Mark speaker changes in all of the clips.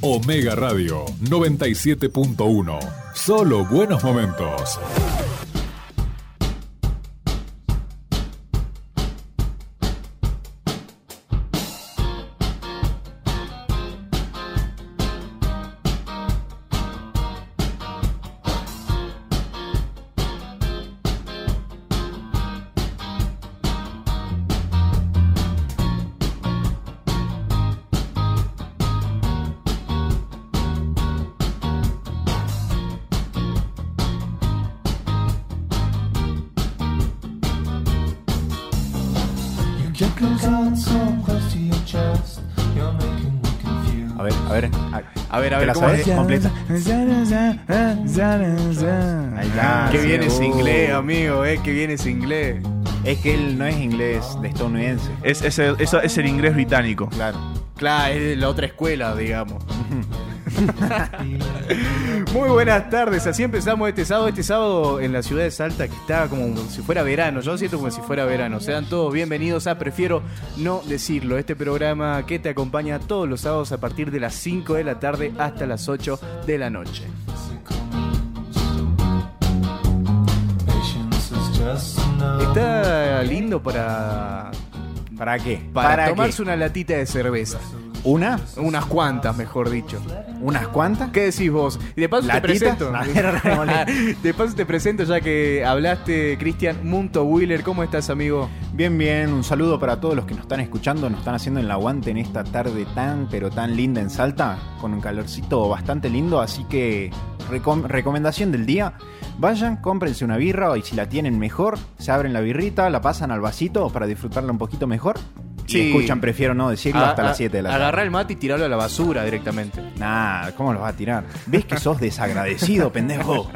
Speaker 1: Omega Radio 97.1. Solo buenos momentos.
Speaker 2: A ver, a ver. A, a ver, a
Speaker 3: ¿Te
Speaker 2: ver,
Speaker 3: la
Speaker 2: ¿cómo
Speaker 3: sabes?
Speaker 2: es? Completa.
Speaker 3: Ahí está.
Speaker 2: Ah, Qué bien es
Speaker 3: seguro.
Speaker 2: inglés, amigo, eh, qué bien es inglés. uh. Es que él no es inglés de estadounidense.
Speaker 4: Es, es el, eso es el inglés británico.
Speaker 3: Claro.
Speaker 2: Claro, es de la otra escuela, digamos. Muy buenas tardes, así empezamos este sábado. Este sábado en la ciudad de Salta, que está como si fuera verano. Yo siento como si fuera verano. Sean todos bienvenidos a Prefiero No Decirlo, este programa que te acompaña todos los sábados a partir de las 5 de la tarde hasta las 8 de la noche. Está lindo para,
Speaker 3: ¿Para qué?
Speaker 2: para,
Speaker 3: qué?
Speaker 2: tomarse una latita de cerveza.
Speaker 3: una,
Speaker 2: Unas cuantas, mejor dicho.
Speaker 3: unas cuantas.
Speaker 2: ¿Qué decís vos? Y de paso
Speaker 3: ¿Latita?
Speaker 2: te presento.
Speaker 3: No, era remolino.
Speaker 2: de paso te presento ya que hablaste, Cristian Munto Wheeler. ¿Cómo estás, amigo?
Speaker 3: Bien, bien, un saludo para todos los que nos están escuchando, nos están haciendo el aguante en esta tarde tan, pero tan linda en Salta, con un calorcito bastante lindo, así que recom- recomendación del día, vayan, cómprense una birra y si la tienen mejor, se abren la birrita, la pasan al vasito para disfrutarla un poquito mejor y
Speaker 2: Sí. Ah,
Speaker 3: escuchan, prefiero no decirlo, hasta
Speaker 2: A-
Speaker 3: las 7 de la tarde.
Speaker 2: Agarrá el mate y tirarlo a la basura directamente.
Speaker 3: Nah, ¿cómo los vas a tirar? ¿Ves que sos desagradecido, pendejo?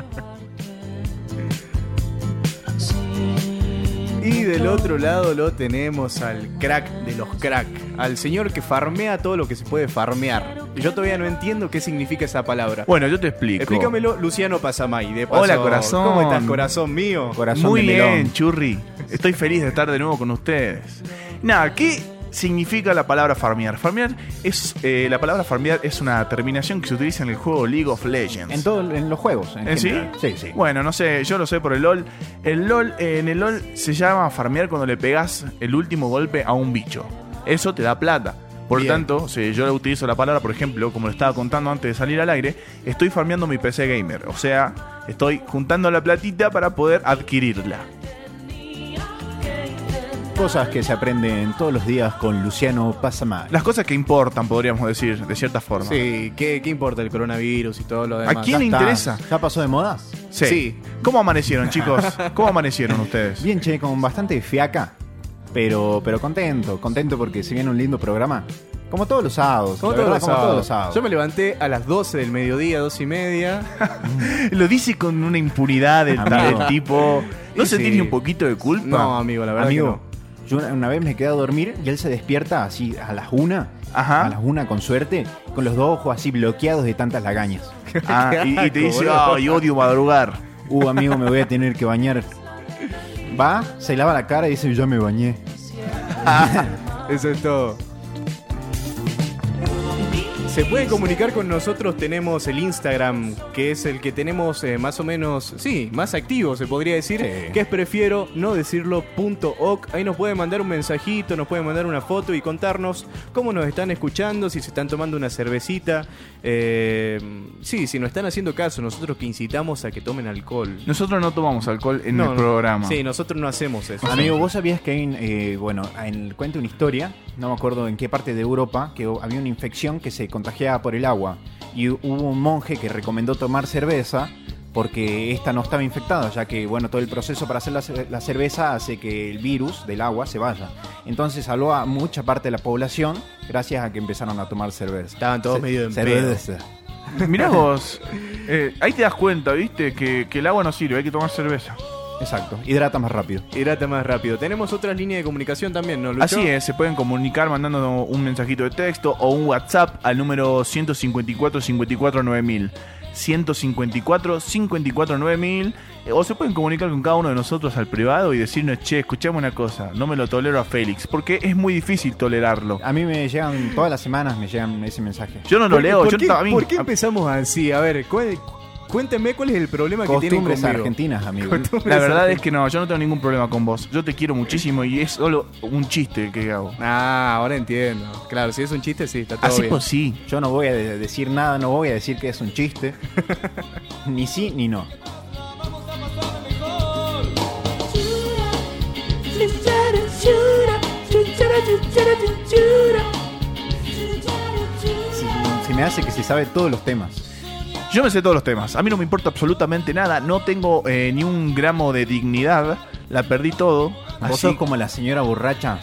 Speaker 2: Y del otro lado lo tenemos al crack de los crack, al señor que farmea todo lo que se puede farmear. Yo todavía no entiendo qué significa esa palabra.
Speaker 4: Bueno, yo te explico.
Speaker 2: Explícamelo, Luciano Pasamay. De paso,
Speaker 4: Hola, corazón.
Speaker 2: ¿Cómo estás, corazón mío?
Speaker 3: Corazón
Speaker 4: Muy
Speaker 3: de
Speaker 4: bien,
Speaker 3: melón.
Speaker 4: Churri. Estoy feliz de estar de nuevo con ustedes. Nada, ¿qué significa la palabra farmear? Farmear es. eh, la palabra farmear es una terminación que se utiliza en el juego League of Legends.
Speaker 3: En todo, en los juegos. En
Speaker 4: ¿Eh, sí?
Speaker 3: general. Sí, sí.
Speaker 4: Bueno, no sé, yo lo sé por el LOL. El LOL, eh, en el LOL se llama farmear cuando le pegas el último golpe a un bicho. Eso te da plata. Por lo
Speaker 2: Bien.
Speaker 4: tanto, si yo utilizo la palabra, por ejemplo, como lo estaba contando antes de salir al aire, estoy farmeando mi PC gamer. O sea, estoy juntando la platita para poder adquirirla.
Speaker 3: Cosas que se aprenden todos los días con Luciano Pasamar.
Speaker 4: Las cosas que importan, podríamos decir, de cierta forma.
Speaker 2: Sí, ¿qué, qué importa el coronavirus y todo lo demás?
Speaker 4: ¿A quién le
Speaker 3: Ya está.
Speaker 4: interesa?
Speaker 3: ¿Ya pasó de moda?
Speaker 4: Sí.
Speaker 2: Sí.
Speaker 4: ¿Cómo amanecieron, chicos? ¿Cómo amanecieron ustedes?
Speaker 3: Bien, che, con bastante fiaca. Pero, pero contento, contento porque se viene un lindo programa. Como todos los sábados.
Speaker 2: Como
Speaker 3: la
Speaker 2: todos
Speaker 3: verdad,
Speaker 2: los
Speaker 3: como todos los
Speaker 2: sábados.
Speaker 3: sábados.
Speaker 2: Yo me levanté a las 12 del mediodía, 2 y media.
Speaker 4: Lo dice con una impunidad del,
Speaker 3: Amigo.
Speaker 4: del tipo. ¿No
Speaker 2: Y
Speaker 4: sentís
Speaker 2: sí.
Speaker 4: ni un poquito de culpa?
Speaker 2: No, amigo, la verdad
Speaker 3: Amigo,
Speaker 2: que
Speaker 3: yo una, una vez me quedé a dormir y él se despierta así a las una.
Speaker 4: Ajá.
Speaker 3: A las una con suerte, con los dos ojos así bloqueados de tantas lagañas.
Speaker 4: Ah, y, y te
Speaker 2: Qué
Speaker 4: dice,
Speaker 2: asco,
Speaker 4: ay, odio madrugar.
Speaker 3: Uh, amigo, me voy a tener que bañar. Va, se lava la cara y dice, yo me bañé.
Speaker 2: no. Eso es todo. Se pueden comunicar con nosotros, tenemos el Instagram, que es el que tenemos eh, más o menos, sí, más activo se podría decir,
Speaker 3: Sí.
Speaker 2: que es prefiero no decirlo punto oc. Ahí nos pueden mandar un mensajito, nos pueden mandar una foto y contarnos cómo nos están escuchando, si se están tomando una cervecita, eh, sí, si nos están haciendo caso, nosotros que incitamos a que tomen alcohol.
Speaker 4: Nosotros no tomamos alcohol en
Speaker 2: No,
Speaker 4: el
Speaker 2: no.
Speaker 4: programa.
Speaker 2: Sí, nosotros no hacemos eso.
Speaker 3: Amigo, vos sabías que hay, un, eh, bueno, en, cuenta una historia, no me acuerdo en qué parte de Europa, que había una infección que se contagiaba por el agua. Y hubo un monje que recomendó tomar cerveza porque esta no estaba infectada, ya que, bueno, todo el proceso para hacer la, ce- la cerveza hace que el virus del agua se vaya. Entonces salvó a mucha parte de la población gracias a que empezaron a tomar cerveza.
Speaker 2: Estaban todos
Speaker 3: Ce-
Speaker 2: medio en
Speaker 3: cerveza.
Speaker 4: Mirá vos. eh, ahí te das cuenta, ¿viste? Que, que el agua no sirve, hay que tomar cerveza.
Speaker 3: Exacto, hidrata más rápido.
Speaker 2: Hidrata más rápido. Tenemos otras líneas de comunicación también, ¿no, Lucho?
Speaker 4: Así es, se pueden comunicar mandando un mensajito de texto o un WhatsApp al número 154 54 9000. 154 54 9000 eh, o se pueden comunicar con cada uno de nosotros al privado y decirnos, che, escuchame una cosa, no me lo tolero a Félix, porque es muy difícil tolerarlo.
Speaker 3: A mí me llegan, todas las semanas me llegan ese mensaje.
Speaker 4: Yo no lo
Speaker 2: ¿Por-
Speaker 4: leo,
Speaker 2: ¿Por,
Speaker 4: yo
Speaker 2: qué,
Speaker 4: a mí-
Speaker 2: por qué
Speaker 4: a-
Speaker 2: empezamos así? A ver, cué- cuéntenme cuál es el problema que tienen
Speaker 3: Costumbres
Speaker 2: conmigo.
Speaker 3: argentinas, amigo.
Speaker 2: Costumbres
Speaker 4: La verdad es
Speaker 2: argentinas.
Speaker 4: que no, yo no tengo ningún problema con vos. Yo te quiero muchísimo y es solo un chiste que hago.
Speaker 2: Ah, ahora entiendo. Claro, si es un chiste, Ah, sí, está todo
Speaker 4: Así
Speaker 2: bien.
Speaker 4: pues sí.
Speaker 3: Yo no voy a de- decir nada, no voy a decir que es un chiste. ni sí ni no. Se, se me hace que se sabe todos los temas.
Speaker 4: Yo me sé todos los temas. A mí no me importa absolutamente nada. No tengo eh, ni un gramo de dignidad. La perdí todo.
Speaker 3: Vos
Speaker 4: Así,
Speaker 3: sos como la señora borracha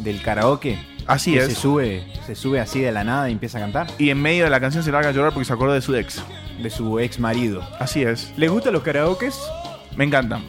Speaker 3: del karaoke.
Speaker 4: así
Speaker 3: que se
Speaker 4: es.
Speaker 3: sube, se sube así de la nada y empieza a cantar.
Speaker 4: Y en medio de la canción se larga a llorar porque se acordó de su ex.
Speaker 3: De su ex marido.
Speaker 4: Así es.
Speaker 2: ¿Les gustan los karaokes?
Speaker 4: Me encantan.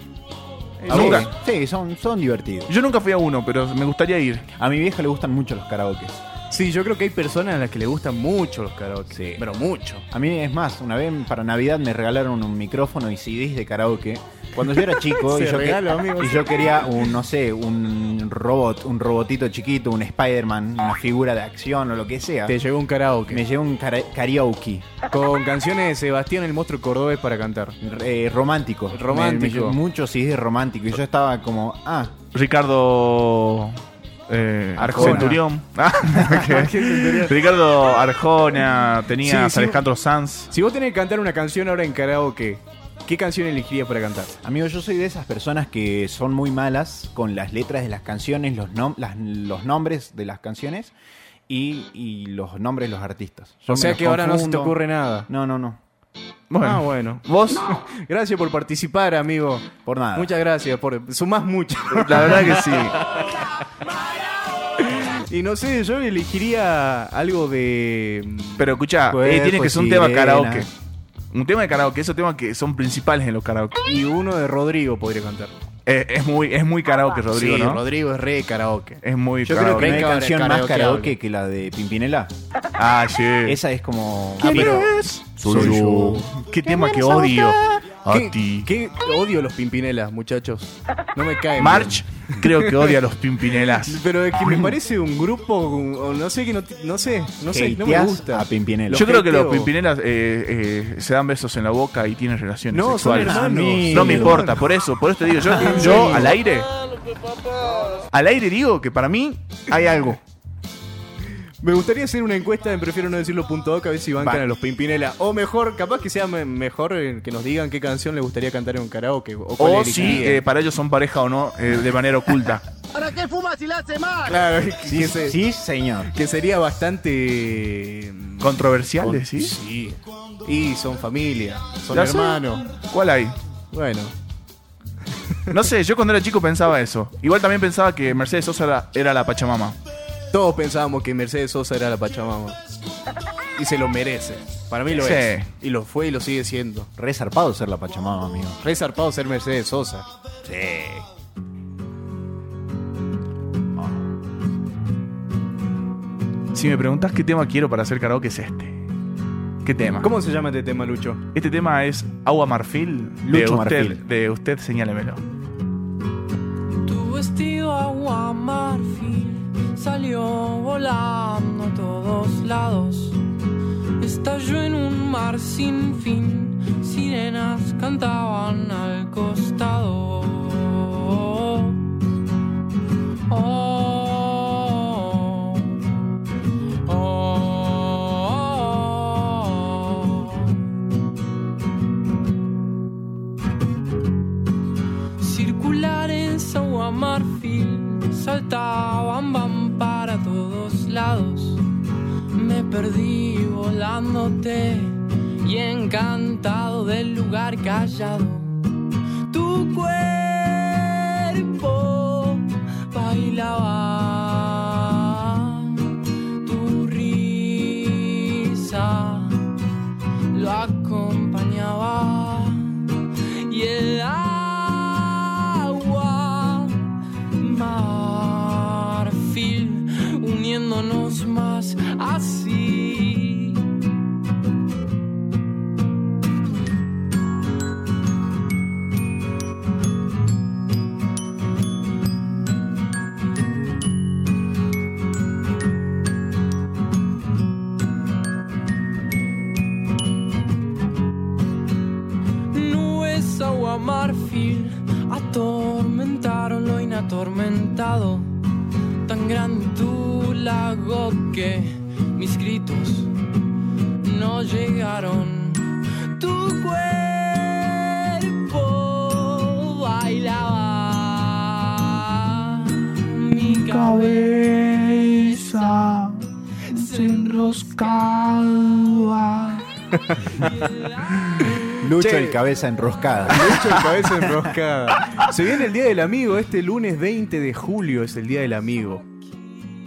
Speaker 3: Sí,
Speaker 4: Nunca.
Speaker 3: Sí, son, son divertidos.
Speaker 4: Yo nunca fui a uno, pero me gustaría ir.
Speaker 3: A mi vieja le gustan mucho los karaokes.
Speaker 2: Sí, yo creo que hay personas a las que le gustan mucho los karaokes.
Speaker 3: Sí.
Speaker 2: Pero mucho.
Speaker 3: A mí es más, una vez para Navidad me regalaron un micrófono y CDs de karaoke. Cuando yo era chico y,
Speaker 2: Se
Speaker 3: yo que-
Speaker 2: regalo, amigo,
Speaker 3: y
Speaker 2: se
Speaker 3: yo quería un, no sé, un robot, un robotito chiquito, un Spider-Man, una figura de acción o lo que sea,
Speaker 2: Te llegó un karaoke.
Speaker 3: me llevó un cara- karaoke
Speaker 2: Con canciones de Sebastián el Monstruo Cordobés para cantar.
Speaker 3: eh, romántico. Me- me
Speaker 2: Romántico.
Speaker 3: llevó muchos CDs románticos y yo estaba como, ah,
Speaker 4: Ricardo. eh,
Speaker 3: Arjona.
Speaker 4: Centurión. Ah, ok. Ricardo Arjona tenía
Speaker 2: Sí, sí.
Speaker 4: Alejandro Sanz.
Speaker 2: Si vos tenés que cantar una canción ahora en karaoke, ¿qué canción elegirías para cantar?
Speaker 3: Amigo, yo soy de esas personas que son muy malas con las letras de las canciones, los, nom- las- los nombres de las canciones y, y los nombres de los artistas. Yo
Speaker 2: o
Speaker 3: me
Speaker 2: sea
Speaker 3: los
Speaker 2: que ahora no se te
Speaker 3: confundo.
Speaker 2: ocurre nada.
Speaker 3: No, no, no.
Speaker 4: Bueno.
Speaker 2: Ah, bueno.
Speaker 4: Vos,
Speaker 2: Gracias por participar, amigo.
Speaker 3: Por nada.
Speaker 2: Muchas gracias, por sumás mucho.
Speaker 4: la verdad que sí.
Speaker 2: y no sé, yo elegiría algo de...
Speaker 4: Pero escucha,
Speaker 3: Cuerpo,
Speaker 4: eh, tiene que ser un tema
Speaker 3: sirena.
Speaker 4: karaoke. Un tema de karaoke, esos temas que son principales en los karaoke.
Speaker 2: Y uno de Rodrigo podría cantar.
Speaker 4: Eh, es muy, es muy karaoke, Rodrigo,
Speaker 2: sí,
Speaker 4: ¿no? Eh,
Speaker 2: Rodrigo es re karaoke.
Speaker 4: Es muy
Speaker 3: Yo creo
Speaker 4: karaoke.
Speaker 3: que no hay
Speaker 2: Venga,
Speaker 3: canción más
Speaker 2: karaoke habla.
Speaker 3: karaoke que la de Pimpinela.
Speaker 4: Ah, sí.
Speaker 3: Esa es como.
Speaker 4: Ah, pero-
Speaker 3: Ah,
Speaker 4: Soy
Speaker 3: Soy
Speaker 4: yo. Qué tema que odio. A
Speaker 2: ¿Qué,
Speaker 4: ti.
Speaker 2: qué odio los pimpinelas, muchachos. No me caen.
Speaker 4: March, creo que odia a los pimpinelas.
Speaker 2: bien. Pero es que me parece un grupo, o no sé, que no, no sé, no sé, no me
Speaker 3: hateás
Speaker 2: gusta.
Speaker 3: A Pimpinela.
Speaker 2: Los
Speaker 4: Yo creo que los
Speaker 2: hateo.
Speaker 4: pimpinelas eh, eh, se dan besos en la boca y tienen relaciones
Speaker 2: No, son
Speaker 4: sexuales.
Speaker 2: hermanos.
Speaker 4: Amigo. No me importa, por eso, por eso te digo, yo, yo al aire, al aire digo que para mí hay algo.
Speaker 2: Me gustaría hacer una encuesta en prefiero no decirlo.doc a ver si bancan
Speaker 3: Va.
Speaker 2: a los Pimpinela. O mejor, capaz que sea me- mejor eh, que nos digan qué canción les gustaría cantar en un karaoke. O, cuál
Speaker 4: O
Speaker 2: elegirían.
Speaker 4: si eh, para ellos son pareja o no, eh, de manera oculta.
Speaker 2: Claro, que,
Speaker 3: Sí,
Speaker 2: se-
Speaker 3: sí, señor.
Speaker 2: que sería bastante. mm,
Speaker 4: Controversiales, ¿sí?
Speaker 2: Sí. Y son familia, son
Speaker 4: Ya sé.
Speaker 2: hermanos.
Speaker 4: ¿Cuál hay?
Speaker 2: Bueno,
Speaker 4: No sé, yo cuando era chico pensaba eso. Igual también pensaba que Mercedes Sosa era, era la Pachamama.
Speaker 2: todos pensábamos que Mercedes Sosa era la Pachamama. Y se lo merece. Para mí lo
Speaker 4: Sí.
Speaker 2: es. Y lo fue y lo sigue siendo.
Speaker 3: Re zarpado ser la Pachamama, amigo.
Speaker 2: Re zarpado ser Mercedes Sosa.
Speaker 4: Si me preguntas qué tema quiero para hacer karaoke es este. ¿Qué tema?
Speaker 2: ¿Cómo se llama este tema, Lucho?
Speaker 4: Este tema es Agua Marfil de
Speaker 3: Lucho
Speaker 4: usted,
Speaker 3: Marfil.
Speaker 4: de usted señálemelo.
Speaker 5: Tu vestido agua marfil salió volando a todos lados. Estalló en un mar sin fin, sirenas cantaban al costado. Oh, oh, oh. circular en agua marfil saltaban van para todos lados me perdí volándote y encantado del lugar callado tu cuerpo bailaba tu risa lo acompañaba y el agua marfil uniéndonos más así. agua marfil atormentaron lo inatormentado. Tan grande tu lago que mis gritos no llegaron. Tu cuerpo bailaba mi cabeza. Se enroscaba.
Speaker 3: Lucho
Speaker 2: Che.
Speaker 3: el cabeza enroscada.
Speaker 2: Lucho de cabeza enroscada. Se viene el Día del Amigo, este lunes 20 de julio es el Día del Amigo.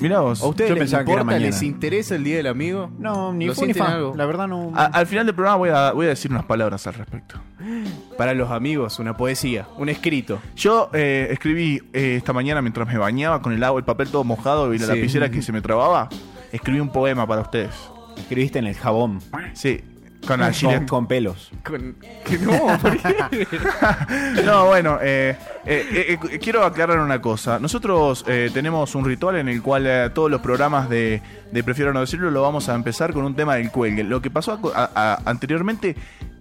Speaker 4: Mirá vos.
Speaker 2: ¿A ustedes
Speaker 3: Yo
Speaker 2: les
Speaker 3: pensaba que era
Speaker 2: importa,
Speaker 3: mañana.
Speaker 2: les interesa el Día del Amigo?
Speaker 3: No, ni
Speaker 2: ¿Lo
Speaker 3: fu ni
Speaker 2: sienten
Speaker 3: fa.
Speaker 2: algo?
Speaker 3: La verdad no.
Speaker 4: A- al final del programa voy a, voy a decir unas palabras al respecto.
Speaker 2: Para los amigos, una poesía, un escrito.
Speaker 4: Yo eh, escribí eh, esta mañana mientras me bañaba con el agua, el papel todo mojado y la
Speaker 2: Sí.
Speaker 4: lapicera que se me trababa. Escribí un poema para ustedes.
Speaker 3: Escribiste en el jabón.
Speaker 4: Ah, Sí, con la
Speaker 3: Con,
Speaker 4: Gillette.
Speaker 3: con pelos.
Speaker 2: Con... Que no, ¿por qué?
Speaker 4: No, bueno, eh, eh, eh, eh, quiero aclarar una cosa. Nosotros eh, tenemos un ritual en el cual eh, todos los programas de, de Prefiero no decirlo lo vamos a empezar con un tema del cuelgue. Lo que pasó a- a- anteriormente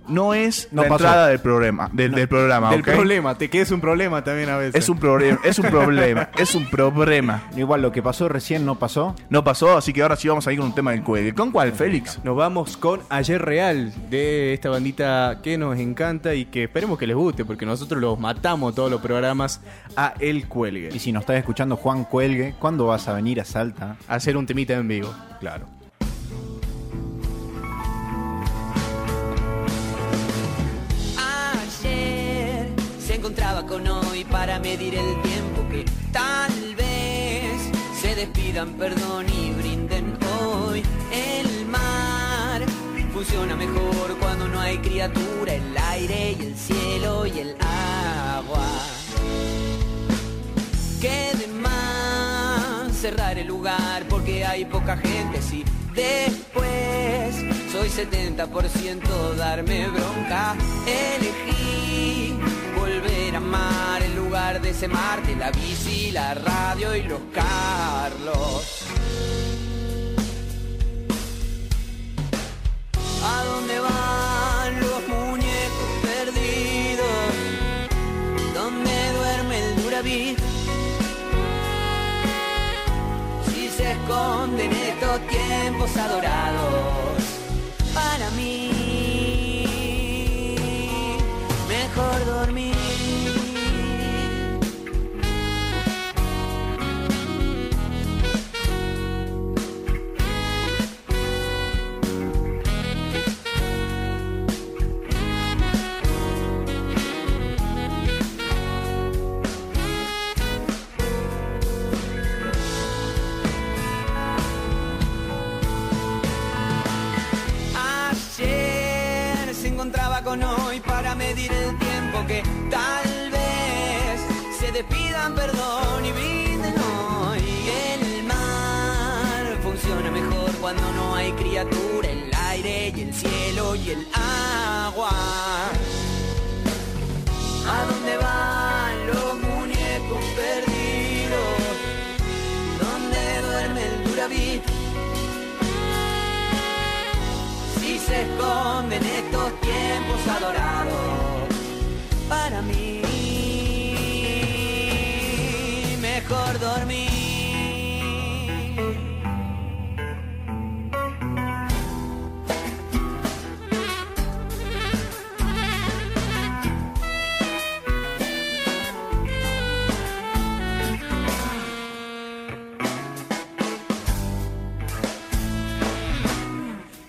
Speaker 4: no es
Speaker 3: No
Speaker 4: la
Speaker 3: pasó.
Speaker 4: entrada del programa. Del, del programa,
Speaker 2: Del
Speaker 4: Ah, ¿ok?
Speaker 2: problema, te quedes un problema también a veces.
Speaker 4: Es un problema, es un problema, es un problema.
Speaker 3: Igual lo que pasó recién no pasó.
Speaker 4: No pasó, así que ahora sí vamos a ir con un tema del cuelgue. ¿Con cuál, Félix?
Speaker 2: Nos vamos con Ayer Real, de esta bandita que nos encanta y que esperemos que les guste, porque nosotros los matamos todos los programas a El
Speaker 3: Y
Speaker 2: Cuelgue.
Speaker 3: si nos estás escuchando Juan Cuelgue, ¿cuándo vas a venir a Salta?
Speaker 2: Hacer un temita en vivo.
Speaker 3: Claro.
Speaker 6: Ayer se encontraba con hoy para medir el tiempo que tal vez se despidan, perdón y brinden hoy. El mar funciona mejor cuando no hay criatura, el aire y el cielo y el agua que de más cerrar el lugar porque hay poca gente si después soy 70% darme bronca elegí volver a amar el lugar de ese Marte la bici la radio y los Carlos ¿A dónde van los muñecos perdidos? ¿Dónde duerme el Duraví? si se esconden estos tiempos adorados. Para mí, mejor dormir. Ayer se encontraba con hoy para medir el tiempo que tal vez se despidan perdón y brinden hoy. El mar funciona mejor cuando no hay criatura, el aire y el cielo y el agua. ¿A dónde van los muñecos perdidos? ¿Dónde duerme el duraví? si se esconden estos tiempos adorados. Para mí, mejor dormir.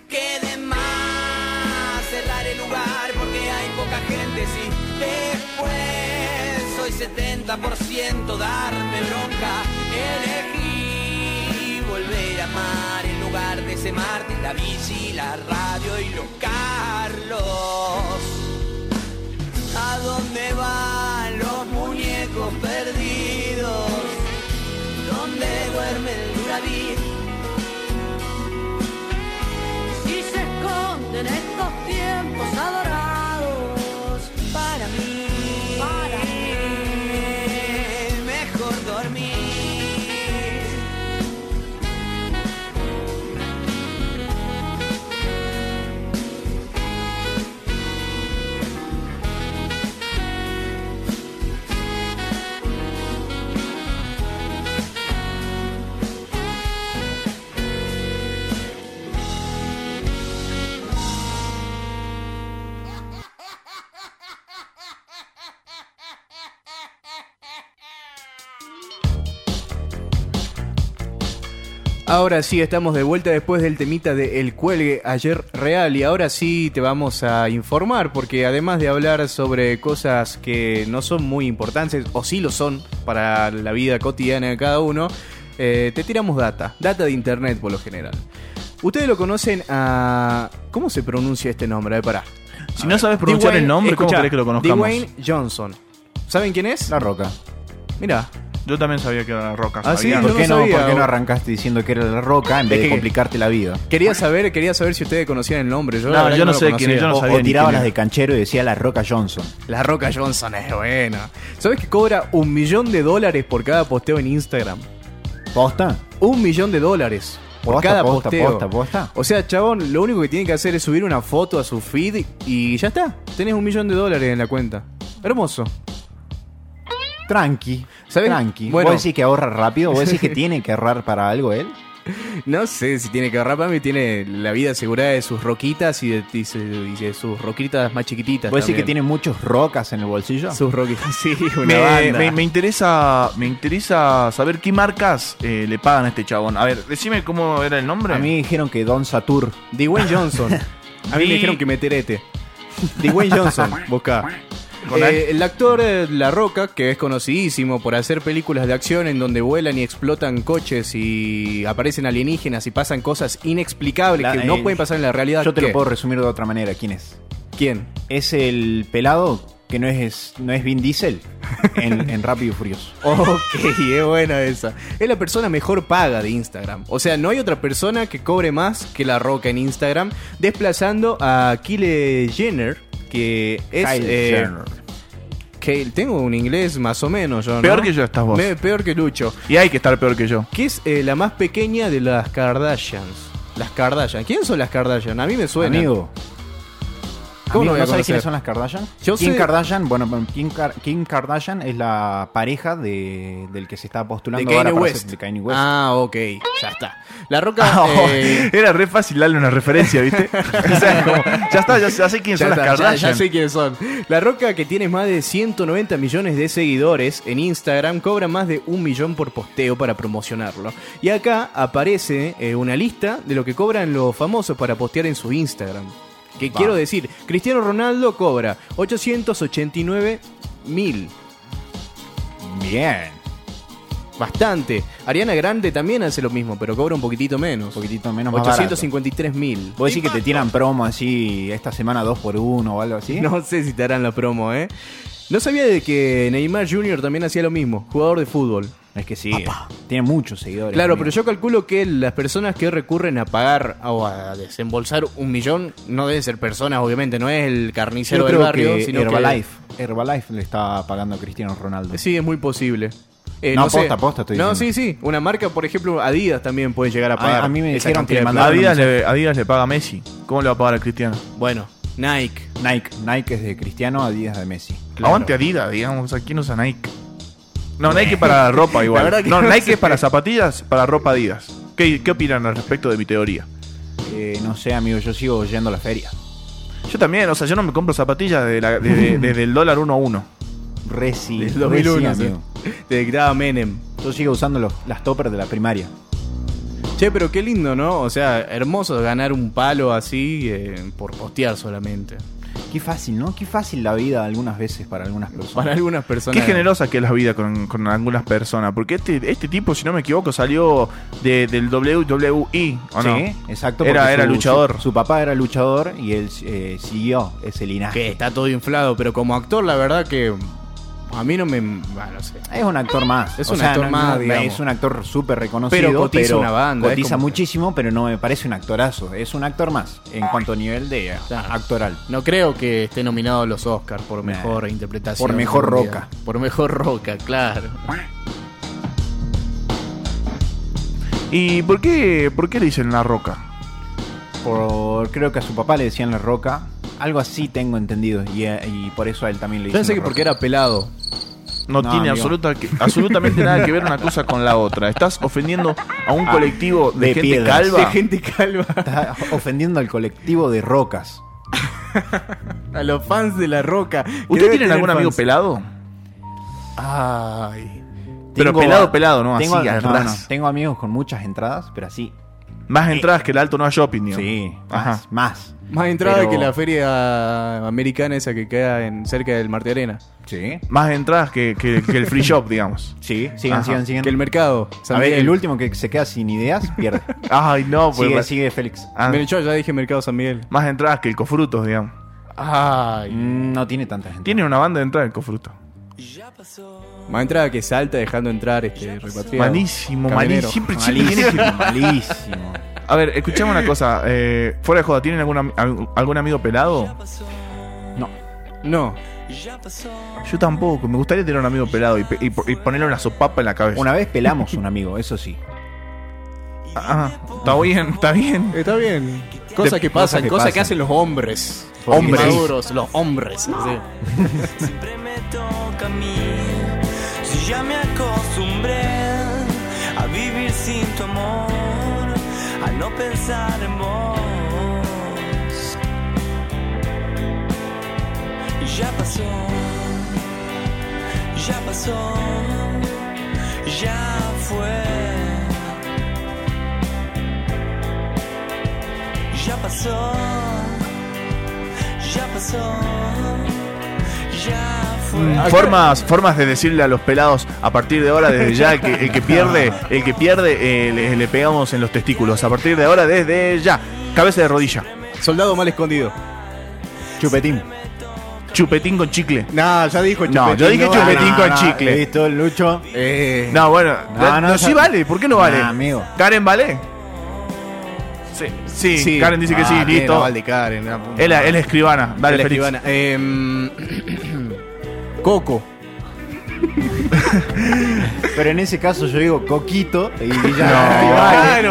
Speaker 6: que de más cerrar el lugar porque hay poca gente si después soy 70% darme bronca elegí volver a amar en lugar de ese Marte la bici la radio y los Carlos a dónde van los muñecos perdidos dónde duerme el Duraví y se esconden estos tiempos adorados para mí. Para mí. Mejor dormir.
Speaker 2: Ahora sí, estamos de vuelta después del temita de El Cuelgue ayer real y ahora sí te vamos a informar porque además de hablar sobre cosas que no son muy importantes o sí lo son para la vida cotidiana de cada uno, eh, te tiramos data, data de internet por lo general. Ustedes lo conocen a... ¿Cómo se pronuncia este nombre? A ver, pará.
Speaker 4: Si no sabes pronunciar
Speaker 2: Dwayne-
Speaker 4: el nombre, ¿cómo
Speaker 2: escuchá,
Speaker 4: querés que lo conozcamos?
Speaker 2: Dwayne Johnson. ¿Saben quién es?
Speaker 3: La roca.
Speaker 2: Mira,
Speaker 4: Yo también sabía que era la roca.
Speaker 2: Ah, sí,
Speaker 4: Fabián.
Speaker 2: no
Speaker 3: ¿Por
Speaker 2: lo
Speaker 3: qué no,
Speaker 2: sabía.
Speaker 3: ¿Por qué no arrancaste diciendo que era la roca en vez de
Speaker 2: que-
Speaker 3: complicarte la vida?
Speaker 2: quería saber, quería saber si ustedes conocían el nombre. Yo la
Speaker 4: No,
Speaker 2: verdad
Speaker 4: yo
Speaker 2: que
Speaker 4: no
Speaker 2: lo
Speaker 4: sé quién es,
Speaker 2: conocía.
Speaker 4: yo no
Speaker 3: o,
Speaker 4: sabía
Speaker 3: o
Speaker 4: ni
Speaker 3: tiraba
Speaker 4: quién
Speaker 3: las
Speaker 4: era.
Speaker 3: de canchero y decía la roca Johnson.
Speaker 2: La Roca Johnson es buena. ¿Sabes que cobra un millón de dólares por cada posteo en Instagram?
Speaker 3: ¿Posta?
Speaker 2: Un millón de dólares por
Speaker 3: Posta,
Speaker 2: cada
Speaker 3: posta,
Speaker 2: posteo.
Speaker 3: posta, posta.
Speaker 2: O sea, chabón, lo único que tiene que hacer es subir una foto a su feed y ya está. Tenés un millón de dólares en la cuenta. Hermoso.
Speaker 3: Tranqui.
Speaker 2: ¿Saben?
Speaker 3: Tranqui.
Speaker 2: Bueno.
Speaker 3: ¿Vos decís que ahorra rápido? ¿Vos decís que tiene que ahorrar para algo él?
Speaker 2: No sé si tiene que ahorrar para mí, tiene la vida asegurada de sus roquitas y de, y se- y de sus roquitas más chiquititas.
Speaker 3: ¿Vos decís que
Speaker 2: también.
Speaker 3: tiene muchos rocas en el bolsillo?
Speaker 2: sus roquitas? Sí, una
Speaker 4: Me,
Speaker 2: banda.
Speaker 4: me- me interesa me interesa saber qué marcas eh, le pagan a este chabón. A ver, decime cómo era el nombre.
Speaker 3: A mí dijeron que Don Satur.
Speaker 2: Dwayne Johnson. A mí
Speaker 4: Vi-
Speaker 2: me dijeron que me terete. Dwayne Johnson, busca.
Speaker 4: Con
Speaker 2: Eh,
Speaker 4: al-
Speaker 2: el actor eh, La Roca, que es conocidísimo por hacer películas de acción en donde vuelan y explotan coches y aparecen alienígenas y pasan cosas inexplicables
Speaker 3: La-
Speaker 2: que no
Speaker 3: eh,
Speaker 2: pueden pasar en la realidad.
Speaker 3: Yo te
Speaker 2: ¿Qué?
Speaker 3: lo puedo resumir de otra manera. ¿Quién es?
Speaker 2: ¿Quién?
Speaker 3: Es el pelado que no es, no es Vin Diesel en, en Rápido y Furioso.
Speaker 2: Ok, es buena esa. Es la persona mejor paga de Instagram. O sea, no hay otra persona que cobre más que La Roca en Instagram, desplazando a Kyle Jenner, que es...
Speaker 3: Kyle
Speaker 2: eh,
Speaker 3: Jenner.
Speaker 2: Kyle- tengo un inglés más o menos, yo, ¿no?
Speaker 4: Peor que yo estás vos.
Speaker 2: Me- peor que Lucho.
Speaker 4: Y hay que estar peor que yo.
Speaker 2: que es eh, la más pequeña de las Kardashians. Las Kardashian. ¿Quién son las Kardashian? A mí me suena.
Speaker 3: Amigo.
Speaker 2: ¿Cómo
Speaker 3: Amigo,
Speaker 2: no voy a
Speaker 3: ¿No sabes
Speaker 2: conocer?
Speaker 3: quiénes son las Kardashian?
Speaker 2: Yo
Speaker 3: Kim
Speaker 2: sé-
Speaker 3: Kardashian, bueno, bueno, Kim, Kar- Kim Kardashian es la pareja de, del que se está postulando
Speaker 2: De Kanye
Speaker 3: ahora para
Speaker 2: West.
Speaker 3: ser- de Kanye West. Ah,
Speaker 2: Ah, ok. Ya está. La Roca. eh,
Speaker 4: Era re fácil darle una referencia, ¿viste? O sea, como, ya está, ya, ya sé quién
Speaker 2: Ya,
Speaker 4: son las
Speaker 2: está, ya-
Speaker 4: Kardashian.
Speaker 2: ya sé quiénes son. La Roca, que tiene más de 190 millones de seguidores en Instagram, cobra más de un millón por posteo para promocionarlo. Y acá aparece eh, una lista de lo que cobran los famosos para postear en su Instagram. Que
Speaker 3: Va.
Speaker 2: quiero decir, Cristiano Ronaldo cobra 889 mil.
Speaker 3: Bien.
Speaker 2: Bastante. Ariana Grande también hace lo mismo, pero cobra un poquitito menos.
Speaker 3: Un poquitito menos más barato.
Speaker 2: 853 mil.
Speaker 3: ¿Vos decís que te tiran promo así esta semana 2 por 1 o algo así?
Speaker 2: No sé si te harán la promo, ¿eh? No sabía de que Neymar Jr. también hacía lo mismo, jugador de fútbol.
Speaker 3: Es que sí. Tiene muchos seguidores.
Speaker 2: Claro,
Speaker 3: amigo.
Speaker 2: pero yo calculo que las personas que recurren a pagar o a desembolsar un millón no deben ser personas, obviamente, no es el
Speaker 3: Yo
Speaker 2: carnicero del
Speaker 3: creo
Speaker 2: barrio,
Speaker 3: que
Speaker 2: sino
Speaker 3: Herbalife. Herbalife le está pagando a Cristiano Ronaldo.
Speaker 2: que... Sí, es muy posible. Eh,
Speaker 3: No,
Speaker 2: sé.
Speaker 3: posta, posta, estoy
Speaker 2: No, sí,
Speaker 3: diciendo.
Speaker 2: sí. Una marca, por ejemplo, Adidas también puede llegar a
Speaker 3: A-
Speaker 2: pagar.
Speaker 3: a mí me
Speaker 2: esa
Speaker 3: dijeron que
Speaker 2: cantidad
Speaker 3: le
Speaker 2: de
Speaker 3: mandaron-
Speaker 4: Adidas, le, Adidas le paga a Messi. ¿Cómo le va a pagar a Cristiano?
Speaker 2: plata. Bueno, Nike.
Speaker 3: Nike. Nike es de Cristiano a 10 de Messi.
Speaker 4: Aguante Adidas, digamos. Aquí no usa Nike. No, Nike para ropa igual.
Speaker 2: La verdad que
Speaker 4: no,
Speaker 2: no
Speaker 4: Nike
Speaker 2: sé.
Speaker 4: es para zapatillas, para ropa Adidas. ¿Qué, ¿Qué opinan al respecto de mi teoría?
Speaker 3: Eh, no sé, amigo, yo sigo yendo a la feria.
Speaker 4: Yo también, o sea, yo no me compro zapatillas de la- de- de- desde el dólar uno a uno.
Speaker 3: Reci.
Speaker 2: Del
Speaker 3: reci,
Speaker 2: 2001,
Speaker 3: amigo.
Speaker 2: Detectaba Menem.
Speaker 3: Yo sigo usando los- las toppers de la primaria.
Speaker 2: Che, pero qué lindo, ¿no? O sea, hermoso ganar un palo así eh, por postear solamente.
Speaker 3: Qué fácil, ¿no? Qué fácil la vida algunas veces para algunas personas.
Speaker 2: Para algunas personas.
Speaker 4: Qué generosa que es la vida con, con algunas personas. Porque este, este tipo, si no me equivoco, salió de- del WWE, ¿o no?
Speaker 3: Sí, exacto.
Speaker 4: Era-
Speaker 3: porque
Speaker 4: era luchador.
Speaker 3: Su, su papá era luchador y él eh, siguió ese linaje.
Speaker 2: Que está todo inflado, pero como actor, la verdad que. A mí no me. Bueno, no sé.
Speaker 3: Es un actor más.
Speaker 2: Es un actor más, digamos.
Speaker 3: Es un actor súper reconocido.
Speaker 2: Pero cotiza una banda, es
Speaker 3: Cotiza
Speaker 2: como que-
Speaker 3: muchísimo, pero no me parece un actorazo. Es un actor más en cuanto a nivel de eh,
Speaker 2: Claro.
Speaker 3: actoral.
Speaker 2: No creo que esté nominado a los Oscars por mejor
Speaker 3: Nah.
Speaker 2: interpretación.
Speaker 3: Por mejor
Speaker 2: mundial.
Speaker 3: roca.
Speaker 2: Por mejor roca, claro.
Speaker 4: ¿Y por qué, por qué le dicen La Roca?
Speaker 3: Por, creo que a su papá le decían La Roca. Algo así tengo entendido. Y, eh, y por eso a él también le
Speaker 2: Yo
Speaker 3: dicen La
Speaker 2: pensé que
Speaker 3: Roca.
Speaker 2: porque era pelado.
Speaker 4: No,
Speaker 3: No,
Speaker 4: tiene
Speaker 3: amigo.
Speaker 4: absoluta que- absolutamente nada que ver una cosa con la otra. Estás ofendiendo a un colectivo de,
Speaker 3: de
Speaker 4: gente
Speaker 3: piedras.
Speaker 4: calva.
Speaker 2: De gente calva.
Speaker 3: Está ofendiendo al colectivo de rocas.
Speaker 2: A los fans de la roca.
Speaker 4: ¿Ustedes tienen algún amigo pelado?
Speaker 2: Ay.
Speaker 4: Pero
Speaker 3: Tengo-
Speaker 4: pelado, pelado, no, así, al ras.
Speaker 3: Tengo amigos con muchas entradas, pero así.
Speaker 4: Más entradas que el Alto Nueva Shopping, digamos.
Speaker 3: Sí,
Speaker 4: Ajá.
Speaker 3: más, más.
Speaker 2: Más entrada
Speaker 3: Pero-
Speaker 2: que la feria americana esa que queda en, cerca del Marte Arena.
Speaker 3: Sí.
Speaker 4: Más entradas que, que- que el Free Shop, digamos.
Speaker 3: Sí, sigan,
Speaker 4: Ajá.
Speaker 3: sigan, sigan.
Speaker 2: Que el mercado. San
Speaker 3: A ver,
Speaker 2: Miguel.
Speaker 3: el Ah, último que se queda sin ideas pierde.
Speaker 4: Ay, no, pues.
Speaker 3: sigue,
Speaker 4: va-
Speaker 3: sigue Félix.
Speaker 4: Ah,
Speaker 2: Miren, yo ya dije mercado San Miguel.
Speaker 4: más entradas que el Cofrutos, digamos.
Speaker 2: Ay.
Speaker 3: Mm, No tiene tanta gente.
Speaker 4: Tiene una banda de entrada el Cofruto.
Speaker 2: Más entrada que salta dejando entrar este repatriado.
Speaker 4: Malísimo,
Speaker 2: Camionero.
Speaker 4: malísimo. Siempre, siempre tiene
Speaker 3: malísimo, malísimo.
Speaker 4: que- A ver, escuchame una cosa. eh, fuera de joda, ¿tienen algún, ami- algún- algún amigo pelado?
Speaker 3: No.
Speaker 2: No.
Speaker 4: Yo tampoco. Me gustaría tener un amigo pelado y, pe- y po- y ponerle una sopapa en la cabeza.
Speaker 3: Una vez pelamos un amigo, eso sí.
Speaker 4: Ah, ah, está bien, está bien.
Speaker 2: Está bien. Cosas
Speaker 4: De-
Speaker 2: que pasan, cosas
Speaker 3: cosas
Speaker 2: que,
Speaker 3: que pasan.
Speaker 2: hacen los hombres.
Speaker 3: Porque
Speaker 4: Hombres.
Speaker 2: Maduros, los hombres. sí.
Speaker 7: siempre me toca a mí. Si ya me acostumbré a vivir sin tu amor, a no pensar en vos. Y ya pasó, ya pasó, ya fue. Ya pasó, ya pasó. Ya fue.
Speaker 3: Ah,
Speaker 4: Formas, formas de decirle a los pelados a partir de ahora, desde ya, el que, el que pierde, el que pierde eh, le, le pegamos en los testículos. A partir de ahora, desde ya. Cabeza de rodilla.
Speaker 2: Soldado mal escondido.
Speaker 3: Chupetín.
Speaker 4: Chupetín con chicle.
Speaker 2: No, ya dijo
Speaker 4: No, yo dije chupetín con chicle.
Speaker 3: Listo, Lucho.
Speaker 4: No, bueno,
Speaker 3: No,
Speaker 4: no,
Speaker 3: no,
Speaker 4: sí
Speaker 3: esa-
Speaker 4: vale, ¿por qué no vale?
Speaker 3: Nah, amigo.
Speaker 4: ¿Karen vale? Sí, sí, Karen dice
Speaker 3: Ah,
Speaker 4: que sí, listo.
Speaker 2: Karen. ah,
Speaker 4: Él es la escribana, dale,
Speaker 2: la
Speaker 4: Félix.
Speaker 2: escribana. Em, Coco.
Speaker 3: Pero en ese caso yo digo coquito y ya. y
Speaker 2: Claro.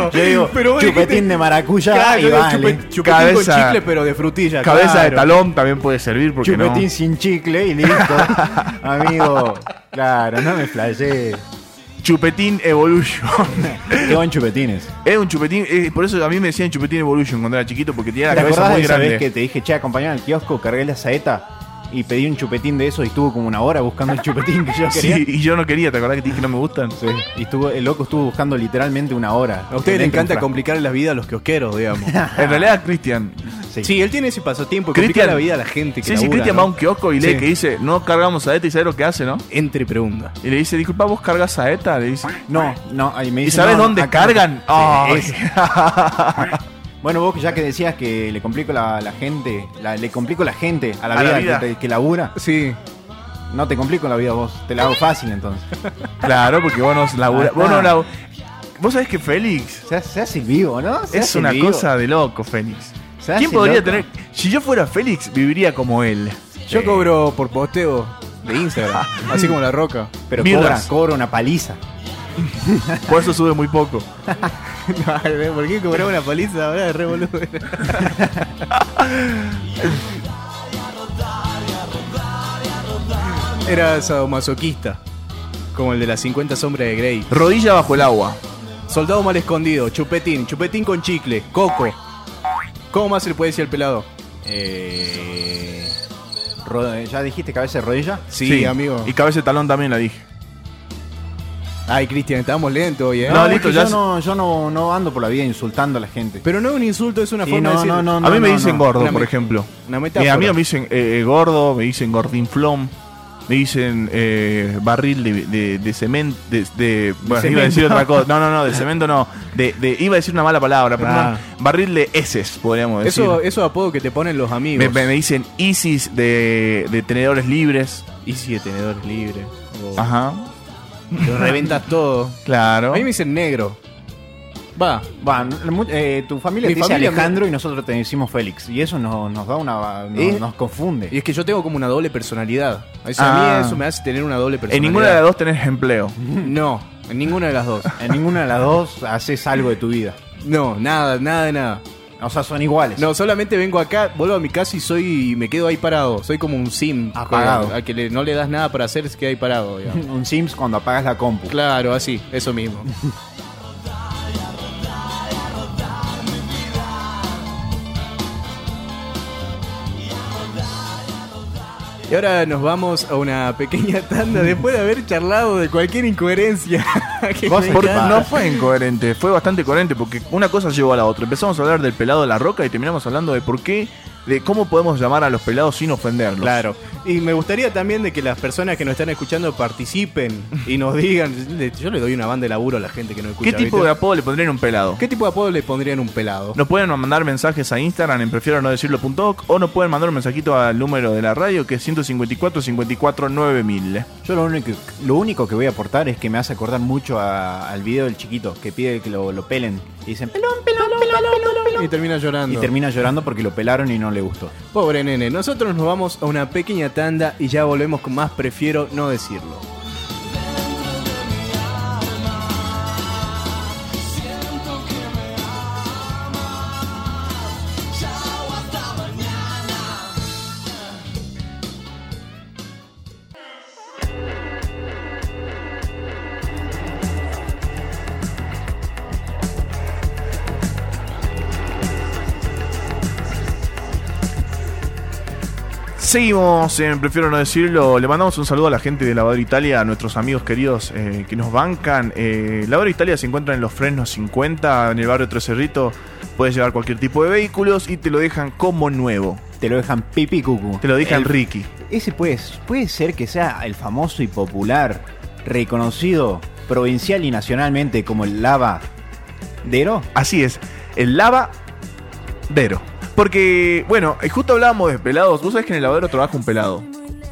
Speaker 3: vale. Yo digo
Speaker 2: Pero vos
Speaker 3: chupetín
Speaker 2: dijiste-
Speaker 3: de maracuyá
Speaker 2: Claro,
Speaker 3: y
Speaker 2: yo digo
Speaker 3: vale.
Speaker 2: chupe- chupetín
Speaker 4: Eh, Cabeza-
Speaker 2: con chicle, pero de frutilla.
Speaker 4: Cabeza de
Speaker 2: claro.
Speaker 4: talón también puede servir, porque no.
Speaker 3: Chupetín sin chicle y listo. Amigo, claro, no me flashees.
Speaker 4: Chupetín Evolution.
Speaker 3: Qué buen chupetines.
Speaker 4: es un chupetín, eh, por eso a mí me decían chupetín Evolution cuando era chiquito, porque tenía la
Speaker 3: ¿Te
Speaker 4: cabeza
Speaker 3: acordás de
Speaker 4: muy
Speaker 3: esa
Speaker 4: grande.
Speaker 3: vez que te dije, che, acompañame al kiosco, cargué la saeta y pedí un chupetín de eso y estuvo como una hora buscando el chupetín que yo quería?
Speaker 4: Sí, y yo no quería, ¿te acordás que te dije que no me gustan?
Speaker 3: Sí, Y estuvo, el loco estuvo buscando literalmente una hora.
Speaker 2: A ustedes les encanta
Speaker 3: comprar.
Speaker 2: complicar la vida a los kiosqueros, digamos.
Speaker 4: En realidad, Cristian.
Speaker 2: sí, él tiene ese pasatiempo. de
Speaker 4: Cristian-
Speaker 2: Complicar la vida a la gente que
Speaker 4: Sí, sí,
Speaker 2: labura,
Speaker 4: Cristian
Speaker 2: ¿no?
Speaker 4: va a un kiosco y lee
Speaker 2: Sí.
Speaker 4: que dice, no cargamos saeta y sabe lo que hace, ¿no?
Speaker 2: Entre preguntas.
Speaker 4: Y le dice, disculpa, vos cargas saeta, le dice.
Speaker 3: No, no, ahí me
Speaker 4: ¿Y
Speaker 3: dicen,
Speaker 4: sabes
Speaker 3: no, no,
Speaker 4: dónde
Speaker 3: acá-
Speaker 4: cargan? Ah,
Speaker 3: Sí,
Speaker 4: Ay.
Speaker 3: es- Bueno, vos ya que decías que le complico la, la gente, la- le complico la gente a la
Speaker 4: A la
Speaker 3: vida,
Speaker 4: vida.
Speaker 3: Que, te- que labura,
Speaker 2: Sí.
Speaker 3: no te complico la vida vos, te la hago fácil entonces.
Speaker 4: Claro, porque vos no
Speaker 3: Ahí
Speaker 4: labura,
Speaker 3: está.
Speaker 4: vos no labu- Vos sabés que Félix
Speaker 3: Se, hace- se hace el vivo, ¿no? Se
Speaker 4: es
Speaker 3: hace
Speaker 4: una
Speaker 3: el vivo.
Speaker 4: cosa de loco, Félix.
Speaker 3: Se hace
Speaker 4: ¿Quién podría
Speaker 3: loco.
Speaker 4: tener? Si yo fuera Félix, viviría como él.
Speaker 2: Yo cobro por posteo de Instagram, así como la roca.
Speaker 3: Pero cobra,
Speaker 4: Mirras.
Speaker 3: cobra una paliza.
Speaker 4: Por eso sube muy poco.
Speaker 2: ¿Por qué cobrar una paliza ahora de re boludo? Era sadomasoquista, como el de las 50 sombras de Grey.
Speaker 4: Rodilla bajo el agua.
Speaker 2: Soldado mal escondido, chupetín, chupetín con chicle, coco. ¿Cómo más se le puede decir al pelado?
Speaker 3: Eh, ro- ¿Ya dijiste cabeza de rodilla?
Speaker 2: Sí, amigo.
Speaker 4: Y cabeza de talón también la dije.
Speaker 2: Ay, Cristian, estábamos lentos hoy, ¿eh?
Speaker 4: No,
Speaker 3: es
Speaker 4: listo,
Speaker 3: que
Speaker 4: ya
Speaker 3: yo,
Speaker 4: se-
Speaker 3: no, yo no, no ando por la vida insultando a la gente.
Speaker 2: Pero no es un insulto, es una
Speaker 3: Sí,
Speaker 2: forma
Speaker 3: no,
Speaker 2: de decir...
Speaker 3: no, no,
Speaker 4: a mí me dicen gordo,
Speaker 2: Una
Speaker 4: por
Speaker 2: me-
Speaker 4: ejemplo.
Speaker 2: Una
Speaker 4: Eh,
Speaker 2: metáfora.
Speaker 4: a mí me dicen eh, eh, gordo, me dicen gordinflón, me dicen eh, barril de, de, de cemento. De, de- bueno, iba a decir otra cosa. No, no, no, de cemento no. De, de- iba a decir una mala palabra, pero
Speaker 2: Ah.
Speaker 4: no, barril de heces, podríamos decir.
Speaker 2: Eso, eso apodo que te ponen los amigos.
Speaker 4: Me, me- me dicen ISIS de, de tenedores libres.
Speaker 2: Y si de tenedores libres. o-
Speaker 4: Ajá.
Speaker 2: Lo reventas todo.
Speaker 4: Claro.
Speaker 2: A mí me dicen negro. Va.
Speaker 3: Va, no- mu- eh, tu familia
Speaker 2: Mi
Speaker 3: te dice
Speaker 2: familia me-
Speaker 3: Alejandro y nosotros te decimos Félix. Y eso no- nos da una. no-
Speaker 2: ¿Eh?
Speaker 3: Nos confunde.
Speaker 2: Y es que yo tengo como una doble personalidad. Eso A
Speaker 4: Ah.
Speaker 2: mí eso me hace tener una doble personalidad.
Speaker 4: En ninguna de las dos tenés empleo.
Speaker 2: No, en ninguna de las dos.
Speaker 3: En ninguna de las dos haces algo de tu vida.
Speaker 2: No, nada, nada de nada.
Speaker 3: O sea, son iguales.
Speaker 2: No, solamente vengo acá, vuelvo a mi casa y soy y me quedo ahí parado. Soy como un sim.
Speaker 3: Apagado.
Speaker 2: que- Al que le- no le das nada para hacer, se queda ahí parado. digamos.
Speaker 3: Un Sims cuando apagas la compu.
Speaker 2: claro, así, eso mismo. Y ahora nos vamos a una pequeña tanda después de haber charlado de cualquier incoherencia. que
Speaker 4: Vos-
Speaker 2: me
Speaker 4: por-
Speaker 2: encanta.
Speaker 4: no fue incoherente, fue bastante coherente porque una cosa llevó a la otra. Empezamos a hablar del pelado de la roca y terminamos hablando de por qué, de cómo podemos llamar a los pelados sin ofenderlos.
Speaker 2: Claro. Y me gustaría también de que las personas que nos están escuchando participen y nos digan. Yo le doy una banda de laburo a la gente que nos escucha.
Speaker 4: ¿Qué tipo
Speaker 2: ¿viste?
Speaker 4: de apodo le pondrían a un pelado?
Speaker 2: ¿Qué tipo de apodo le pondrían a un pelado?
Speaker 4: Nos pueden mandar mensajes a Instagram en prefiero no decirlo.org o nos pueden mandar un mensajito al número de la radio que es 154 54 9000.
Speaker 3: Yo lo único, lo único que voy a aportar es que me hace acordar mucho a- al video del chiquito que pide que lo, lo pelen. Y dicen, pelón, pelón, pelón, pelón, pelón.
Speaker 2: Y termina llorando.
Speaker 3: Y termina llorando porque lo pelaron y no le gustó.
Speaker 2: Pobre nene, nosotros nos vamos a una pequeña tanda y ya volvemos con más Prefiero no decirlo.
Speaker 4: Seguimos en Prefiero no decirlo. Le mandamos un saludo a la gente de Lavadora Italia, a nuestros amigos queridos eh, que nos bancan. Eh, Lavadora Italia se encuentra en los frenos 50, en el barrio Tres Cerritos. Puedes llevar cualquier tipo de vehículos y te lo dejan como nuevo.
Speaker 3: Te lo dejan pipi cucu.
Speaker 4: Te lo dejan
Speaker 3: El-
Speaker 4: Ricky.
Speaker 3: Ese puede, puede ser que sea el famoso y popular, reconocido provincial y nacionalmente como el lava. ¿Dero?
Speaker 4: Así es, el lavadero. Porque, bueno, eh, justo hablábamos de pelados. Vos sabés que en el lavadero trabaja un pelado.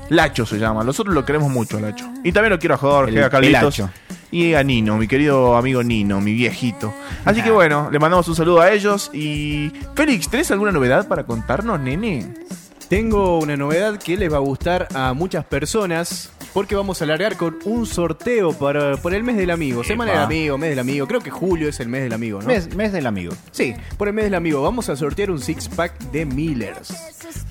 Speaker 4: Lacho se llama. Nosotros lo queremos mucho, a Lacho. Y también lo quiero a Jorge,
Speaker 3: El
Speaker 4: a Carlitos.
Speaker 3: pelacho.
Speaker 4: Y a Nino, mi querido amigo Nino, mi viejito. Así que bueno, le mandamos un saludo a ellos. Y. Félix, ¿tenés alguna novedad para contarnos, nene?
Speaker 2: Tengo una novedad que les va a gustar a muchas personas porque vamos a alargar con un sorteo para, por el mes del amigo. Semana del amigo, mes del amigo. Creo que julio es el mes del amigo, ¿no?
Speaker 3: Mes, mes del amigo.
Speaker 2: Sí, por el mes del amigo vamos a sortear un six pack de Millers.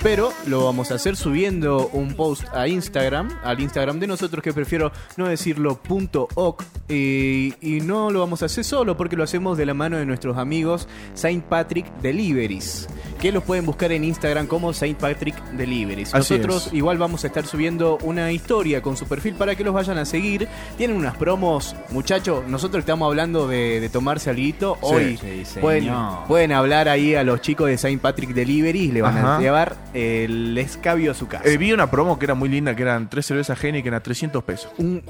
Speaker 2: Pero lo vamos a hacer subiendo un post a Instagram, al Instagram de nosotros que prefiero no decirlo punto oc, y, y no lo vamos a hacer solo porque lo hacemos de la mano de nuestros amigos Saint Patrick Deliveries, que los pueden buscar en Instagram como Saint Patrick Deliveries.
Speaker 4: Así
Speaker 2: nosotros
Speaker 4: es.
Speaker 2: igual vamos a estar subiendo una historia con su perfil para que los vayan a seguir. Tienen unas promos, muchachos, nosotros estamos hablando de, de tomarse alguito Hoy
Speaker 3: Sí, sí,
Speaker 2: pueden,
Speaker 3: señor.
Speaker 2: pueden hablar ahí a los chicos de Saint Patrick Delivery y le van
Speaker 4: Ajá.
Speaker 2: a llevar el escabio a su casa.
Speaker 4: Eh, vi una promo que era muy linda, que eran tres cervezas Heineken a 300 pesos.
Speaker 2: un,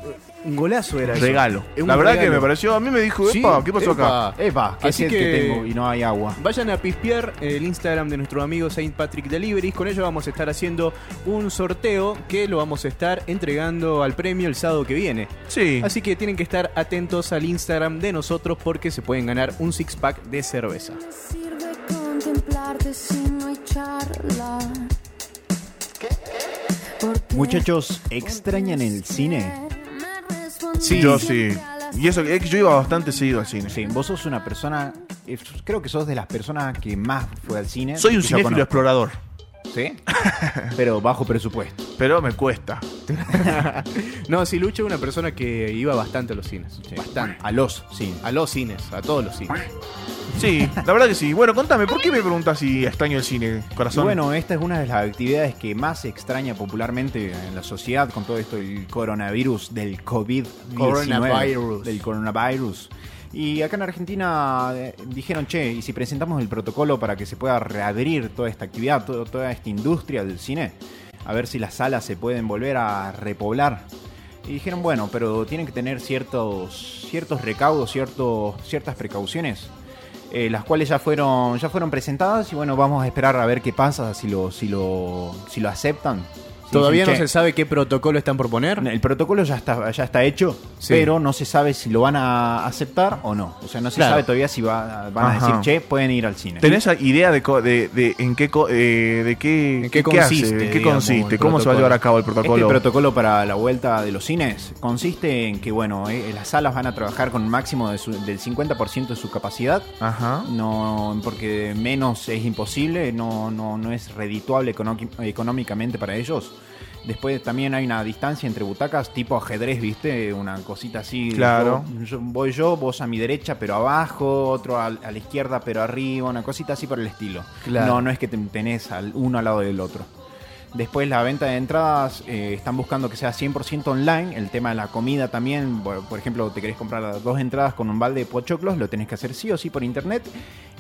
Speaker 2: un golazo era eso.
Speaker 4: Regalo.
Speaker 2: Eh, un
Speaker 4: La verdad que
Speaker 2: regalo.
Speaker 4: me pareció. A mí me dijo,
Speaker 2: Sí,
Speaker 4: epa, ¿qué pasó acá?
Speaker 2: epa.
Speaker 3: Epa, qué
Speaker 2: Así
Speaker 3: sed que...
Speaker 2: que-
Speaker 3: tengo y no hay agua.
Speaker 2: Vayan a pispear el Instagram de nuestro amigo Saint Patrick Deliveries. Con ello vamos a estar haciendo un sorteo que lo vamos a estar entregando al premio el sábado que viene.
Speaker 4: Sí.
Speaker 2: Así que tienen que estar atentos al Instagram de nosotros porque se pueden ganar un six pack de cerveza.
Speaker 8: sirve contemplarte si no hay charla. Porque
Speaker 3: Muchachos, ¿extrañan el cine?
Speaker 8: me
Speaker 2: Sí.
Speaker 4: Yo sí. Y eso, es que yo iba bastante seguido al cine.
Speaker 3: Sí, vos sos una persona. eh, creo que sos de las personas que más fue al cine.
Speaker 4: Soy un
Speaker 3: que yo
Speaker 4: cinéfilo
Speaker 3: conozco.
Speaker 4: explorador,
Speaker 3: Sí. Pero bajo presupuesto.
Speaker 4: pero me cuesta.
Speaker 2: No, sí, Lucho es una persona que iba bastante a los cines. Bastante.
Speaker 3: A los sí.
Speaker 2: A los cines, a todos los cines.
Speaker 4: Sí, la verdad que sí. Bueno, contame, ¿por qué me preguntas si extraño el cine,
Speaker 3: Y
Speaker 4: corazón?
Speaker 3: bueno, esta es una de las actividades que más se extraña popularmente en la sociedad con todo esto del coronavirus, del COVID-19.
Speaker 2: Coronavirus.
Speaker 3: Del coronavirus. Y acá en Argentina eh, dijeron, che, ¿y si presentamos el protocolo para que se pueda reabrir toda esta actividad, todo- toda esta industria del cine? A ver si las salas se pueden volver a repoblar. Y dijeron, bueno, pero tienen que tener ciertos, ciertos recaudos, ciertos, ciertas precauciones eh, las cuales ya fueron, ya fueron presentadas y bueno, vamos a esperar a ver qué pasa, si lo, si lo, si lo aceptan. Si
Speaker 2: Todavía no
Speaker 3: dicen,
Speaker 2: se sabe qué protocolo están por poner.
Speaker 3: "Che, El protocolo ya está, ya está hecho,
Speaker 2: Sí.
Speaker 3: pero no se sabe si lo van a aceptar o no. O sea, no se
Speaker 2: Claro.
Speaker 3: sabe todavía si va- van
Speaker 4: Ajá.
Speaker 3: a decir, che, pueden ir al cine. Este
Speaker 4: ¿Tenés idea de, co- de, de en qué, co- eh, de qué,
Speaker 2: ¿En qué
Speaker 4: hace?
Speaker 2: consiste,
Speaker 4: ¿En qué
Speaker 2: digamos,
Speaker 4: consiste?
Speaker 2: el
Speaker 4: ¿Cómo se va a
Speaker 2: protocolo?
Speaker 4: llevar a cabo el protocolo?
Speaker 3: Este protocolo para la vuelta de los cines consiste en que, bueno, eh, las salas van a trabajar con un máximo de su- del 50% de su capacidad
Speaker 4: Ajá.
Speaker 3: No, porque menos es imposible, no, no, no es redituable econo- económicamente para ellos. Después también hay una distancia entre butacas, tipo ajedrez, ¿viste? Una cosita así.
Speaker 4: Claro.
Speaker 3: yo- yo- voy yo, vos a mi derecha, pero abajo, otro al- a, la izquierda, pero arriba, una cosita así por el estilo.
Speaker 2: Claro.
Speaker 3: No, no es que te- tenés al uno al lado del otro. Después la venta de entradas eh, están buscando que sea 100% online. El tema de la comida también, por, por ejemplo, te querés comprar dos entradas con un balde de pochoclos, lo tenés que hacer sí o sí por internet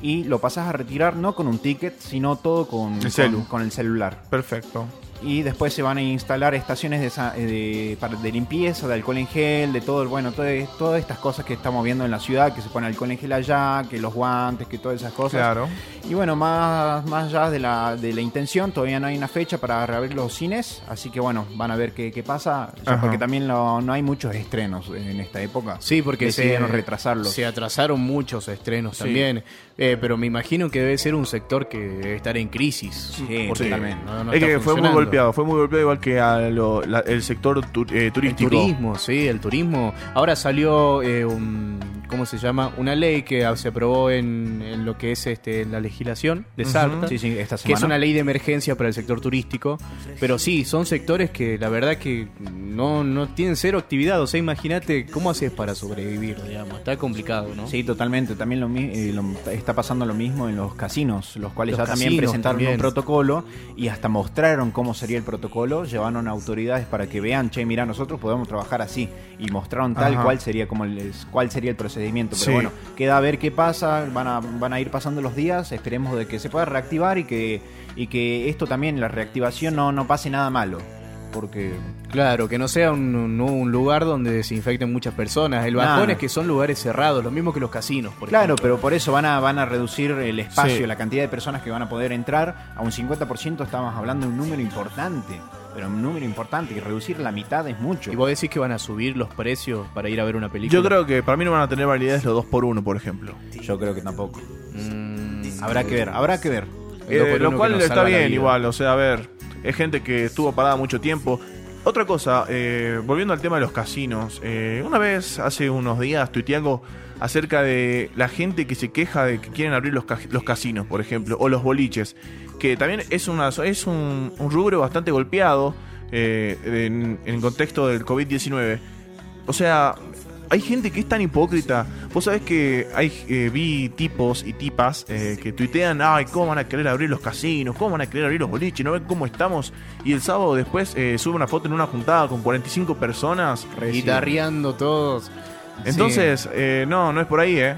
Speaker 3: y lo pasás a retirar no con un ticket, sino todo con
Speaker 4: El
Speaker 3: con-
Speaker 4: celu.
Speaker 3: con el celular
Speaker 4: Perfecto.
Speaker 3: y después se van a instalar estaciones de, sa- eh, de, para- de limpieza, de alcohol en gel, de todo, el- bueno, todo- todas estas cosas que estamos viendo en la ciudad, que se pone alcohol en gel allá, que los guantes, que todas esas cosas.
Speaker 4: Claro.
Speaker 3: Y bueno, más, más allá de la, de la intención, todavía no hay una fecha para reabrir los cines, así que bueno, van a ver qué, qué pasa, ya
Speaker 4: Ajá.
Speaker 3: porque también lo- no hay muchos estrenos en esta época.
Speaker 2: Sí, porque se,
Speaker 3: decidieron retrasarlos.
Speaker 2: se atrasaron muchos estrenos
Speaker 4: Sí.
Speaker 2: también. Eh, pero me imagino que debe ser un sector que debe estar en crisis.
Speaker 3: Sí,
Speaker 2: porque
Speaker 3: sí.
Speaker 2: no- no
Speaker 4: es que
Speaker 2: está
Speaker 4: fue muy
Speaker 2: funcionando.
Speaker 4: golpeado, fue muy golpeado igual que a lo- la- el sector tu- eh,
Speaker 2: El
Speaker 4: turístico.
Speaker 2: turismo, sí, el turismo. Ahora salió eh, un, ¿cómo se llama? Una ley que se aprobó en, en lo que es este, la legislación de Salta.
Speaker 3: Sí, sí, esta
Speaker 2: que es
Speaker 3: semana.
Speaker 2: una ley de emergencia para el sector turístico. Pero sí, son sectores que la verdad que no, no tienen cero actividad. O sea, imagínate cómo haces para sobrevivir, digamos. Está complicado, ¿no?
Speaker 3: Sí, totalmente. También lo, mi- eh, lo- está pasando lo mismo en los casinos, los cuales
Speaker 2: Los
Speaker 3: ya también
Speaker 2: casinos
Speaker 3: presentaron
Speaker 2: también.
Speaker 3: un protocolo y hasta mostraron cómo sería el protocolo. Llevaron a autoridades para que vean, che, mira, nosotros podemos trabajar así. Y mostraron tal
Speaker 4: Ajá.
Speaker 3: cual sería como el, cuál sería el procedimiento. Pero
Speaker 4: Sí.
Speaker 3: bueno, queda a ver qué pasa. Van a, van a ir pasando los días. Esperemos de que se pueda reactivar y que, y que esto también, la reactivación, no, no pase nada malo. Porque
Speaker 2: Claro, que no sea un, un- un lugar donde se infecten muchas personas. El bajón
Speaker 3: Claro.
Speaker 2: es que son lugares cerrados, lo mismo que los casinos, por
Speaker 3: Claro,
Speaker 2: ejemplo.
Speaker 3: pero por eso van a, van a reducir el espacio,
Speaker 4: Sí.
Speaker 3: la cantidad de personas que van a poder entrar a un 50%. Estamos hablando de un número importante, pero un número importante y reducir la mitad es mucho.
Speaker 2: ¿Y vos decís que van a subir los precios para ir a ver una película?
Speaker 4: Yo creo que para mí no van a tener validez los dos por uno, por ejemplo.
Speaker 3: Yo creo que tampoco.
Speaker 2: Mm,
Speaker 3: Habrá que ver, habrá que ver.
Speaker 2: El dos
Speaker 4: Eh,
Speaker 2: por uno
Speaker 4: lo
Speaker 2: que
Speaker 4: cual
Speaker 2: nos
Speaker 4: está
Speaker 2: salva la
Speaker 4: bien
Speaker 2: vida.
Speaker 4: igual, o sea, a ver, es gente que estuvo parada mucho tiempo. Otra cosa, eh, volviendo al tema de los casinos, eh, una vez hace unos días tuiteé algo acerca de la gente que se queja de que quieren abrir los, ca- los casinos, por ejemplo, o los boliches, que también es, una, es un, un rubro bastante golpeado eh, en, en contexto del COVID-19. O sea, hay gente que es tan hipócrita. Vos sabés que hay, eh, vi tipos y tipas eh, que tuitean, ay, ¿cómo van a querer abrir los casinos? ¿Cómo van a querer abrir los boliches? ¿No ven cómo estamos? Y el sábado después eh, sube una foto en una juntada con 45 personas.
Speaker 2: Guitarreando todos.
Speaker 4: Entonces, eh, no, no es por ahí, ¿eh?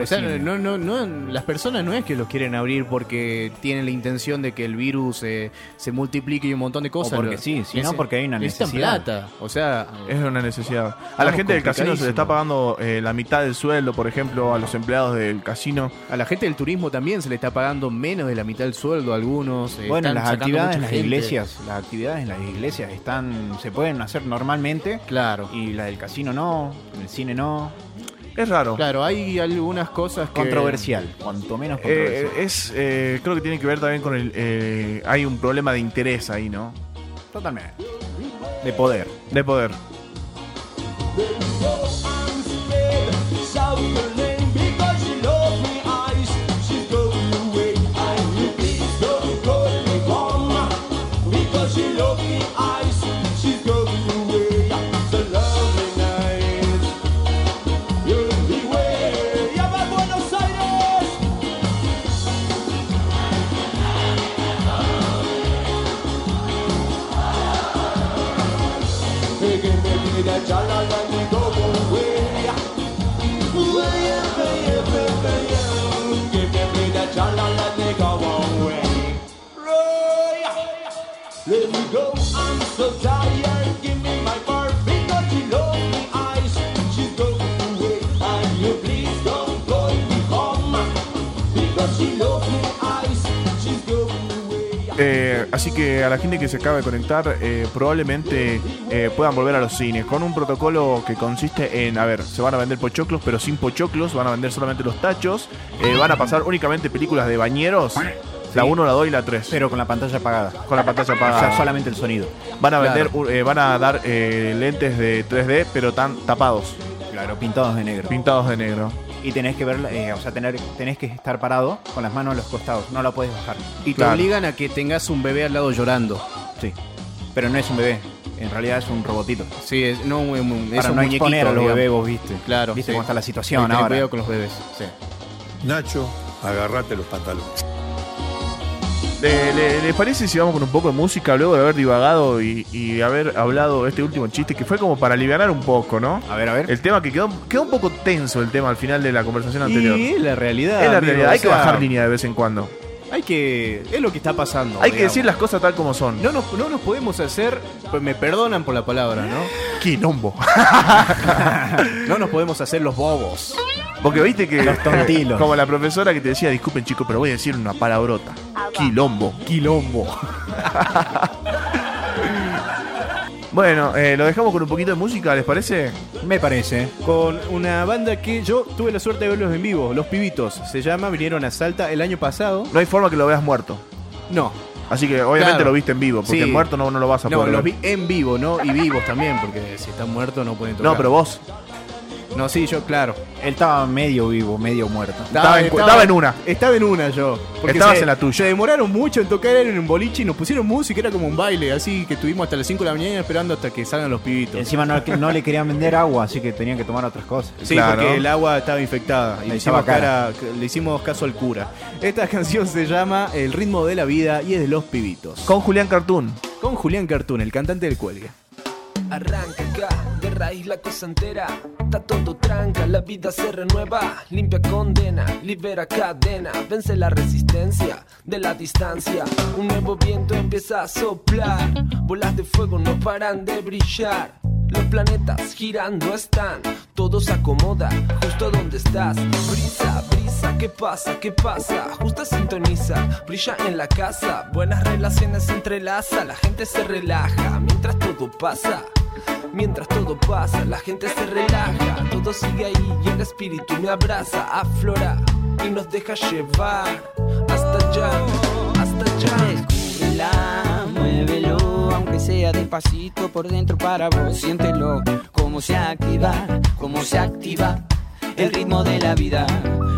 Speaker 2: O sea, no, no, no, las personas no es que los quieren abrir porque tienen la intención de que el virus eh, se multiplique y un montón de cosas.
Speaker 3: porque
Speaker 2: Lo-
Speaker 3: sí, sino
Speaker 2: Ese-
Speaker 3: porque hay una
Speaker 2: necesitan
Speaker 3: necesidad.
Speaker 2: plata. O sea,
Speaker 4: Es una necesidad. A la gente del casino se le está
Speaker 2: complicadísimo.
Speaker 4: pagando eh, la mitad del sueldo, por ejemplo, a los empleados del casino.
Speaker 2: a la gente del turismo también se le está pagando menos de la mitad del sueldo a algunos. eh,
Speaker 3: Bueno,
Speaker 2: están
Speaker 3: las
Speaker 2: sacando
Speaker 3: actividades
Speaker 2: mucha
Speaker 3: en las
Speaker 2: gente.
Speaker 3: iglesias, las actividades en las iglesias están, se pueden hacer normalmente
Speaker 2: Claro.
Speaker 3: y la del casino no, en el cine no.
Speaker 4: Es raro.
Speaker 2: Claro, hay algunas cosas que...
Speaker 3: Controversial, cuanto menos
Speaker 4: Eh,
Speaker 3: controversial.
Speaker 4: es, eh, creo que tiene que ver también con el. eh, hay un problema de interés ahí, ¿no?
Speaker 3: Totalmente. De poder.
Speaker 4: De poder. Eh, así que a la gente que se acaba de conectar, eh, probablemente eh, puedan volver a los cines con un protocolo que consiste en: a ver, se van a vender pochoclos, pero sin pochoclos, van a vender solamente los tachos, eh, van a pasar únicamente películas de bañeros, la 1, la 2 y la 3.
Speaker 3: Pero con la pantalla apagada.
Speaker 4: Con la pantalla
Speaker 3: O sea,
Speaker 4: apagada.
Speaker 3: solamente el sonido.
Speaker 4: Van a vender,
Speaker 2: Claro.
Speaker 4: un- eh, van a dar eh, lentes de 3D, pero tan tapados,
Speaker 3: Claro, pintados de negro.
Speaker 4: pintados de negro.
Speaker 3: y tenés que ver, eh, o sea, tener, tenés que estar parado con las manos a los costados. No la puedes bajar.
Speaker 2: Y te
Speaker 4: Claro.
Speaker 2: obligan a que tengas un bebé al lado llorando.
Speaker 3: Sí. Pero no es un bebé. En realidad es un robotito.
Speaker 2: Sí, es, no, un- un- es
Speaker 3: Para
Speaker 2: un
Speaker 3: no
Speaker 2: muñequito,
Speaker 3: exponer a los
Speaker 2: digamos.
Speaker 3: bebés, vos viste.
Speaker 2: Claro,
Speaker 3: Viste
Speaker 2: sí.
Speaker 3: cómo está la
Speaker 2: Hay que
Speaker 3: situación
Speaker 2: tener
Speaker 3: ahora.
Speaker 2: cuidado con los bebés.
Speaker 3: Sí.
Speaker 9: Nacho, agarrate los pantalones.
Speaker 4: Eh, ¿le- ¿Les parece si vamos con un poco de música luego de haber divagado y, y haber hablado este último chiste que fue como para aliviar un poco, ¿no?
Speaker 3: A ver, a ver.
Speaker 4: El tema que quedó, quedó un poco tenso el tema al final de la conversación anterior.
Speaker 2: Y es la realidad.
Speaker 4: es la
Speaker 2: amigo,
Speaker 4: realidad, hay
Speaker 2: o
Speaker 4: que
Speaker 2: sea,
Speaker 4: bajar línea de vez en cuando.
Speaker 2: Hay que. Es lo que está pasando.
Speaker 4: hay que
Speaker 2: digamos.
Speaker 4: decir las cosas tal como son.
Speaker 2: No nos, no nos podemos hacer. pues Me perdonan por la palabra, ¿no?
Speaker 4: Quilombo.
Speaker 2: No nos podemos hacer los bobos.
Speaker 4: Porque viste que.
Speaker 3: Los tontilos.
Speaker 4: Como la profesora que te decía, disculpen chicos, pero voy a decir una palabrota. Quilombo.
Speaker 2: Quilombo.
Speaker 4: Bueno, eh, lo dejamos con un poquito de música, ¿les parece?
Speaker 3: Me parece.
Speaker 2: Con una banda que yo tuve la suerte de verlos en vivo, Los Pibitos. Se llama, vinieron a Salta el año pasado.
Speaker 4: No hay forma que lo veas muerto.
Speaker 2: No,
Speaker 4: Así que obviamente
Speaker 2: Claro.
Speaker 4: lo viste en vivo, porque
Speaker 2: Sí.
Speaker 4: muerto no, no lo vas a
Speaker 2: no,
Speaker 4: poder.
Speaker 2: los
Speaker 4: ver.
Speaker 2: vi en vivo, ¿no? Y vivos también, porque si están muertos no pueden tocar.
Speaker 4: No, pero vos.
Speaker 2: No, sí, yo, claro.
Speaker 3: Él estaba medio vivo, medio muerto.
Speaker 4: Estaba en cu- estaba en una.
Speaker 2: Estaba en una yo. porque
Speaker 4: Estabas
Speaker 2: se-
Speaker 4: en la tuya.
Speaker 2: Se demoraron mucho en tocar en un boliche y nos pusieron música, era como un baile, así que estuvimos hasta las 5 de la mañana esperando hasta que salgan los pibitos.
Speaker 3: Encima no, no le querían vender agua, así que tenían que tomar otras cosas.
Speaker 2: Sí,
Speaker 4: Claro.
Speaker 2: porque el agua estaba infectada y le
Speaker 3: Estaba
Speaker 2: hicimos, cara- le hicimos caso al cura. Esta canción se llama El ritmo de la vida y es de los pibitos. Con,
Speaker 4: Con Julián Cartoon.
Speaker 2: con Julián Cartún, el cantante del cuelgue.
Speaker 9: Arranca acá, de raíz la cosa entera. Está todo tranca, la vida se renueva. Limpia condena, libera cadena. Vence la resistencia de la distancia. Un nuevo viento empieza a soplar. Bolas de fuego no paran de brillar. Los planetas girando están, todo se acomoda justo donde estás. Brisa, brisa, ¿qué pasa? ¿Qué pasa? Justa sintoniza, brilla en la casa. Buenas relaciones se entrelaza, la gente se relaja mientras todo pasa. Mientras todo pasa, la gente se relaja, todo sigue ahí y el espíritu me abraza, aflora y nos deja llevar hasta allá, hasta allá.
Speaker 6: Descúbrela, muévelo, aunque sea despacito por dentro para vos. Siéntelo, cómo se activa, cómo se activa el ritmo de la vida.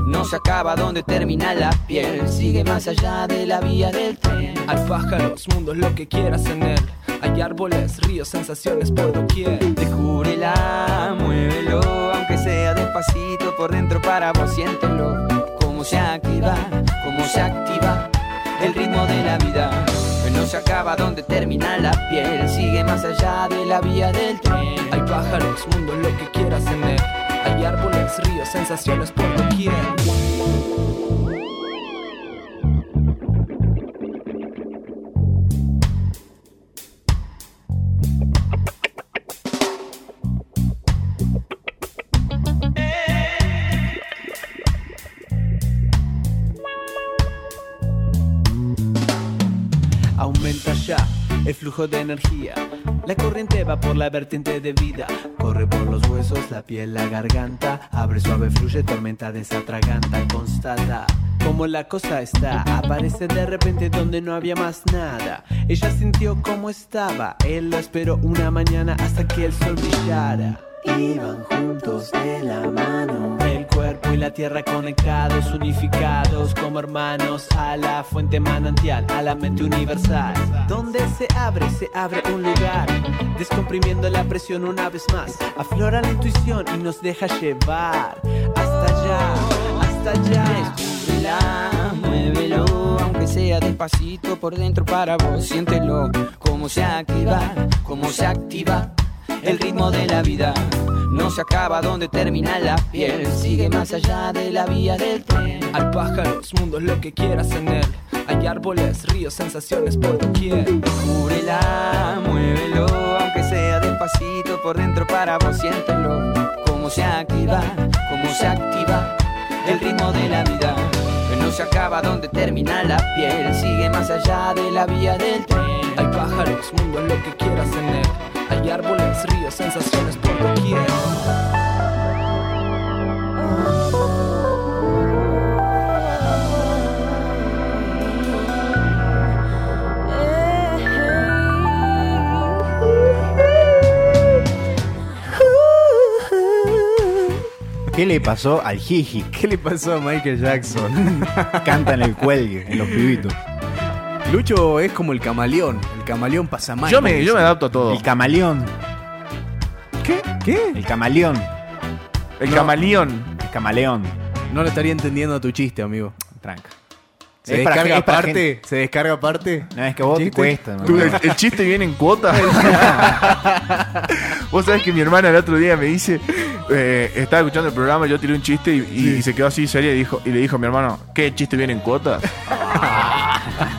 Speaker 6: No se acaba donde termina la piel, sigue más allá de la vía del tren.
Speaker 9: Hay pájaros, mundos, lo que quieras en él. Hay árboles, ríos, sensaciones por doquier.
Speaker 6: Descúbrela, muévelo, aunque sea despacito por dentro para vos. Siéntelo, cómo se activa, cómo se activa el ritmo de la vida. Pues No se acaba donde termina la piel, sigue más allá de la vía del tren.
Speaker 9: Hay pájaros, mundos, lo que quieras en él. Hay árboles, ríos, sensaciones por doquier. Aumenta ya el flujo de energía. La corriente va por la vertiente de vida. Corre por los huesos, la piel, la garganta. Abre suave, fluye, tormenta desatraganta. Constata cómo la cosa está. Aparece de repente donde no había más nada. Ella sintió cómo estaba. Él lo esperó una mañana hasta que el sol brillara. Iban juntos de la mano. El cuerpo y la tierra conectados, unificados como hermanos a la fuente manantial, a la mente universal. Donde se abre, se abre un lugar, descomprimiendo la presión una vez más. Aflora la intuición y nos deja llevar hasta allá, hasta allá.
Speaker 6: Descúbrela, muévelo, aunque sea despacito por dentro para vos. Siéntelo, cómo se activa, cómo se activa el ritmo de la vida. No se acaba donde termina la piel, sigue más allá de la vía del tren.
Speaker 9: Hay pájaros, mundos, lo que quieras en él. Hay árboles, ríos, sensaciones por doquier.
Speaker 6: Descúbrela, muévelo, aunque sea despacito por dentro para vos. Siéntelo, cómo se activa, cómo se activa el ritmo de la vida. No se acaba donde termina la piel, sigue más allá de la vía del tren.
Speaker 9: Hay pájaros, mundos, lo que quieras en él. Hay árboles, ríos, sensaciones por doquier.
Speaker 3: ¿Qué le pasó al Jiji?
Speaker 2: ¿Qué le pasó a Michael Jackson?
Speaker 3: Canta en el cuelgue, en los pibitos.
Speaker 2: Lucho es como el camaleón. El camaleón pasa mal.
Speaker 4: Yo me, yo me adapto a todo.
Speaker 3: El camaleón,
Speaker 2: ¿Qué? ¿Qué?
Speaker 3: el camaleón,
Speaker 4: El camaleón.
Speaker 3: el camaleón.
Speaker 2: No lo estaría entendiendo a tu chiste, amigo.
Speaker 3: Tranca.
Speaker 2: ¿Se
Speaker 3: Es para-
Speaker 2: descarga
Speaker 3: es para
Speaker 2: aparte? ¿Se descarga aparte?
Speaker 3: No, es que a vos te
Speaker 2: ¿Chiste?
Speaker 3: cuesta.
Speaker 4: Tú,
Speaker 3: hermano.
Speaker 4: el, el chiste viene en cuota. Vos sabés que mi hermana el otro día me dice, eh, estaba escuchando el programa, yo tiré un chiste y, y se quedó así seria y dijo, y le dijo a mi hermano, ¿qué el chiste viene en cuota?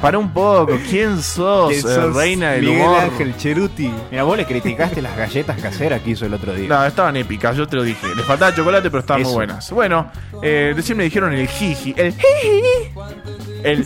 Speaker 4: Para un poco, ¿quién sos,
Speaker 2: Que
Speaker 4: eh,
Speaker 2: sos
Speaker 4: reina del
Speaker 2: Miguel
Speaker 4: humor?
Speaker 2: Ángel Cheruti.
Speaker 3: Mira, vos le criticaste las galletas caseras que hizo el otro día.
Speaker 4: No, estaban épicas, yo te lo dije. Les faltaba chocolate, pero estaban muy
Speaker 3: Eso.
Speaker 4: buenas. Bueno, eh, recién me dijeron el jiji, el jiji, el,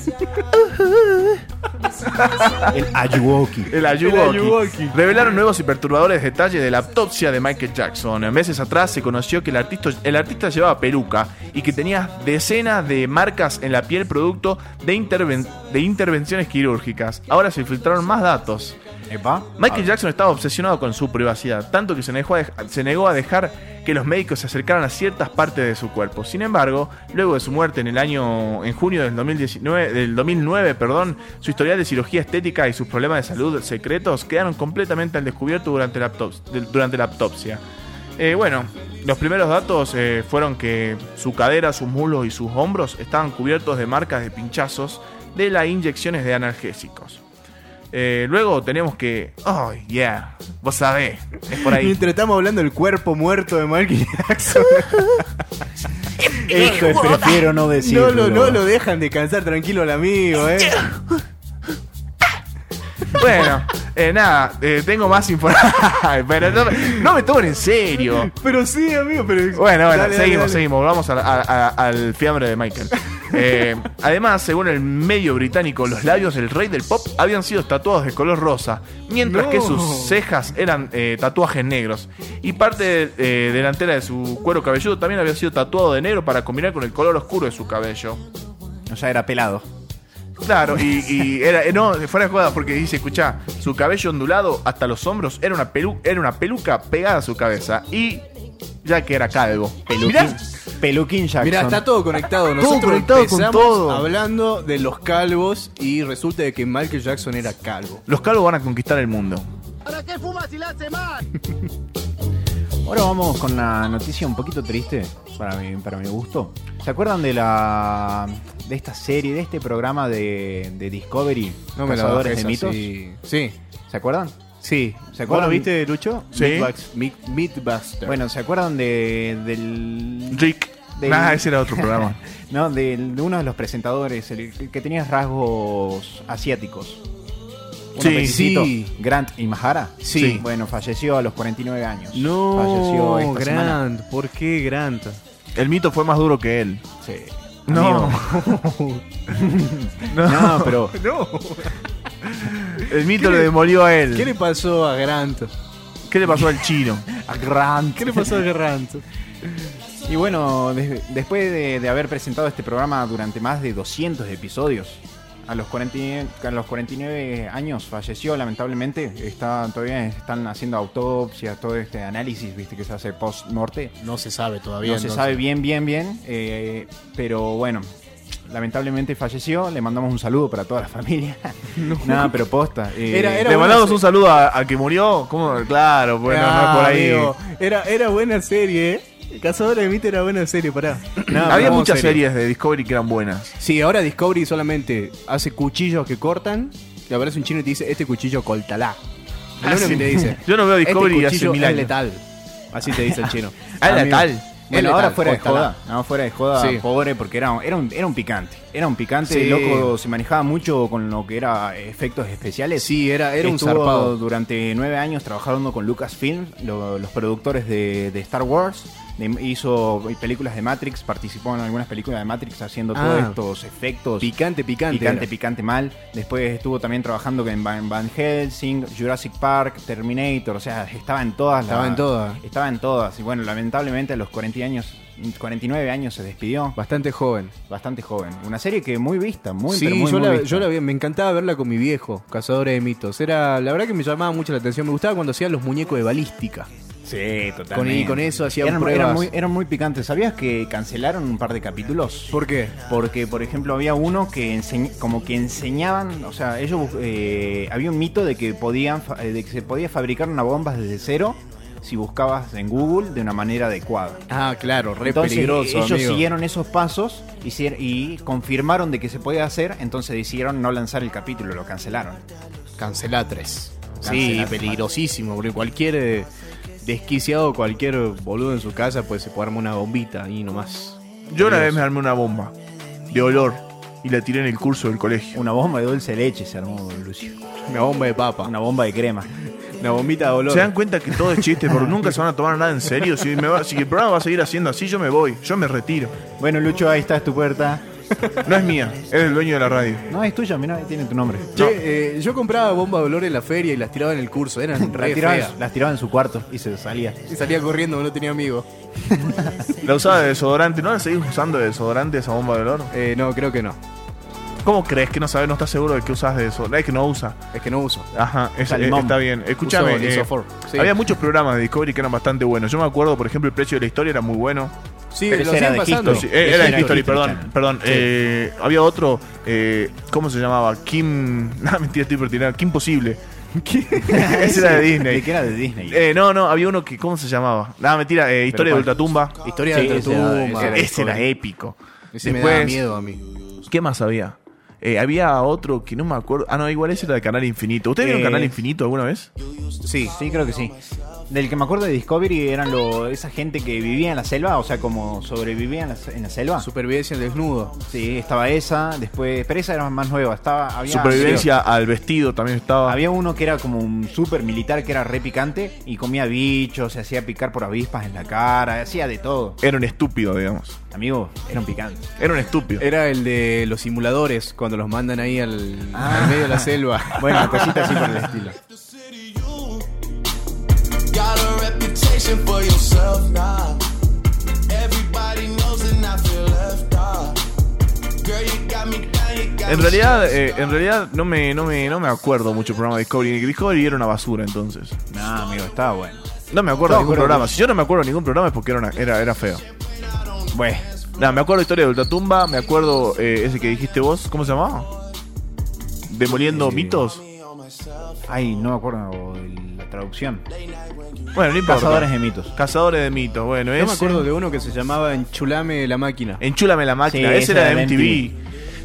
Speaker 3: El Ayuwoki.
Speaker 4: el
Speaker 2: El
Speaker 4: ayuwoki.
Speaker 2: ayuwoki.
Speaker 4: Revelaron nuevos y perturbadores detalles de la autopsia de Michael Jackson. Meses atrás se conoció que el artista, el artista llevaba peluca y que tenía decenas de marcas en la piel producto de, interven- de intervenciones quirúrgicas. Ahora se filtraron más datos.
Speaker 3: Epa.
Speaker 4: Michael Jackson estaba obsesionado con su privacidad, tanto que se negó, a dej- se negó a dejar que los médicos se acercaran a ciertas partes de su cuerpo. Sin embargo, luego de su muerte en el año en junio del 2019, del 2009, perdón, su historial de cirugía estética y sus problemas de salud secretos quedaron completamente al descubierto durante la, autops- del- durante la autopsia. Eh, bueno, los primeros datos eh, fueron que su cadera, sus muslos y sus hombros estaban cubiertos de marcas de pinchazos de las inyecciones de analgésicos. Eh, luego tenemos que. Oh, yeah. Vos sabés. Es por ahí.
Speaker 2: Mientras estamos hablando del cuerpo muerto de Michael Jackson,
Speaker 3: Eso prefiero no decir.
Speaker 2: no, lo, no lo dejan descansar tranquilo al amigo, ¿eh?
Speaker 4: bueno, eh, nada. eh, tengo más información. pero no, me- no me tomen en serio.
Speaker 2: Pero sí, amigo, pero.
Speaker 4: Bueno, bueno,
Speaker 2: Dale, dale,
Speaker 4: seguimos,
Speaker 2: dale.
Speaker 4: seguimos. Volvamos al- a- a- al fiambre de Michael. Eh, además, según el medio británico, los labios del rey del pop habían sido tatuados de color rosa, mientras
Speaker 2: No.
Speaker 4: que sus cejas eran eh, tatuajes negros. Y parte eh, delantera de su cuero cabelludo también había sido tatuado de negro para combinar con el color oscuro de su cabello.
Speaker 3: O sea, era pelado.
Speaker 4: Claro, y, y era, eh, no, fuera de joda, porque dice, escuchá, su cabello ondulado hasta los hombros era una, pelu era una peluca pegada a su cabeza. Y ya que era calvo.
Speaker 3: Peluquín.
Speaker 4: Mirá,
Speaker 3: Peluquín Jackson.
Speaker 2: Mirá, está todo conectado. Nosotros
Speaker 4: conectado con
Speaker 2: empezamos
Speaker 4: todo.
Speaker 2: hablando de los calvos y resulta de que Michael Jackson era calvo.
Speaker 4: los calvos van a conquistar el mundo.
Speaker 3: Ahora vamos con la noticia un poquito triste para mi, para mi gusto. ¿Se acuerdan de la de esta serie, de este programa de, de Discovery? Cazadores de mitos.
Speaker 2: Sí. Sí.
Speaker 3: ¿Se acuerdan?
Speaker 2: sí.
Speaker 3: ¿Se acuerdan?
Speaker 2: ¿Vos lo viste, Lucho?
Speaker 4: Sí.
Speaker 2: Meatbugs- Meat- Meatbuster.
Speaker 3: Bueno, ¿se acuerdan de del
Speaker 4: Rick.
Speaker 3: Del-
Speaker 4: Nah, ese era otro programa.
Speaker 3: no, de, de uno de los presentadores, el, el que tenía rasgos asiáticos? Uno
Speaker 4: Sí,
Speaker 3: pequeñito,
Speaker 2: sí.
Speaker 3: Grant Imahara.
Speaker 2: Sí.
Speaker 3: Bueno, falleció a los 49 años.
Speaker 2: no,
Speaker 3: falleció esta semana.
Speaker 2: Grant. ¿Por qué Grant?
Speaker 4: El mito fue más duro que él.
Speaker 3: Sí.
Speaker 4: No.
Speaker 3: Amigo.
Speaker 4: No.
Speaker 3: No, pero
Speaker 2: No.
Speaker 4: El mito le demolió a él.
Speaker 2: ¿Qué le pasó a Grant?
Speaker 4: ¿Qué le pasó al chino?
Speaker 3: a Grant.
Speaker 2: ¿Qué le pasó a Grant?
Speaker 3: Y bueno, des- después de, de haber presentado este programa durante más de 200 episodios, a los, 49, a los 49 años falleció lamentablemente. Está, todavía están haciendo autopsias, todo este análisis viste que se hace post-morte.
Speaker 2: No se sabe todavía.
Speaker 3: No se
Speaker 2: entonces.
Speaker 3: sabe bien, bien, bien. eh, pero bueno, lamentablemente falleció. Le mandamos un saludo para toda la familia. Nada, pero posta. eh,
Speaker 2: Era- era-
Speaker 4: le
Speaker 2: buena
Speaker 4: mandamos
Speaker 2: se-
Speaker 4: un saludo a- al que murió. ¿Cómo? Claro, bueno,
Speaker 2: Ah,
Speaker 4: no por ahí.
Speaker 2: amigo, era, era buena serie, ¿eh? Cazadores de mitos era buena serie, pará.
Speaker 3: No,
Speaker 4: Había
Speaker 3: pero vamos
Speaker 4: muchas
Speaker 3: serio.
Speaker 4: series de Discovery que eran buenas.
Speaker 2: Sí, ahora Discovery solamente hace cuchillos que cortan. Te aparece un chino y te dice, este cuchillo coltalá.
Speaker 3: Ah,
Speaker 2: Es lo único que te dice.
Speaker 4: Yo no veo Discovery
Speaker 2: este
Speaker 4: hace
Speaker 2: cuchillo
Speaker 4: mil
Speaker 2: es
Speaker 4: años.
Speaker 2: letal. Así te dice el chino.
Speaker 4: Ah,
Speaker 2: Amigo,
Speaker 4: letal.
Speaker 2: es
Speaker 3: Bueno,
Speaker 2: letal,
Speaker 3: ahora fuera de
Speaker 2: cortala.
Speaker 3: joda, no, fuera de joda,
Speaker 2: Sí.
Speaker 3: pobre, porque era, era, un, era un picante. Era un picante,
Speaker 2: Sí.
Speaker 3: loco, se manejaba mucho con lo que era efectos especiales.
Speaker 2: Sí, era, era un
Speaker 3: Estuvo
Speaker 2: zarpado.
Speaker 3: durante nueve años trabajando con Lucasfilm, lo- los productores de, de Star Wars. de- hizo películas de Matrix, participó en algunas películas de Matrix haciendo todos
Speaker 2: Ah.
Speaker 3: estos efectos.
Speaker 2: Picante, picante.
Speaker 3: Picante,
Speaker 2: era.
Speaker 3: picante mal. Después estuvo también trabajando en Van, Van Helsing, Jurassic Park, Terminator. O sea, estaba en todas. las-
Speaker 2: Estaba en todas.
Speaker 3: Estaba en todas. Y bueno, lamentablemente a los 40 años, 49 años se despidió.
Speaker 2: Bastante joven.
Speaker 3: Bastante joven. Una serie que muy vista, muy,
Speaker 2: sí,
Speaker 3: pero muy,
Speaker 2: yo,
Speaker 3: muy
Speaker 2: la,
Speaker 3: vista.
Speaker 2: yo la vi- me encantaba verla con mi viejo, Cazadores de Mitos. Era, la verdad que me llamaba mucho la atención. Me gustaba cuando hacían los muñecos de balística.
Speaker 3: Sí,
Speaker 2: Con,
Speaker 3: totalmente.
Speaker 2: y con eso hacían
Speaker 3: eran,
Speaker 2: pruebas.
Speaker 3: eran muy, eran muy picantes. ¿Sabías que cancelaron un par de capítulos?
Speaker 2: ¿Por qué?
Speaker 3: Porque, por ejemplo, había uno que enseñ- como que enseñaban, o sea, ellos eh, había un mito de que podían fa- eh, de que se podía fabricar una bomba desde cero si buscabas en Google de una manera adecuada.
Speaker 2: Ah, claro, re
Speaker 3: Entonces e-,
Speaker 2: peligroso.
Speaker 3: ellos
Speaker 2: amigo.
Speaker 3: siguieron esos pasos hicier- y confirmaron de que se podía hacer, entonces decidieron no lanzar el capítulo, lo cancelaron.
Speaker 2: Cancelá tres. Sí,
Speaker 3: Cancelá tres.
Speaker 2: peligrosísimo, porque cualquier eh, desquiciado, cualquier boludo en su casa, pues se puede armar una bombita ahí nomás.
Speaker 4: Yo una
Speaker 2: Dios.
Speaker 4: vez me armé una bomba de olor y la tiré en el curso del colegio.
Speaker 3: Una bomba de dulce de leche se armó, Lucio.
Speaker 2: Una bomba de papa,
Speaker 3: Una bomba de crema.
Speaker 2: una bombita de olor.
Speaker 4: Se dan cuenta que todo es chiste, porque nunca se van a tomar nada en serio. Si, me va- si el programa va a seguir haciendo así, yo me voy, yo me retiro.
Speaker 3: Bueno, Lucho, ahí está es tu puerta.
Speaker 4: No es mía, es del dueño de la radio.
Speaker 3: No, es tuya, mira, tiene tu nombre.
Speaker 2: Che, eh, yo compraba bombas de olor en la feria y las tiraba en el curso, eran
Speaker 3: Las
Speaker 2: re
Speaker 3: tiraba,
Speaker 2: feas.
Speaker 3: las tiraba en su cuarto y se salía.
Speaker 2: Y salía corriendo, no tenía amigos.
Speaker 4: La usaba de desodorante, ¿no la seguís usando de desodorante esa bomba de olor?
Speaker 2: Eh, no, creo que no.
Speaker 4: ¿Cómo crees que no sabes, no estás seguro de que usas de desodorante? Es que no usa.
Speaker 2: Es que no uso.
Speaker 4: Ajá, es- eh,
Speaker 3: Salmón.
Speaker 4: está bien. Escúchame,
Speaker 2: Uso
Speaker 4: eh,
Speaker 2: Isofor, sí.
Speaker 4: había muchos programas de Discovery que eran bastante buenos. Yo me acuerdo, por ejemplo, El Precio de la Historia era muy bueno.
Speaker 2: Sí,
Speaker 3: Pero
Speaker 2: lo
Speaker 3: ese era
Speaker 2: siguen
Speaker 3: de
Speaker 2: pasando.
Speaker 4: Lo
Speaker 3: History.
Speaker 4: si- eh, era
Speaker 3: era
Speaker 4: de History,
Speaker 3: History
Speaker 4: perdón.
Speaker 3: Channel.
Speaker 4: perdón Eh, había otro, eh, ¿cómo se llamaba? Kim... No, mentira, estoy por tirar. Kim Posible. Ese era de Disney.
Speaker 3: ¿De qué era de Disney?
Speaker 4: Eh, no, no, había uno que, ¿cómo se llamaba? No, mentira, eh, Historia de
Speaker 3: cuál?
Speaker 4: Ultratumba.
Speaker 2: Historia
Speaker 3: Sí,
Speaker 2: de
Speaker 3: ese era-
Speaker 2: Ultratumba.
Speaker 3: ese era-
Speaker 4: Ese era épico.
Speaker 2: Ese me daba
Speaker 4: Después-
Speaker 2: miedo a mí.
Speaker 4: ¿Qué más había? Eh, había otro que no me acuerdo. Ah, no, igual ese era de Canal Infinito. ¿Ustedes vieron
Speaker 3: Eh,
Speaker 4: Canal Infinito alguna vez?
Speaker 3: Sí, sí, creo que sí. Del que me acuerdo de Discovery eran lo, esa gente que vivía en la selva, o sea, como sobrevivía en la, en la selva.
Speaker 2: Supervivencia desnudo.
Speaker 3: Sí, estaba esa, después, pero esa era más nueva, estaba había
Speaker 4: Supervivencia al vestido también estaba.
Speaker 3: Había uno que era como un super militar que era re picante y comía bichos, se hacía picar por avispas en la cara, hacía de todo.
Speaker 4: Era un estúpido, digamos.
Speaker 3: Amigo, era un picante.
Speaker 4: Era un estúpido.
Speaker 3: Eh,
Speaker 2: Era el de los simuladores, cuando los mandan ahí al, al medio de
Speaker 4: Ah.
Speaker 2: la selva.
Speaker 3: Bueno, cositas así por el estilo.
Speaker 7: Got a reputation for yourself now. Everybody knows and I feel left out. Girl, you got me down, you got
Speaker 4: En
Speaker 7: me
Speaker 4: realidad,
Speaker 7: stressed
Speaker 4: eh,
Speaker 7: out.
Speaker 4: en realidad no me, no me, no me acuerdo mucho del programa de Discovery. Discovery era una basura entonces.
Speaker 3: No, amigo, estaba bueno.
Speaker 4: No me acuerdo
Speaker 3: No,
Speaker 4: de ningún
Speaker 3: pero-
Speaker 4: programa. Si yo no me acuerdo de ningún programa es porque era, una- era, era feo.
Speaker 3: Bueno,
Speaker 4: Nada, me acuerdo de Historia de Ultratumba, me acuerdo eh, ese que dijiste vos, ¿cómo se llamaba?
Speaker 3: Eh,
Speaker 4: ¿Demoliendo mitos?
Speaker 3: ay, no me acuerdo el- la traducción.
Speaker 4: Bueno, no importa.
Speaker 3: Cazadores de mitos.
Speaker 4: Cazadores de mitos, bueno,
Speaker 2: Yo me
Speaker 4: ese. Eh,
Speaker 2: acuerdo de uno que se llamaba Enchulame la máquina.
Speaker 4: Enchúlame la máquina,
Speaker 3: Sí,
Speaker 4: ese era de MTV.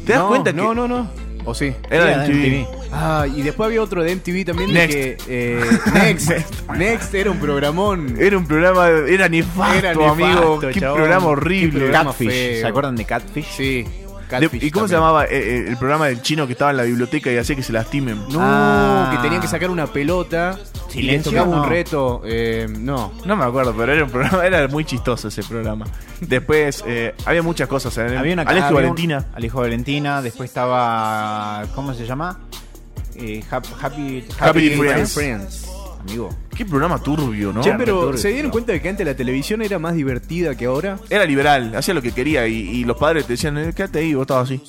Speaker 4: ¿Te das
Speaker 2: no,
Speaker 4: cuenta que
Speaker 2: No, no, no. ¿O sí?
Speaker 4: era de
Speaker 3: Era de
Speaker 4: MTV?
Speaker 3: MTV.
Speaker 2: Ah, y después había otro de MTV también de
Speaker 4: Next.
Speaker 2: que... eh, Next. Next era un programón.
Speaker 4: Era un programa, era nefasto,
Speaker 2: Era nefasto,
Speaker 4: amigo. Qué
Speaker 2: chabón.
Speaker 4: programa
Speaker 2: Qué
Speaker 4: horrible.
Speaker 2: programa
Speaker 3: Catfish,
Speaker 2: feo.
Speaker 3: ¿se acuerdan de Catfish?
Speaker 2: Sí.
Speaker 4: De-
Speaker 2: Catfish
Speaker 4: ¿Y cómo se
Speaker 2: también.
Speaker 4: llamaba eh, eh, el programa del chino que estaba en la biblioteca y hacía que se lastimen?
Speaker 2: No,
Speaker 3: Ah.
Speaker 2: que tenían que sacar una pelota y les
Speaker 3: Silencio,
Speaker 2: tocaba
Speaker 3: no.
Speaker 2: un reto. eh, no.
Speaker 4: No me acuerdo, pero era un programa, era muy chistoso ese programa. Después eh, había muchas cosas. en el-
Speaker 3: Había una
Speaker 4: Alejo
Speaker 3: había un-
Speaker 4: Valentina.
Speaker 3: Alejo Valentina, después estaba. ¿Cómo se llama? Eh, Hap- happy,
Speaker 4: Happy Friends.
Speaker 2: Friends.
Speaker 3: Amigo.
Speaker 4: Qué programa turbio, ¿no?
Speaker 2: Che, pero ¿se dieron cuenta de que antes la televisión era más divertida que ahora?
Speaker 4: Era liberal, hacía lo que quería y, y los padres te decían, eh, quédate ahí, vos estabas así.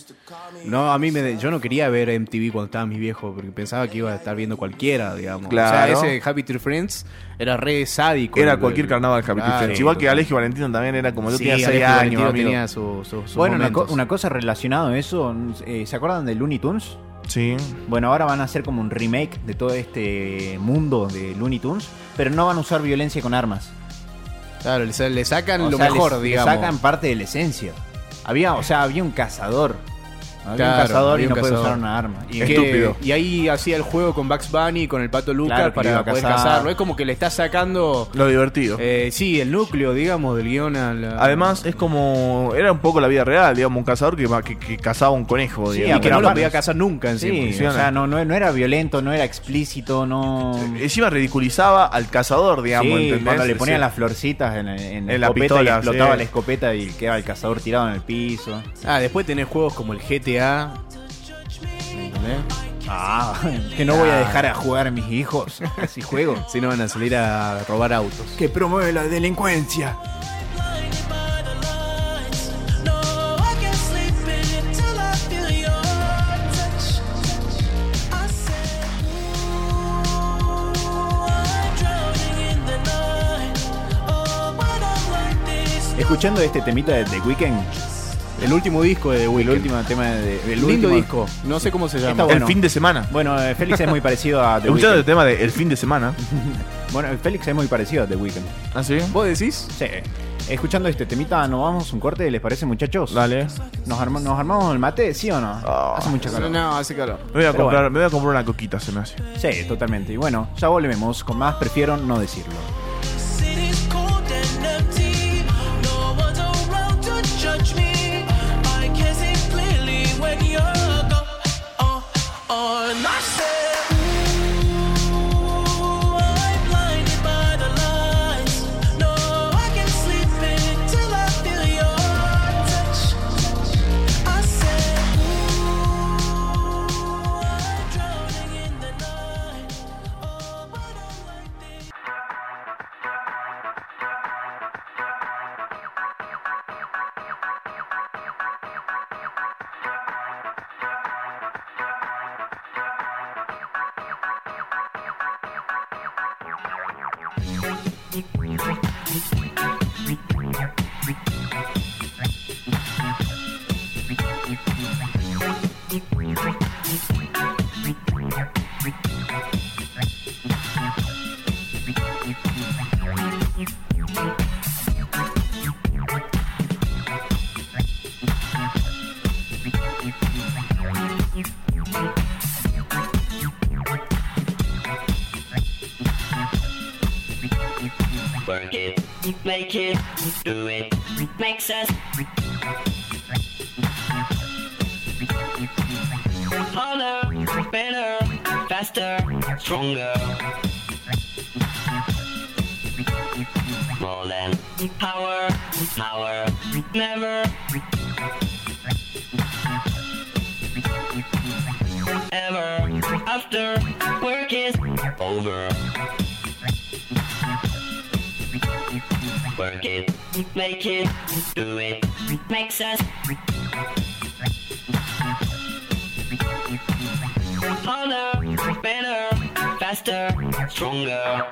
Speaker 2: No, a mí me, yo no quería ver MTV cuando estaba mi viejo, porque pensaba que iba a estar viendo cualquiera, digamos.
Speaker 4: Claro.
Speaker 2: O sea, ese Happy Tree Friends era re sádico.
Speaker 4: Era
Speaker 2: El-
Speaker 4: cualquier
Speaker 2: el-
Speaker 4: carnaval Happy
Speaker 2: Claro,
Speaker 4: Friends. Igual que
Speaker 2: total.
Speaker 4: Alejo Valentina también era como yo
Speaker 2: Sí,
Speaker 4: tenía 6
Speaker 2: Alejo
Speaker 4: años,
Speaker 2: Valentino
Speaker 4: amigo.
Speaker 2: tenía su- su- sus
Speaker 3: Bueno, una, co-
Speaker 2: momentos.
Speaker 3: una cosa relacionada a eso, eh, ¿se acuerdan de Looney Tunes?
Speaker 4: Sí.
Speaker 3: Bueno, ahora van a hacer como un remake de todo este mundo de Looney Tunes, pero no van a usar violencia con armas.
Speaker 2: Claro, le, sa- le sacan
Speaker 3: O
Speaker 2: lo
Speaker 3: sea,
Speaker 2: mejor,
Speaker 3: les- les
Speaker 2: digamos.
Speaker 3: sacan parte de la esencia. Había, o sea, había un cazador. Había un
Speaker 2: Claro,
Speaker 3: cazador
Speaker 2: había
Speaker 3: y
Speaker 2: un
Speaker 3: no puede
Speaker 2: cazador.
Speaker 3: usar una arma.
Speaker 2: Y
Speaker 3: Es
Speaker 2: que-
Speaker 4: Estúpido.
Speaker 2: Y ahí hacía el juego con Bugs Bunny, con el pato Lucas
Speaker 3: Claro, que lo iba
Speaker 2: para
Speaker 3: a
Speaker 2: poder
Speaker 3: cazar.
Speaker 2: casarlo. Es como que le está sacando.
Speaker 4: Lo divertido.
Speaker 2: eh, sí, el núcleo, digamos, del guión a la-
Speaker 4: Además, es como. Era un poco la vida real, digamos, un cazador que, va- que, que cazaba un conejo,
Speaker 3: Sí,
Speaker 2: Y
Speaker 4: digamos.
Speaker 2: que no
Speaker 3: Pero
Speaker 2: lo podía
Speaker 3: aparte-
Speaker 2: casar nunca
Speaker 3: Sí,
Speaker 2: encima.
Speaker 3: o sea, no, no, no era violento, no era explícito, no...
Speaker 4: Encima ridiculizaba al cazador, digamos,
Speaker 3: Sí,
Speaker 4: ¿entendés?
Speaker 3: cuando le ponían
Speaker 4: Sí.
Speaker 3: las florcitas en, en la
Speaker 4: En la
Speaker 3: escopeta
Speaker 4: pistola,
Speaker 3: y explotaba
Speaker 4: sí.
Speaker 3: la escopeta y quedaba el cazador tirado en el piso.
Speaker 2: Ah, después tenés juegos como el GTA. ¿Entendés?
Speaker 3: Ah, que no voy a dejar a jugar a mis hijos. Así juego.
Speaker 2: Si no van a salir a robar autos.
Speaker 3: Que promueve la delincuencia.
Speaker 5: No, I can't sleep until I feel your touch. I said, Ooh, I'm drowning in the night. Oh, when I'm like this,
Speaker 3: Escuchando este temita de The Weeknd,
Speaker 2: El último disco de The
Speaker 3: el
Speaker 2: Weeknd.
Speaker 3: último tema de. el
Speaker 2: Lindo
Speaker 3: último-
Speaker 2: disco. No sé cómo se llama.
Speaker 3: Está
Speaker 4: El
Speaker 3: bueno.
Speaker 4: fin de semana.
Speaker 3: Bueno, eh, Félix es muy parecido a The
Speaker 4: ¿Te gustó el
Speaker 3: Weeknd.
Speaker 4: tema de el fin de semana?
Speaker 3: Bueno, el Félix es muy parecido a The Weeknd.
Speaker 4: ¿Ah, sí?
Speaker 2: ¿Vos decís?
Speaker 3: Sí. Escuchando este temita, ¿nos vamos un corte? ¿Les parece, muchachos?
Speaker 4: Dale.
Speaker 3: ¿Nos, arma- nos armamos el mate? ¿Sí o no?
Speaker 4: Ah,
Speaker 3: Hace mucho calor.
Speaker 2: No, hace calor.
Speaker 4: Me voy, a
Speaker 3: Pero
Speaker 4: comprar,
Speaker 3: bueno.
Speaker 4: me voy a comprar una coquita, se me hace.
Speaker 3: Sí, totalmente. Y bueno, ya volvemos con más. Prefiero no decirlo.
Speaker 5: City's cold and empty. No one's around to judge me. I can see clearly when you're gone. I said, Ooh, I'm blinded by the lights. No, I can sleep until I feel your touch. I said, Ooh, I'm drowning in the night. Oh, but I like this.
Speaker 10: Work it, make it, do it, makes us harder, better, faster, stronger. More than power, power, never. Ever after work is over. Work it, make it, do it, makes us harder, better, faster, stronger.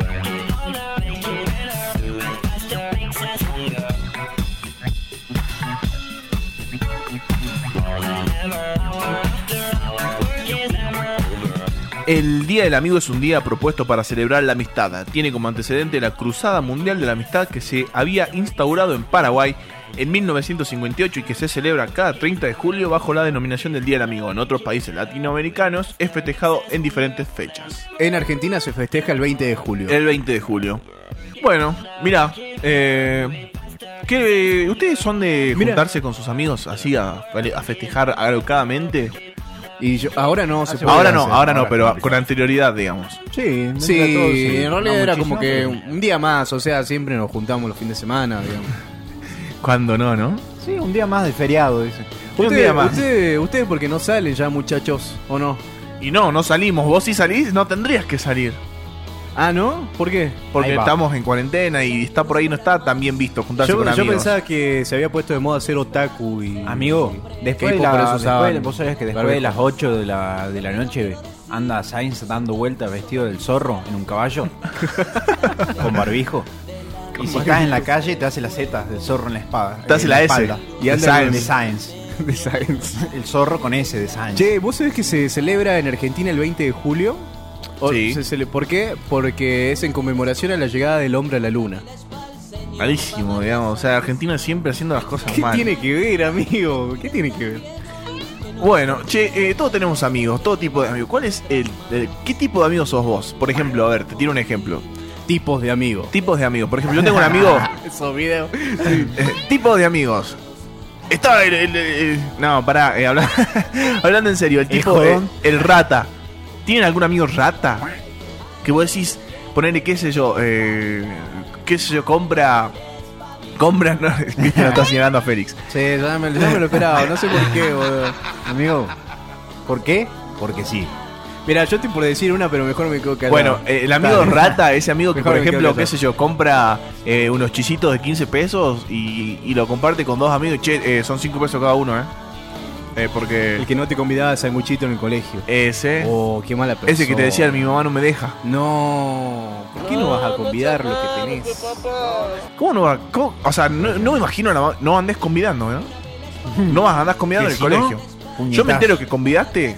Speaker 10: Work it harder, make it better, do it faster, makes us stronger. More than ever, hour after hour, work is never over.
Speaker 4: El Día del Amigo es un día propuesto para celebrar la amistad. Tiene como antecedente la Cruzada Mundial de la Amistad que se había instaurado en Paraguay en 1958 y que se celebra cada 30 de julio bajo la denominación del Día del Amigo. En otros países latinoamericanos es festejado en diferentes fechas.
Speaker 2: En Argentina se festeja el 20 de julio.
Speaker 4: El 20 de julio. Bueno, mirá, eh, ¿qué- ¿ustedes son de
Speaker 2: Mirá.
Speaker 4: juntarse con sus amigos así a, a festejar alocadamente?
Speaker 2: Y yo- ahora no se puede.
Speaker 4: Ahora no,
Speaker 2: hacer.
Speaker 4: ahora no, pero con anterioridad, digamos.
Speaker 3: Sí,
Speaker 2: Sí, en realidad era como que un día más, o sea, siempre nos juntamos los fines de semana, digamos.
Speaker 4: Cuando no, ¿no?
Speaker 3: Sí, un día más de feriado, dice.
Speaker 4: Un
Speaker 2: Ustedes-
Speaker 4: día más.
Speaker 2: Ustedes, ustedes porque no salen ya, muchachos, ¿o no?
Speaker 4: Y no, no salimos. Vos si salís, no tendrías que salir.
Speaker 2: Ah, ¿no? ¿Por qué?
Speaker 4: Porque
Speaker 3: Ahí va.
Speaker 4: estamos en cuarentena y está por ahí, no está tan bien visto juntarse
Speaker 2: Yo,
Speaker 4: con
Speaker 2: yo
Speaker 4: amigos.
Speaker 2: pensaba que se había puesto de moda ser otaku y...
Speaker 3: Amigo, después de,
Speaker 2: K-pop,
Speaker 3: la,
Speaker 2: por eso usaban
Speaker 3: después, vos sabés que después de
Speaker 2: barbijo.
Speaker 3: las 8 de la, de la noche anda Sainz dando vueltas vestido del zorro en un caballo con barbijo. Y si estás en la calle te hace las zetas del zorro en la espada.
Speaker 4: Te hace
Speaker 3: en
Speaker 4: la S,
Speaker 3: espalda. Y
Speaker 4: de
Speaker 3: anda
Speaker 4: Sainz.
Speaker 3: de Sainz.
Speaker 2: de Science.
Speaker 3: El zorro con S de Sainz.
Speaker 2: Che, ¿vos sabés que se celebra en Argentina el 20 de julio? O-
Speaker 4: Sí.
Speaker 2: se cele- ¿Por qué? Porque es en conmemoración a la llegada del hombre a la luna.
Speaker 4: Malísimo, digamos. O sea, Argentina siempre haciendo las cosas
Speaker 2: ¿Qué
Speaker 4: mal.
Speaker 2: tiene que ver, amigo? ¿Qué tiene que ver?
Speaker 4: Bueno, che, eh, todos tenemos amigos, todo tipo de amigos. ¿Cuál es el, el- ¿Qué tipo de amigos sos vos? Por ejemplo, a ver, te tiro un ejemplo.
Speaker 2: Tipos de amigos.
Speaker 4: Tipos de amigos. Por ejemplo, yo tengo un amigo.
Speaker 2: Esos videos.
Speaker 4: Eh, tipos de amigos. Está el. el- el- no, pará, eh, habla- hablando en serio, el tipo. eh,
Speaker 3: jodón.
Speaker 4: El, rata. ¿Tienen algún amigo rata? Que vos decís, ponele, qué sé yo, eh, qué sé yo, compra. Compra, no, Cristian lo está señalando a Félix.
Speaker 2: Sí, ya me, ya me lo esperaba, no sé por qué, boludo.
Speaker 3: Amigo, ¿por qué? Porque sí.
Speaker 2: Mira, yo estoy por decir una, pero mejor me quedo callado.
Speaker 4: Bueno, eh, el amigo
Speaker 2: Está bien.
Speaker 4: rata, ese amigo que,
Speaker 2: Mejor
Speaker 4: por
Speaker 2: me quedo
Speaker 4: ejemplo,
Speaker 2: callado.
Speaker 4: qué sé yo, compra eh, unos chisitos de 15 pesos y, y lo comparte con dos amigos. Che, eh, son 5 pesos cada uno, ¿eh? Eh,
Speaker 2: El
Speaker 4: porque.
Speaker 2: que no te convidaba a Saimuchito en el colegio.
Speaker 4: Ese.
Speaker 2: Oh, qué mala persona.
Speaker 4: ¿Eh? Ese que te decía, mi mamá no me deja.
Speaker 2: No, ¿por qué no vas a convidar lo que tenés?
Speaker 4: ¿Cómo no va? cómo? O sea, no, no me imagino, la ma- no andes convidando, ¿no? No vas a andar convidando en
Speaker 3: Que
Speaker 4: el
Speaker 3: si no,
Speaker 4: colegio. Yo
Speaker 3: puñetazo.
Speaker 4: me entero que convidaste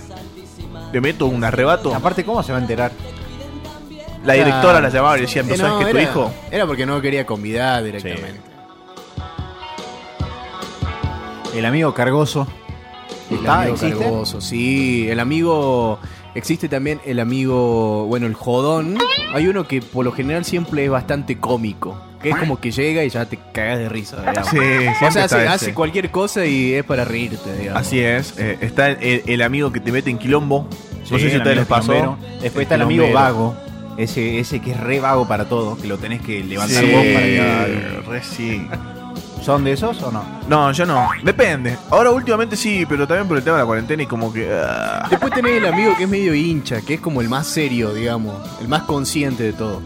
Speaker 4: le meto un arrebato.
Speaker 3: Aparte, ¿cómo se va a enterar?
Speaker 4: La directora la llamaba y le decía, ¿no
Speaker 2: Eh,
Speaker 4: sabes que tu
Speaker 2: era-
Speaker 4: hijo?
Speaker 2: Era porque no quería convidar directamente.
Speaker 3: El amigo Cargoso.
Speaker 2: El
Speaker 3: ¿Está?
Speaker 2: amigo
Speaker 3: ¿Existe?
Speaker 2: cargoso, sí. El amigo. Existe también el amigo. Bueno, el jodón. Hay uno que por lo general siempre es bastante cómico. Que es como que llega y ya te cagas de risa, digamos.
Speaker 4: Sí,
Speaker 2: o
Speaker 4: siempre
Speaker 2: sea, hace,
Speaker 4: está
Speaker 2: hace
Speaker 4: ese.
Speaker 2: cualquier cosa y es para reírte, digamos.
Speaker 4: Así es. eh, está el, el amigo que te mete en quilombo.
Speaker 3: Sí,
Speaker 4: no sé si a
Speaker 3: el
Speaker 4: ustedes
Speaker 3: amigo
Speaker 4: les pasó. Este
Speaker 3: quilombero. Después está el amigo
Speaker 4: quilombero.
Speaker 3: vago. Ese, ese que es re vago para todo, que lo tenés que levantar
Speaker 4: Sí,
Speaker 3: vos para que...
Speaker 4: re sí.
Speaker 3: ¿Son de esos o no?
Speaker 4: No, yo no. Depende. Ahora últimamente sí, pero también por el tema de la cuarentena y como que. ah.
Speaker 2: Después tenés el amigo que es medio hincha, que es como el más serio, digamos. El más consciente de todo.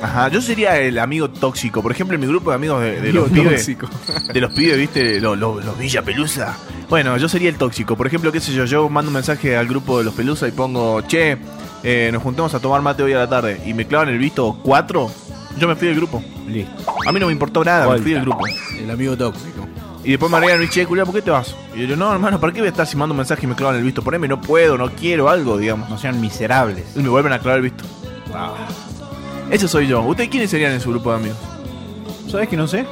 Speaker 4: Ajá, yo sería el amigo tóxico. Por ejemplo, en mi grupo de amigos de, de los
Speaker 2: Amigo
Speaker 4: pibes.
Speaker 2: tóxico.
Speaker 4: De los pibes, ¿viste? Los, los, los Villa Pelusa. Bueno, yo sería el tóxico. Por ejemplo, qué sé yo, yo mando un mensaje al grupo de los Pelusa y pongo, che, eh, nos juntemos a tomar mate hoy a la tarde. Y me clavan el visto cuatro, yo me fui del grupo.
Speaker 3: Listo.
Speaker 4: A mí no me importó nada, me fui del grupo.
Speaker 2: El amigo tóxico.
Speaker 4: Y después me agregan, che, culiao, ¿por qué te vas? Y yo, no, hermano, ¿para qué voy a estar si mando un mensaje y me clavan el visto? Poneme, no puedo, no quiero algo, digamos.
Speaker 3: No sean miserables.
Speaker 4: Y me vuelven a clavar el visto. Eso soy yo. ¿Ustedes quiénes serían en su grupo de amigos?
Speaker 3: ¿Sabes que no sé?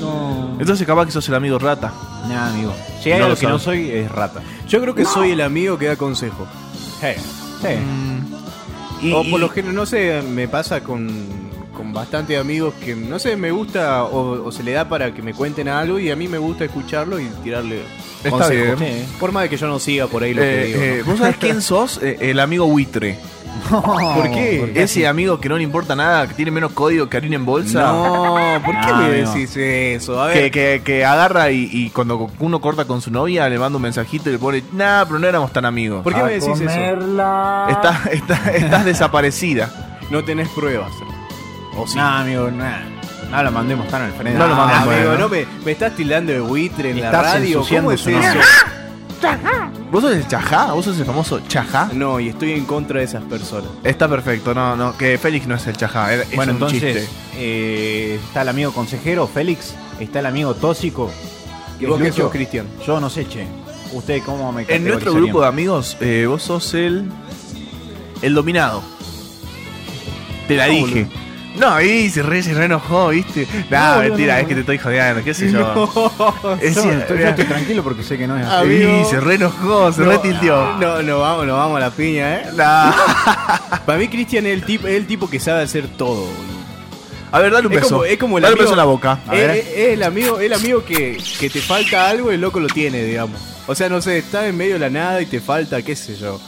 Speaker 3: No.
Speaker 4: Entonces capaz que sos el amigo rata.
Speaker 3: Nada, amigo. Si hay
Speaker 4: No
Speaker 3: algo
Speaker 4: lo
Speaker 3: que no
Speaker 4: sabes.
Speaker 3: soy, es rata.
Speaker 2: Yo creo que soy el amigo que da consejo.
Speaker 3: Sí.
Speaker 4: Mm. Y-
Speaker 2: o por
Speaker 4: y-
Speaker 2: lo general, no sé, me pasa con, con bastantes amigos que, no sé, me gusta o, o se le da para que me cuenten algo y a mí me gusta escucharlo y tirarle
Speaker 4: Está
Speaker 2: consejos.
Speaker 4: bien.
Speaker 2: Por más de que yo no siga por ahí lo que
Speaker 4: Eh,
Speaker 2: digo.
Speaker 4: eh, ¿Vos sabés quién sos? Eh, el amigo buitre.
Speaker 3: ¿Por qué?
Speaker 4: Ese amigo que no le importa nada, que tiene menos código que harina en bolsa.
Speaker 2: No, no, ¿por qué
Speaker 3: No,
Speaker 2: le
Speaker 3: amigo.
Speaker 2: decís eso? A
Speaker 4: Que,
Speaker 2: ver,
Speaker 4: que- que agarra y, y cuando uno corta con su novia le manda un mensajito y le pone, nah, pero no éramos tan amigos.
Speaker 2: ¿por qué me decís eso?
Speaker 4: Está-
Speaker 2: Ah.
Speaker 4: está- estás desaparecida.
Speaker 2: No tenés pruebas.
Speaker 3: O Nada, Oh, amigo, nada. No lo mandemos tan al frente. Ah,
Speaker 4: No lo mandemos,
Speaker 3: amigo,
Speaker 4: bueno.
Speaker 2: amigo, no me, me estás tildando de buitre en
Speaker 3: Le
Speaker 2: la
Speaker 3: estás
Speaker 2: radio.
Speaker 3: ensuciando
Speaker 2: ¿Cómo es
Speaker 3: su
Speaker 2: eso?
Speaker 3: nombre.
Speaker 4: ¿Vos sos el chajá? ¿Vos sos el famoso chajá?
Speaker 2: No, y estoy en contra de esas personas.
Speaker 4: Está perfecto, no, no, que Félix no es el chajá, era- es
Speaker 3: Bueno,
Speaker 4: un
Speaker 3: entonces
Speaker 4: chiste.
Speaker 3: eh, está el amigo consejero, Félix. Está el amigo tóxico.
Speaker 2: ¿Y vos qué
Speaker 3: Lucho.
Speaker 2: sos, Cristian?
Speaker 3: Yo no sé, che. ¿Usted cómo me
Speaker 4: En nuestro
Speaker 3: categorizarían?
Speaker 4: grupo de amigos, eh, vos sos el. El dominado. Te la dije. No, y se re, se re enojó, ¿viste? Nah, mentira, es que te estoy jodiendo, qué sé yo. es
Speaker 3: Yo, estoy,
Speaker 4: cierto,
Speaker 3: yo
Speaker 4: mirá.
Speaker 3: estoy tranquilo porque sé que no es así.
Speaker 4: Y se re enojó, se re tilteó.
Speaker 2: No, no vamos, no vamos a la piña, ¿eh?
Speaker 4: Nah.
Speaker 2: Para mí Cristian es el tipo, es el tipo que sabe hacer todo. boludo.
Speaker 4: A ver, dale un
Speaker 2: Es
Speaker 4: beso.
Speaker 2: como- es como el
Speaker 4: dale un
Speaker 2: amigo-
Speaker 4: beso en la boca. eh.
Speaker 2: Es, es- Eh, es el amigo, el amigo que, que te falta algo y el loco lo tiene, digamos. O sea, no sé, está en medio de la nada y te falta, qué sé yo.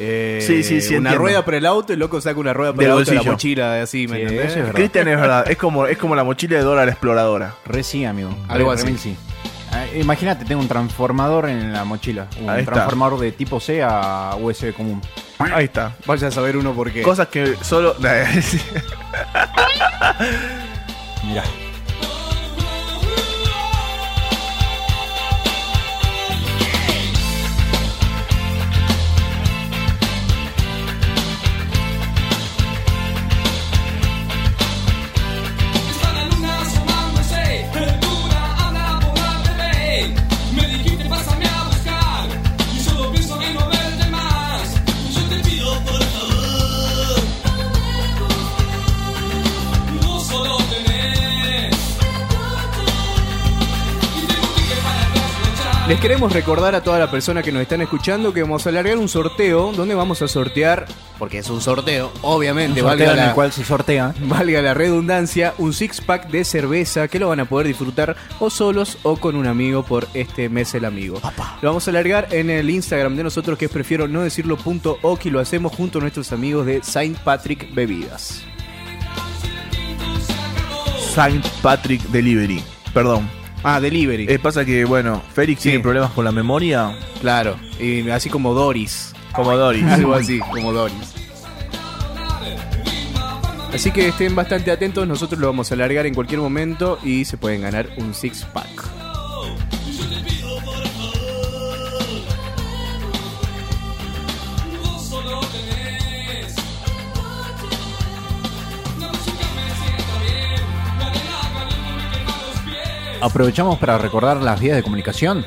Speaker 2: eh,
Speaker 4: Sí, sí, sí,
Speaker 2: Una
Speaker 4: entiendo.
Speaker 2: rueda para el auto y el loco saca una rueda para
Speaker 4: Del
Speaker 2: el auto de la
Speaker 4: bolsillo.
Speaker 2: mochila, así, ¿me
Speaker 3: Sí,
Speaker 2: entendés?
Speaker 3: eso es verdad.
Speaker 4: Cristian es verdad, es como, es como la mochila de Dora la exploradora.
Speaker 3: Re sí, amigo.
Speaker 2: Algo
Speaker 3: Re-
Speaker 2: así.
Speaker 3: remil sí. Ah, Imagínate, tengo un transformador en la mochila. Un
Speaker 4: Ahí está.
Speaker 3: transformador de tipo C a USB común.
Speaker 4: Ahí está.
Speaker 2: Vaya a saber uno por qué.
Speaker 4: Cosas que solo.
Speaker 3: Mirá.
Speaker 10: Está la luna asomándose, perdura, habla por la TV. Me dijiste pásame a buscar, y solo pienso en no verte más. Y yo te pido por favor, no solo tenés. Y tengo que para trasnochar.
Speaker 2: Les queremos recordar a todas las personas que nos están escuchando que vamos a alargar un sorteo donde vamos a sortear, porque es un sorteo, obviamente,
Speaker 3: Un
Speaker 2: valga
Speaker 3: sorteo en
Speaker 2: la-
Speaker 3: el cual se sortea.
Speaker 2: Valga la redundancia, un six pack de cerveza que lo van a poder disfrutar o solos o con un amigo por este mes el amigo. Lo vamos a alargar en el Instagram de nosotros que es prefiero no decirlo punto ok, y lo hacemos junto a nuestros amigos de Saint Patrick Bebidas.
Speaker 4: Saint Patrick Delivery. Perdón.
Speaker 2: Ah, delivery.
Speaker 4: Eh, pasa que, bueno, Félix
Speaker 2: Sí.
Speaker 4: tiene problemas con la memoria.
Speaker 2: claro, y así como Doris.
Speaker 4: Como Doris.
Speaker 2: Algo así, como Doris. Así que estén bastante atentos, nosotros lo vamos a alargar en cualquier momento y se pueden ganar un six pack.
Speaker 3: Aprovechamos para recordar las vías de comunicación.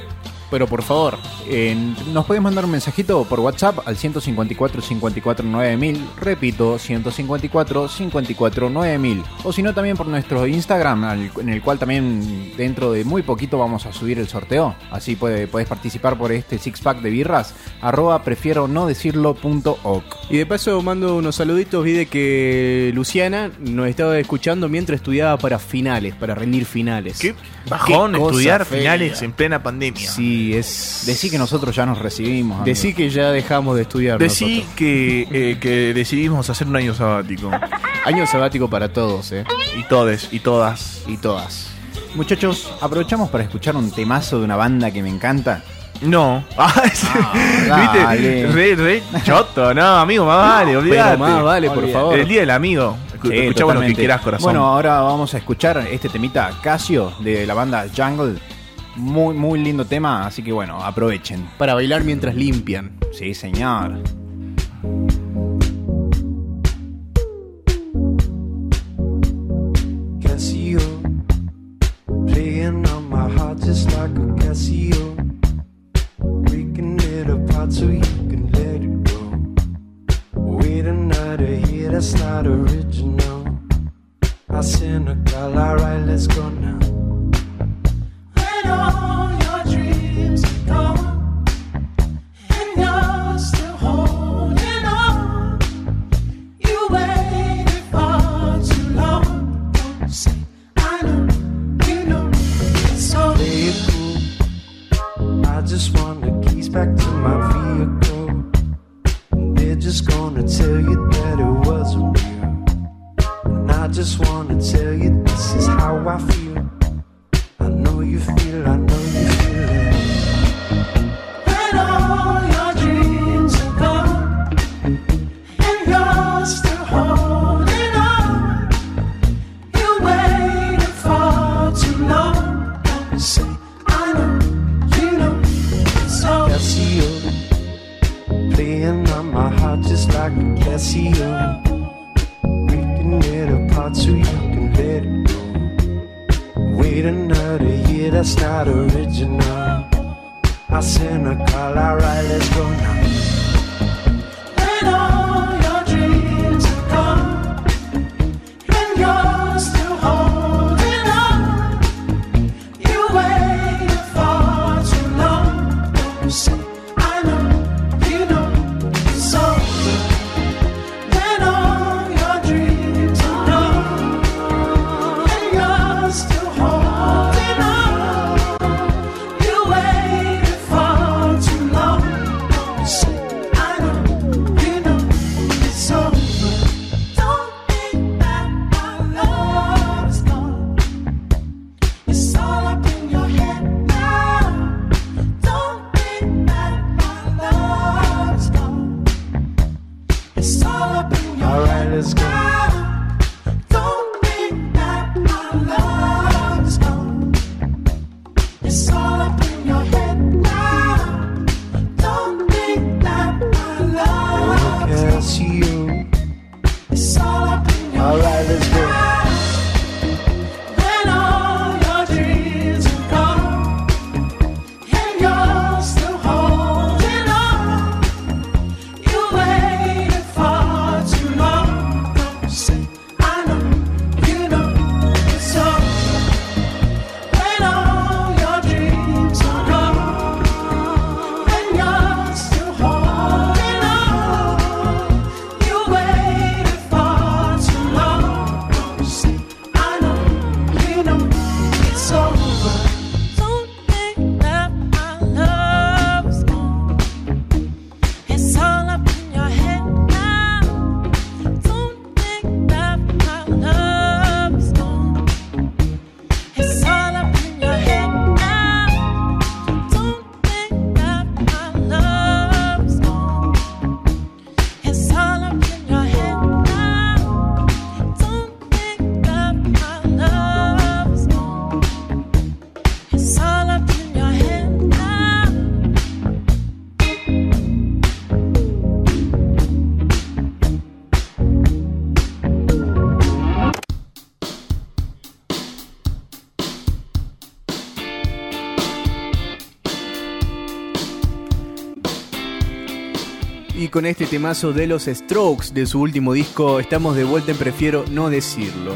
Speaker 2: Pero por favor.
Speaker 3: Eh, nos puedes mandar un mensajito por WhatsApp al 154 54 9000. Repito, 154 54 9000. O si no, también por nuestro Instagram, al- en el cual también dentro de muy poquito vamos a subir el sorteo. Así puede, puedes participar por este six pack de birras. Arroba prefiero no decirlo punto oc.
Speaker 2: Y de paso mando unos saluditos. Vi de que Luciana nos estaba escuchando mientras estudiaba para finales, para rendir finales.
Speaker 4: Qué bajón
Speaker 2: cosa
Speaker 4: estudiar
Speaker 2: fea.
Speaker 4: finales en plena pandemia.
Speaker 2: Sí, es.
Speaker 3: Decí que nosotros ya nos recibimos. amigo.
Speaker 2: Decí que ya dejamos de estudiar.
Speaker 4: Decí que, eh, que decidimos hacer un año sabático.
Speaker 2: nosotros. Año sabático para todos, ¿eh?
Speaker 4: Y todes, y todas.
Speaker 2: Y todas.
Speaker 3: Muchachos, aprovechamos para escuchar un temazo de una banda que me encanta.
Speaker 4: No. Ah, ese-
Speaker 3: dale.
Speaker 4: ¿Viste? Re, re choto. No, amigo, más vale, olvídate.
Speaker 2: Pero más vale, por favor.
Speaker 4: El día del amigo. Escu-
Speaker 3: Sí,
Speaker 4: Escuchamos lo que
Speaker 3: totalmente.
Speaker 4: quieras, corazón.
Speaker 3: Bueno, ahora vamos a escuchar este temita Casio de la banda Jungle. Muy, muy lindo tema, así que bueno, aprovechen.
Speaker 2: Para bailar mientras limpian.
Speaker 3: Sí, señor.
Speaker 11: Casio playing on my heart just like a Casio, breaking it apart so you can let it go. Wait another year, that's not original. I cynical, alright, let's go now.
Speaker 7: When all your dreams are gone and you're still holding on, you waited far too long. Don't say I know, you know it's all.
Speaker 11: Play it cool. I just want the keys back to my vehicle. They're just gonna tell you that it wasn't real. And I just wanna tell you this is how I feel. I know you feel, I know you feel it.
Speaker 7: When all your dreams are gone and you're still holding on, you waited far too long. Don't say I know, you know it's all.
Speaker 11: Casio, playing on my heart just like a Casio. Breaking it apart so you can let it go. Wait another year, that's not original. I sent a call, alright, let's go now.
Speaker 7: When all your dreams are gone and you're still holding on, you waited far too long. Don't say I know, you know it's over. When all your dreams are gone and you're still holding on, you waited far too long. Don't say I know. You know it's over. Don't think that my love is gone. It's all up in your head now. Don't think that
Speaker 2: Y con este temazo de los Strokes de su último disco, estamos de vuelta en Prefiero No Decirlo.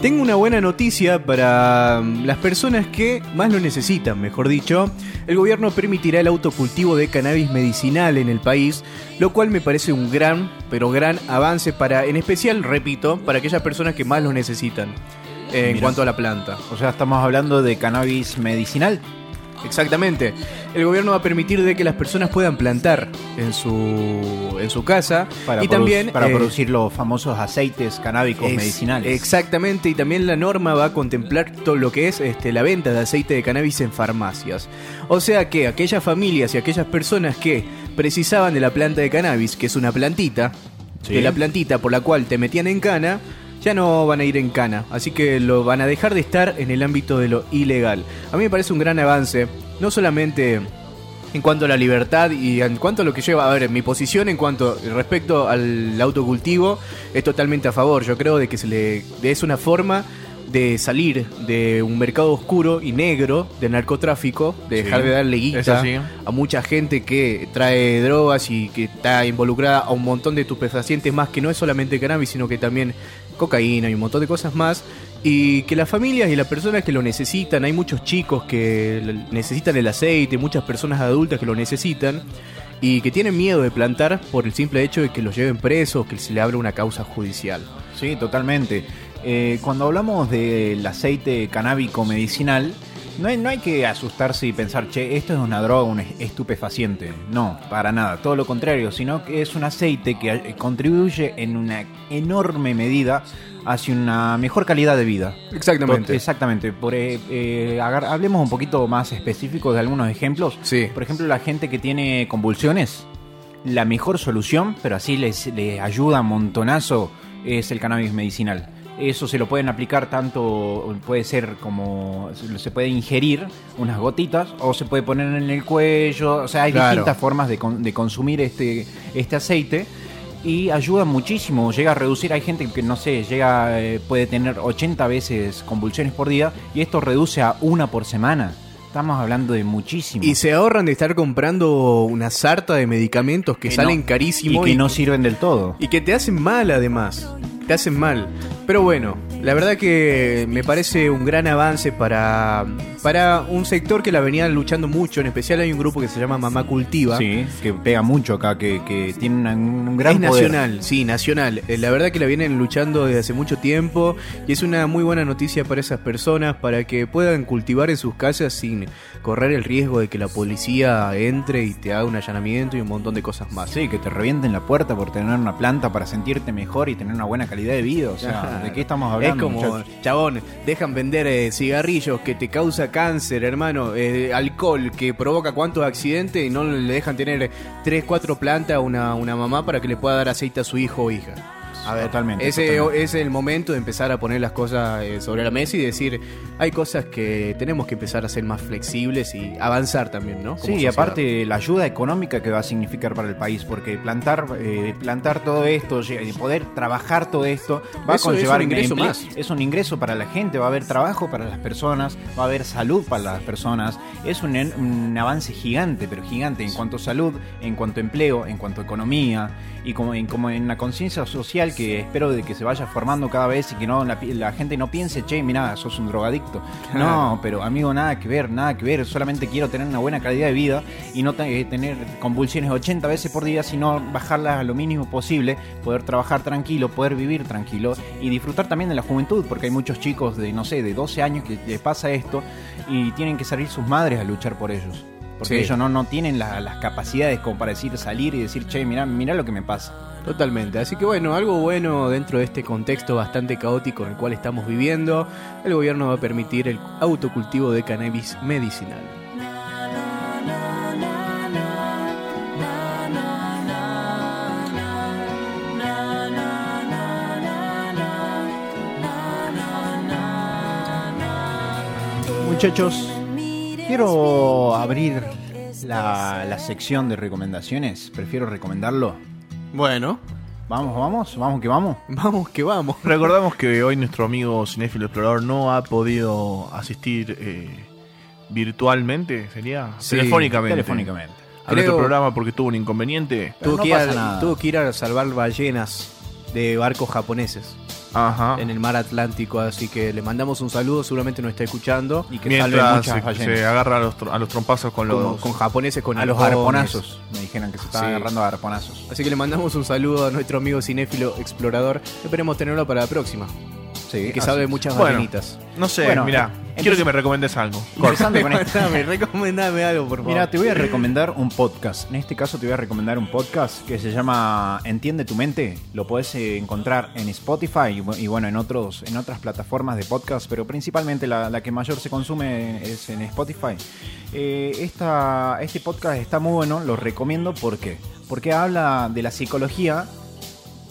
Speaker 2: Tengo una buena noticia para mm, las personas que más lo necesitan, mejor dicho. El gobierno permitirá el autocultivo de cannabis medicinal en el país, lo cual me parece un gran, pero gran avance para, en especial, repito, para aquellas personas que más lo necesitan eh, en
Speaker 3: Mira.
Speaker 2: cuanto a la planta.
Speaker 3: O sea, estamos hablando de cannabis medicinal.
Speaker 2: Exactamente. El gobierno va a permitir de que las personas puedan plantar en su, en su casa
Speaker 3: Para,
Speaker 2: y
Speaker 3: produ-
Speaker 2: también
Speaker 3: para
Speaker 2: eh,
Speaker 3: producir los famosos aceites canábicos
Speaker 2: es-
Speaker 3: medicinales.
Speaker 2: Exactamente, y también la norma va a contemplar todo lo que es este, la venta de aceite de cannabis en farmacias. O sea que aquellas familias y aquellas personas que precisaban de la planta de cannabis, que es una plantita,
Speaker 3: Sí.
Speaker 2: de la plantita por la cual te metían en cana, ya no van a ir en cana, así que lo van a dejar de estar en el ámbito de lo ilegal. A mí me parece un gran avance, no solamente en cuanto a la libertad y en cuanto a lo que lleva, a ver, mi posición en cuanto respecto al autocultivo es totalmente a favor. Yo creo de que se le es una forma de salir de un mercado oscuro y negro del narcotráfico, de
Speaker 4: Sí,
Speaker 2: dejar de darle
Speaker 4: es
Speaker 2: guita
Speaker 4: así.
Speaker 2: a mucha gente que trae drogas y que está involucrada a un montón de estupefacientes más que no es solamente cannabis, sino que también cocaína y un montón de cosas más. Y que las familias y las personas que lo necesitan, hay muchos chicos que l- necesitan el aceite, muchas personas adultas que lo necesitan y que tienen miedo de plantar por el simple hecho de que los lleven presos, que se le abra una causa judicial.
Speaker 3: Sí, totalmente. Eh, cuando hablamos del aceite canábico medicinal, no hay, no hay que asustarse y pensar, che, esto es una droga, un es- estupefaciente. No, para nada, todo lo contrario, sino que es un aceite que eh, contribuye en una enorme medida hacia una mejor calidad de vida.
Speaker 2: Exactamente.
Speaker 3: Exactamente. Por, eh, eh, agar- hablemos un poquito más específicos de algunos ejemplos.
Speaker 2: Sí.
Speaker 3: Por ejemplo, la gente que tiene convulsiones, la mejor solución, pero así les, les ayuda un montonazo, es el cannabis medicinal. Eso se lo pueden aplicar tanto, puede ser como, se puede ingerir unas gotitas o se puede poner en el cuello, o sea, hay
Speaker 2: Claro.
Speaker 3: distintas formas de, con- de consumir este, este aceite y ayuda muchísimo, llega a reducir, hay gente que no sé, llega, eh, puede tener 80 veces convulsiones por día y esto reduce a una por semana. Estamos hablando de muchísimo.
Speaker 2: Y se ahorran de estar comprando una sarta de medicamentos que,
Speaker 3: Que
Speaker 2: salen
Speaker 3: no-
Speaker 2: carísimos
Speaker 3: y que no sirven del todo.
Speaker 2: Y que te hacen mal además. Te hacen mal. Pero bueno, la verdad que me parece un gran avance para, para un sector que la venía luchando mucho. En especial hay un grupo que se llama Mamá Cultiva.
Speaker 3: Sí, que pega mucho acá, que, que tiene una- un gran
Speaker 2: es
Speaker 3: poder.
Speaker 2: nacional, sí, nacional. Eh, La verdad que la vienen luchando desde hace mucho tiempo y es una muy buena noticia para esas personas para que puedan cultivar en sus casas sin correr el riesgo de que la policía entre y te haga un allanamiento y un montón de cosas más.
Speaker 3: Sí, que te revienten la puerta por tener una planta para sentirte mejor y tener una buena calidad de vida. O sea,
Speaker 2: Claro.
Speaker 3: ¿de qué estamos hablando?
Speaker 2: Es como,
Speaker 3: muchachos?
Speaker 2: chabón, dejan vender eh, cigarrillos que te causa cáncer, hermano, eh, alcohol que provoca cuántos accidentes y no le dejan tener tres, cuatro plantas a una, una mamá para que le pueda dar aceite a su hijo o hija. A ver,
Speaker 3: Totalmente,
Speaker 2: ese
Speaker 3: totalmente.
Speaker 2: es el momento de empezar a poner las cosas eh, sobre la mesa y decir, hay cosas que tenemos que empezar a ser más flexibles y avanzar también, ¿no? Como
Speaker 3: Sí, y
Speaker 2: sociedad.
Speaker 3: aparte la ayuda económica que va a significar para el país, porque plantar eh, plantar todo esto, lle- eh, poder trabajar todo esto, va a
Speaker 2: Eso es
Speaker 3: conllevar
Speaker 2: un ingreso
Speaker 3: empleo-
Speaker 2: más.
Speaker 3: Es un ingreso para la gente, va a haber trabajo para las personas, va a haber salud para las personas. Es un, en- un avance gigante, pero gigante, en cuanto a salud, en cuanto a empleo, en cuanto a economía, y como en, como en la conciencia social que espero de que se vaya formando cada vez y que no la, pi- la gente no piense, che, mira, sos un drogadicto. No, pero amigo, nada que ver, nada que ver. Solamente quiero tener una buena calidad de vida y no te- eh, tener convulsiones 80 veces por día, sino bajarlas a lo mínimo posible, poder trabajar tranquilo, poder vivir tranquilo y disfrutar también de la juventud, porque hay muchos chicos de, no sé, de 12 años que les pasa esto y tienen que salir sus madres a luchar por ellos. Porque
Speaker 2: Sí.
Speaker 3: ellos no, no tienen la- las capacidades como para decir salir y decir, che, mira, mira lo que me pasa.
Speaker 2: Totalmente, así que bueno, algo bueno dentro de este contexto bastante caótico en el cual estamos viviendo, el gobierno va a permitir el autocultivo de cannabis medicinal.
Speaker 3: Muchachos, quiero abrir la, la sección de recomendaciones. Prefiero recomendarlo.
Speaker 2: Bueno,
Speaker 3: Vamos, vamos, vamos que vamos.
Speaker 2: vamos que vamos.
Speaker 4: Recordamos que hoy nuestro amigo Cinéfilo Explorador no ha podido asistir eh, virtualmente, sería
Speaker 2: Sí,
Speaker 4: telefónicamente.
Speaker 3: Telefónicamente.
Speaker 4: al otro
Speaker 2: Creo-
Speaker 4: programa porque tuvo un inconveniente.
Speaker 2: Tuvo,
Speaker 3: no
Speaker 2: que ir
Speaker 3: pasa
Speaker 2: a-
Speaker 3: nada.
Speaker 2: tuvo que ir a salvar ballenas de barcos japoneses
Speaker 4: Ajá.
Speaker 2: en el mar Atlántico, así que le mandamos un saludo, seguramente nos está escuchando.
Speaker 3: Y que salven
Speaker 4: Mientras
Speaker 3: muchas
Speaker 4: se,
Speaker 3: ballenas.
Speaker 4: se agarra a los, tro- a los trompazos con
Speaker 2: Con,
Speaker 4: los...
Speaker 2: con japoneses, con
Speaker 3: a los
Speaker 2: halcones.
Speaker 3: arponazos. Me dijeron que se estaba
Speaker 2: Sí.
Speaker 3: agarrando a arponazos.
Speaker 2: Así que le mandamos un saludo a nuestro amigo cinéfilo explorador. Esperemos tenerlo para la próxima.
Speaker 3: Sí,
Speaker 2: Y que
Speaker 3: así
Speaker 2: sabe
Speaker 3: es.
Speaker 2: muchas
Speaker 4: Bueno.
Speaker 2: ballenitas.
Speaker 4: No sé,
Speaker 3: Bueno,
Speaker 4: mirá.
Speaker 3: entonces-
Speaker 4: Quiero que me recomiendes algo.
Speaker 3: Empezando con esto.
Speaker 2: Recomendame, recomendame algo, por favor.
Speaker 3: Mira, te voy a recomendar un podcast. En este caso te voy a recomendar un podcast que se llama Entiende tu mente. Lo podés eh, encontrar en Spotify y, bu- y bueno, en otros en otras plataformas de podcast, pero principalmente la, la que mayor se consume es en Spotify. Eh, esta, este podcast está muy bueno, lo recomiendo ¿por qué? Porque habla de la psicología,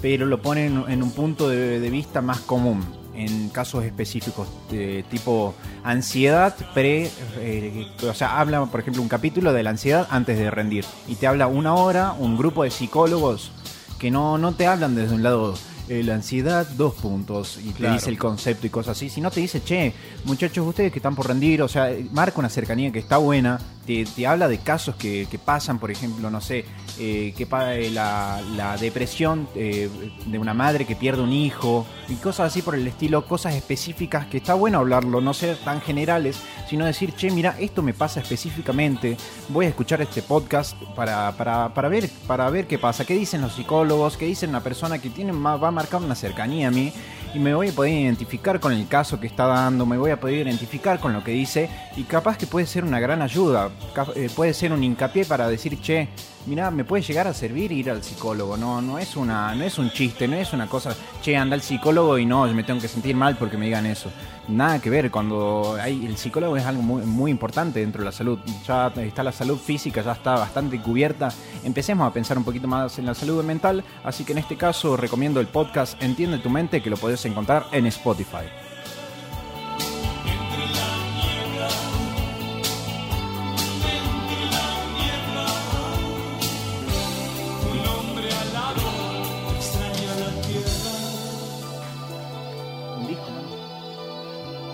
Speaker 3: pero lo pone en, en un punto de, de vista más común, en casos específicos, de tipo ansiedad, pre, eh, o sea, habla, por ejemplo, un capítulo de la ansiedad antes de rendir, y te habla una hora un grupo de psicólogos que no, no te hablan desde un lado. eh, La ansiedad, dos puntos, y te
Speaker 2: Claro.
Speaker 3: dice el concepto y cosas así. Si no te dice, che, muchachos, ustedes que están por rendir, o sea, marca una cercanía que está buena, te, te habla de casos que, que pasan, por ejemplo, no sé, eh, que pa- eh, la, la depresión eh, de una madre que pierde un hijo, y cosas así por el estilo, cosas específicas que está bueno hablarlo, no ser tan generales, sino decir, che, mira, esto me pasa específicamente, voy a escuchar este podcast para, para, para ver, para ver qué pasa, qué dicen los psicólogos, qué dicen la persona que tiene, ma- va a marcar una cercanía a mí y me voy a poder identificar con el caso que está dando, me voy a poder identificar con lo que dice y capaz que puede ser una gran ayuda, cap- eh, puede ser un hincapié para decir, che, mirá, me puede llegar a servir ir al psicólogo, no, no es una, no es un chiste, no es una cosa, che, anda al psicólogo y no, yo me tengo que sentir mal porque me digan eso. Nada que ver, cuando hay, el psicólogo es algo muy, muy importante dentro de la salud, ya está la salud física, ya está bastante cubierta, empecemos a pensar un poquito más en la salud mental, así que en este caso recomiendo el podcast Entiende tu mente que lo podés encontrar en Spotify. Un disco, ¿no?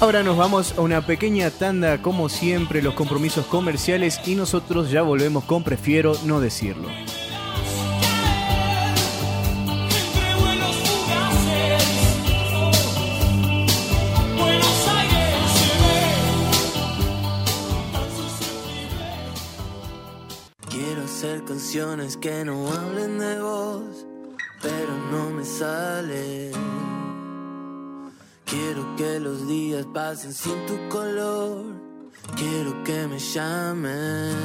Speaker 2: Ahora nos vamos a una pequeña tanda, como siempre, los compromisos comerciales y nosotros ya volvemos con Prefiero no decirlo.
Speaker 10: Entre vuelos fugaces, Buenos Aires se ve tan susceptible.
Speaker 7: Quiero hacer canciones que no hablen de vos, pero no me sale. Quiero que los días pasen sin tu color, quiero que me llames.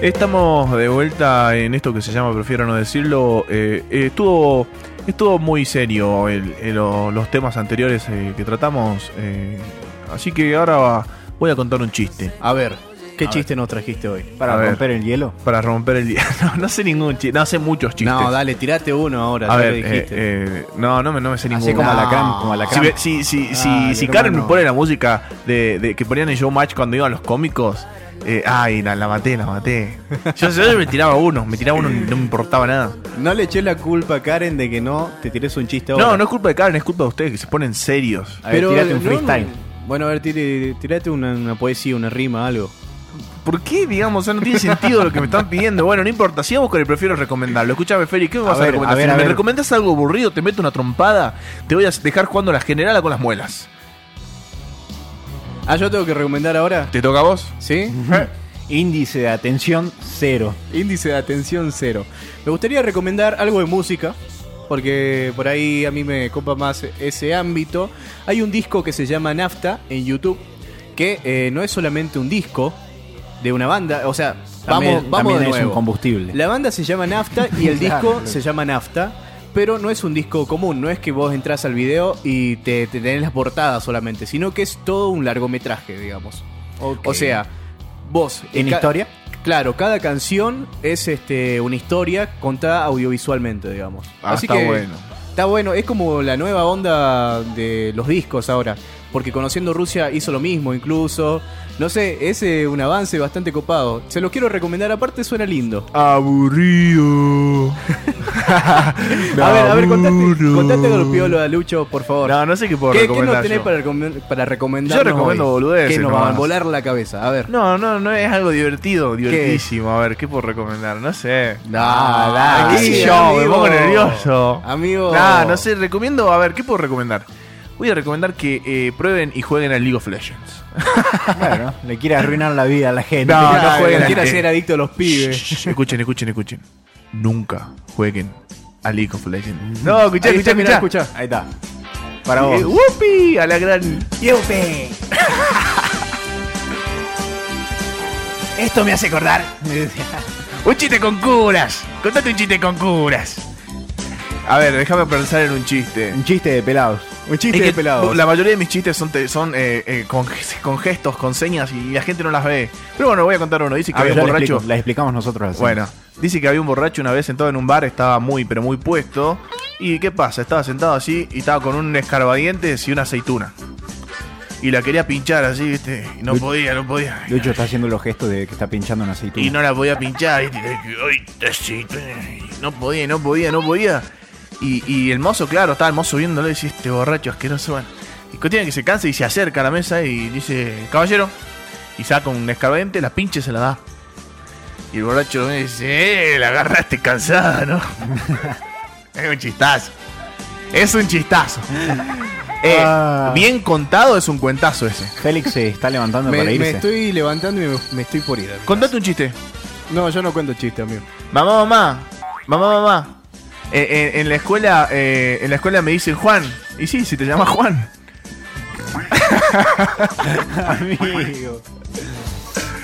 Speaker 4: Estamos de vuelta en esto que se llama Prefiero no decirlo. Eh, eh, estuvo, estuvo muy serio el- el- lo- los temas anteriores eh, que tratamos. eh, así que ahora va- voy a contar un chiste.
Speaker 2: A ver, ¿qué chiste nos trajiste hoy?
Speaker 4: A
Speaker 3: Para
Speaker 4: ver.
Speaker 3: romper el hielo.
Speaker 4: Para romper el día. No, no sé ningún chiste. No sé muchos chistes.
Speaker 2: No, dale, tirate uno ahora,
Speaker 4: a
Speaker 2: ya
Speaker 4: ver,
Speaker 2: que dijiste.
Speaker 4: eh, eh, no, no me, no me sé
Speaker 3: Así
Speaker 4: ninguno.
Speaker 3: como
Speaker 4: No.
Speaker 3: alacrán, como alacrán.
Speaker 4: Si, ve- si, si, si,
Speaker 3: Dale,
Speaker 4: si Karen me
Speaker 3: hermano.
Speaker 4: pone la música de, de- que ponían en Showmatch cuando iban los cómicos, eh, ay, la, la maté, la maté. Yo, yo me tiraba uno, me tiraba uno, no me importaba nada.
Speaker 2: No le eché la culpa a Karen de que no te tires un chiste ahora.
Speaker 4: No, no es culpa de Karen, es culpa de ustedes que se ponen serios.
Speaker 3: A ver, tirate un
Speaker 2: no,
Speaker 3: freestyle.
Speaker 2: Bueno, a ver, tire- tirate una, una poesía, una rima, algo.
Speaker 4: ¿Por qué, digamos? O sea, no tiene sentido lo que me están pidiendo. Bueno, no importa, sigamos con el prefiero recomendarlo. Escúchame, Feli, ¿qué me vas a,
Speaker 3: ver,
Speaker 4: recomendar?
Speaker 3: a ver,
Speaker 4: si
Speaker 3: a
Speaker 4: me
Speaker 3: ver.
Speaker 4: recomendás algo aburrido, te meto una trompada, te voy a dejar jugando a la generala con las muelas.
Speaker 2: Ah, yo tengo que recomendar ahora.
Speaker 4: ¿Te toca a vos?
Speaker 2: ¿Sí?
Speaker 3: Índice de atención cero.
Speaker 2: Índice de atención cero. Me gustaría recomendar algo de música. porque por ahí a mí me copa más ese ámbito. Hay un disco que se llama Nafta en YouTube, que eh, no es solamente un disco de una banda, o sea,
Speaker 3: También-
Speaker 2: vamos, vamos
Speaker 3: también
Speaker 2: de
Speaker 3: es un
Speaker 2: nuevo.
Speaker 3: combustible.
Speaker 2: La banda se llama Nafta y el
Speaker 3: Claro,
Speaker 2: disco
Speaker 3: claro.
Speaker 2: se llama Nafta, pero no es un disco común, no es que vos entras al video y te, te tenés las portadas solamente, sino que es todo un largometraje, digamos. O sea, vos...
Speaker 3: ¿Tiene
Speaker 2: ca-
Speaker 3: historia?
Speaker 2: Claro, cada canción es este una historia contada audiovisualmente, digamos.
Speaker 4: Ah, está bueno.
Speaker 2: Está bueno, es como la nueva onda de los discos ahora. Porque Conociendo Rusia hizo lo mismo incluso. No sé, es eh, un avance bastante copado. Se los quiero recomendar, aparte suena lindo.
Speaker 4: Aburrido.
Speaker 2: a ver, a ver, contate,
Speaker 4: Aburro.
Speaker 2: contate con los piolos a Lucho, por favor.
Speaker 4: No, no sé qué puedo
Speaker 2: ¿Qué, qué
Speaker 4: recomendar.
Speaker 2: nos tenés
Speaker 4: yo.
Speaker 2: para, recomendar para recomendarnos
Speaker 4: Yo recomiendo
Speaker 2: hoy?
Speaker 4: boludeces
Speaker 2: Que nos van a
Speaker 4: nomás.
Speaker 2: volar la cabeza, a ver.
Speaker 4: No, no, no es algo divertido, divertísimo. A ver, ¿qué puedo recomendar? No sé.
Speaker 2: Ah,
Speaker 4: ¿Qué sé
Speaker 2: sí,
Speaker 4: yo? Me
Speaker 2: amigo.
Speaker 4: pongo nervioso.
Speaker 2: Amigo.
Speaker 4: Nah, no sé, recomiendo. A ver, ¿qué puedo recomendar? Voy a recomendar que eh, prueben y jueguen al League of Legends.
Speaker 3: Claro, le quiere arruinar la vida a la gente.
Speaker 4: No,
Speaker 2: Claro,
Speaker 4: no jueguen.
Speaker 2: quiera
Speaker 4: Eh,
Speaker 2: ser adicto a los pibes.
Speaker 4: Shh, shh, escuchen, escuchen, escuchen. Nunca jueguen a League of Legends. No, escuchá,
Speaker 2: Ahí está,
Speaker 4: escuchá,
Speaker 2: mirá,
Speaker 4: escuchá.
Speaker 2: escuchá.
Speaker 3: Ahí está. Para vos.
Speaker 4: Eh, ¡Wupi! A la gran.
Speaker 3: ¡Yupi! Esto me hace acordar.
Speaker 4: Un chiste con curas. Contate un chiste con curas. A ver, déjame pensar en un chiste.
Speaker 3: Un chiste de pelados. Un chiste
Speaker 4: Es que
Speaker 3: de pelados.
Speaker 4: La mayoría de mis chistes son, te- son eh, eh, con, con gestos, con señas y la gente no las ve. Pero bueno, voy a contar uno. Dice que
Speaker 3: A ver,
Speaker 4: había
Speaker 3: yo
Speaker 4: un
Speaker 3: le
Speaker 4: borracho.
Speaker 3: explico, la explicamos nosotros. así.
Speaker 4: Bueno, dice que había un borracho una vez sentado en un bar, estaba muy, pero muy puesto. ¿Y qué pasa? Estaba sentado así y estaba con un escarbadientes y una aceituna. Y la quería pinchar así, ¿viste? Y no podía, no podía.
Speaker 3: Lucho está haciendo los gestos de que está pinchando una aceituna.
Speaker 4: Y no la podía pinchar. Y tenía que, "Ay, tacito". Y no podía, no podía, no podía. Y, y el mozo, claro, estaba el mozo viéndolo y dice, este borracho asqueroso, bueno. Y cuestión es que se cansa y se acerca a la mesa y dice, caballero. Y saca un escarbadiente, la pinche se la da. Y el borracho lo mira y dice, eh, la agarraste cansada, ¿no? es un chistazo. Es un chistazo. Eh,
Speaker 3: Ah.
Speaker 4: Bien contado es un cuentazo ese.
Speaker 3: Félix se está levantando
Speaker 2: Me,
Speaker 3: para
Speaker 2: me
Speaker 3: irse.
Speaker 2: estoy levantando y me, me estoy por ir.
Speaker 4: Contate un chiste.
Speaker 2: No, yo no cuento chistes, amigo.
Speaker 4: Mamá, mamá, mamá, mamá. Eh, eh, en la escuela, eh, en la escuela me dicen Juan. Y sí, si te llamas Juan.
Speaker 3: Amigo.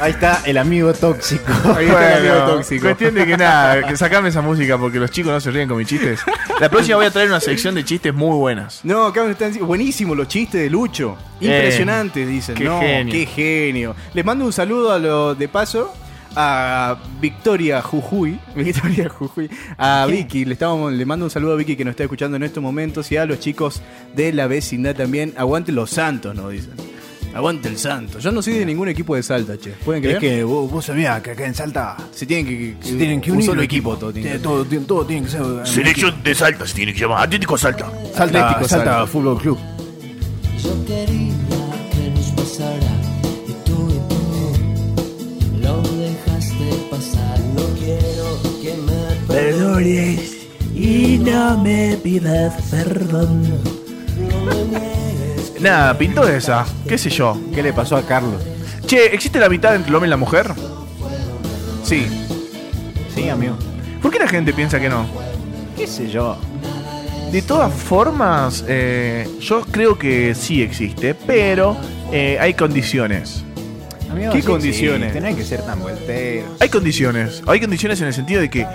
Speaker 3: Ahí está el amigo tóxico.
Speaker 2: Ahí está el amigo tóxico.
Speaker 4: Cuestión de que nada, que sacame esa música porque los chicos no se ríen con mis chistes. La próxima voy a traer una sección de chistes muy buenas.
Speaker 2: No, acá me están diciendo, buenísimo los chistes de Lucho. Impresionantes, dicen.
Speaker 4: qué
Speaker 2: no,
Speaker 4: genio.
Speaker 2: qué genio. Les mando un saludo a lo de paso a Victoria Jujuy. Victoria Jujuy. A Vicky. Le, estamos, le mando un saludo a Vicky que nos está escuchando en estos momentos y a los chicos de la vecindad también. Aguante los santos, nos dicen. Aguante el santo. Yo no soy de ningún equipo de Salta, che. ¿Pueden creer?
Speaker 3: Es que vos, vos sabías que acá en Salta
Speaker 2: se tienen que,
Speaker 3: se tienen que
Speaker 2: un
Speaker 3: unir.
Speaker 2: solo
Speaker 3: los
Speaker 2: equipo.
Speaker 3: equipos.
Speaker 2: todo tiene que-
Speaker 3: Tiene- todo, tiene- todo tiene que ser. eh, un
Speaker 4: de Salta se tiene que llamar Atlético Salta.
Speaker 3: equipo. Salta,
Speaker 2: Atlético,
Speaker 3: Salta,
Speaker 2: Salta.
Speaker 3: Fútbol Club.
Speaker 6: Yo quería que nos pasara y tú y tú lo dejaste pasar. No quiero que me perdones y no me pidas perdón.
Speaker 4: Nada, pintó esa. ¿Qué sé yo?
Speaker 3: ¿Qué le pasó a Carlos?
Speaker 4: Che, ¿existe la mitad entre el hombre y la mujer?
Speaker 2: Sí.
Speaker 3: Sí, amigo.
Speaker 4: ¿Por qué la gente piensa que no?
Speaker 3: ¿Qué sé yo?
Speaker 4: De todas formas, eh, yo creo que sí existe, pero eh, hay condiciones.
Speaker 3: Amigo,
Speaker 2: ¿Qué
Speaker 3: sí
Speaker 2: condiciones?
Speaker 3: existe, No hay que ser tan voltero.
Speaker 4: Hay condiciones. Hay condiciones en el sentido de que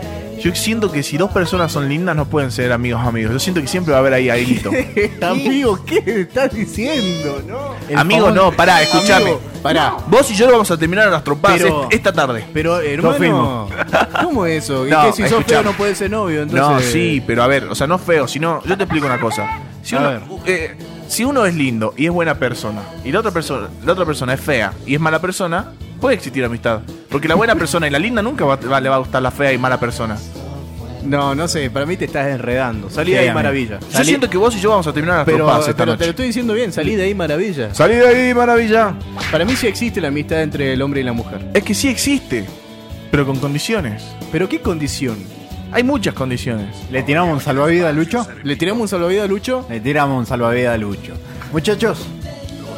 Speaker 4: yo siento que si dos personas son lindas no pueden ser amigos amigos. Yo siento que siempre va a haber ahí algo.
Speaker 2: Amigo, ¿qué estás diciendo? No.
Speaker 4: Amigo, no, pará, escúchame.
Speaker 2: Amigo, pará.
Speaker 4: Vos y yo lo vamos a terminar a las trompadas
Speaker 2: Pero-
Speaker 4: est- esta tarde.
Speaker 2: Pero, hermano,
Speaker 3: fuimos.
Speaker 2: ¿cómo eso? ¿Y
Speaker 4: No,
Speaker 2: que si sos feo
Speaker 4: escuchame.
Speaker 2: no puedes ser novio? Entonces... eh,
Speaker 4: No, sí, pero a ver, o sea, no feo, sino. Yo te explico una cosa. Si
Speaker 2: A
Speaker 4: uno,
Speaker 2: ver.
Speaker 4: eh, si uno es lindo y es buena persona, y la otra persona, la otra persona es fea y es mala persona, puede existir amistad. Porque la buena persona y la linda nunca va- va- le va a gustar la fea y mala persona.
Speaker 2: No, no sé, para mí te estás enredando. Salí de
Speaker 3: Sí,
Speaker 2: ahí,
Speaker 3: amigo.
Speaker 2: maravilla.
Speaker 4: Yo siento que vos y yo vamos a terminar a las
Speaker 2: Pero, eh,
Speaker 4: trompadas esta
Speaker 2: pero te lo
Speaker 4: noche.
Speaker 2: estoy diciendo bien, salí de ahí, maravilla.
Speaker 4: Salí de ahí, maravilla.
Speaker 2: Para mí sí existe la amistad entre el hombre y la mujer.
Speaker 4: Es que sí existe, pero con condiciones.
Speaker 2: Pero ¿qué condición?
Speaker 4: Hay muchas condiciones.
Speaker 3: ¿Le tiramos un salvavidas a Lucho?
Speaker 2: ¿Le tiramos un salvavidas a Lucho?
Speaker 3: Le tiramos un salvavidas a Lucho. Muchachos,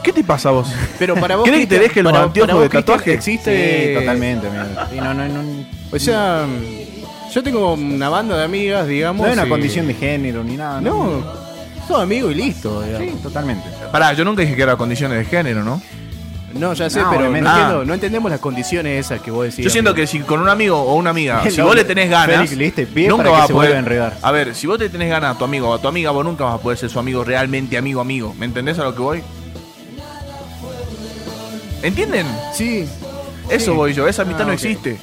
Speaker 4: ¿Qué te pasa a vos?
Speaker 2: Pero para vos,
Speaker 4: ¿Querés que te
Speaker 2: Cristian,
Speaker 4: deje los
Speaker 2: para-
Speaker 4: anteojos
Speaker 2: para vos,
Speaker 4: de
Speaker 2: Cristian,
Speaker 4: tatuaje?
Speaker 2: Existe...
Speaker 3: Sí, totalmente, amigo. Sí, no, no, no.
Speaker 2: O sea, Yo tengo una banda de amigas, digamos.
Speaker 3: No hay una
Speaker 2: y-
Speaker 3: condición de género ni nada.
Speaker 2: No, son amigos y listo, digamos.
Speaker 3: Sí, totalmente.
Speaker 4: Pará, yo nunca dije que era condiciones de género, ¿no?
Speaker 2: No, ya sé,
Speaker 3: No,
Speaker 2: pero no, Ah.
Speaker 3: obviamente.
Speaker 2: entiendo- no entendemos las condiciones esas que vos decís.
Speaker 4: Yo siento
Speaker 2: amigo.
Speaker 4: que si con un amigo o una amiga,
Speaker 3: El
Speaker 4: si vos
Speaker 3: hombre-
Speaker 4: le tenés ganas,
Speaker 3: Félix, le diste pie
Speaker 4: nunca
Speaker 3: para que
Speaker 4: vas a
Speaker 3: se
Speaker 4: poder
Speaker 3: vuelva a enredar.
Speaker 4: A ver, si vos te tenés ganas a tu amigo o a tu amiga, vos nunca vas a poder ser su amigo realmente amigo amigo. ¿Me entendés a lo que voy? ¿Entienden?
Speaker 2: Sí,
Speaker 4: Eso voy yo, esa amistad
Speaker 2: Ah,
Speaker 4: no
Speaker 2: ok.
Speaker 4: existe.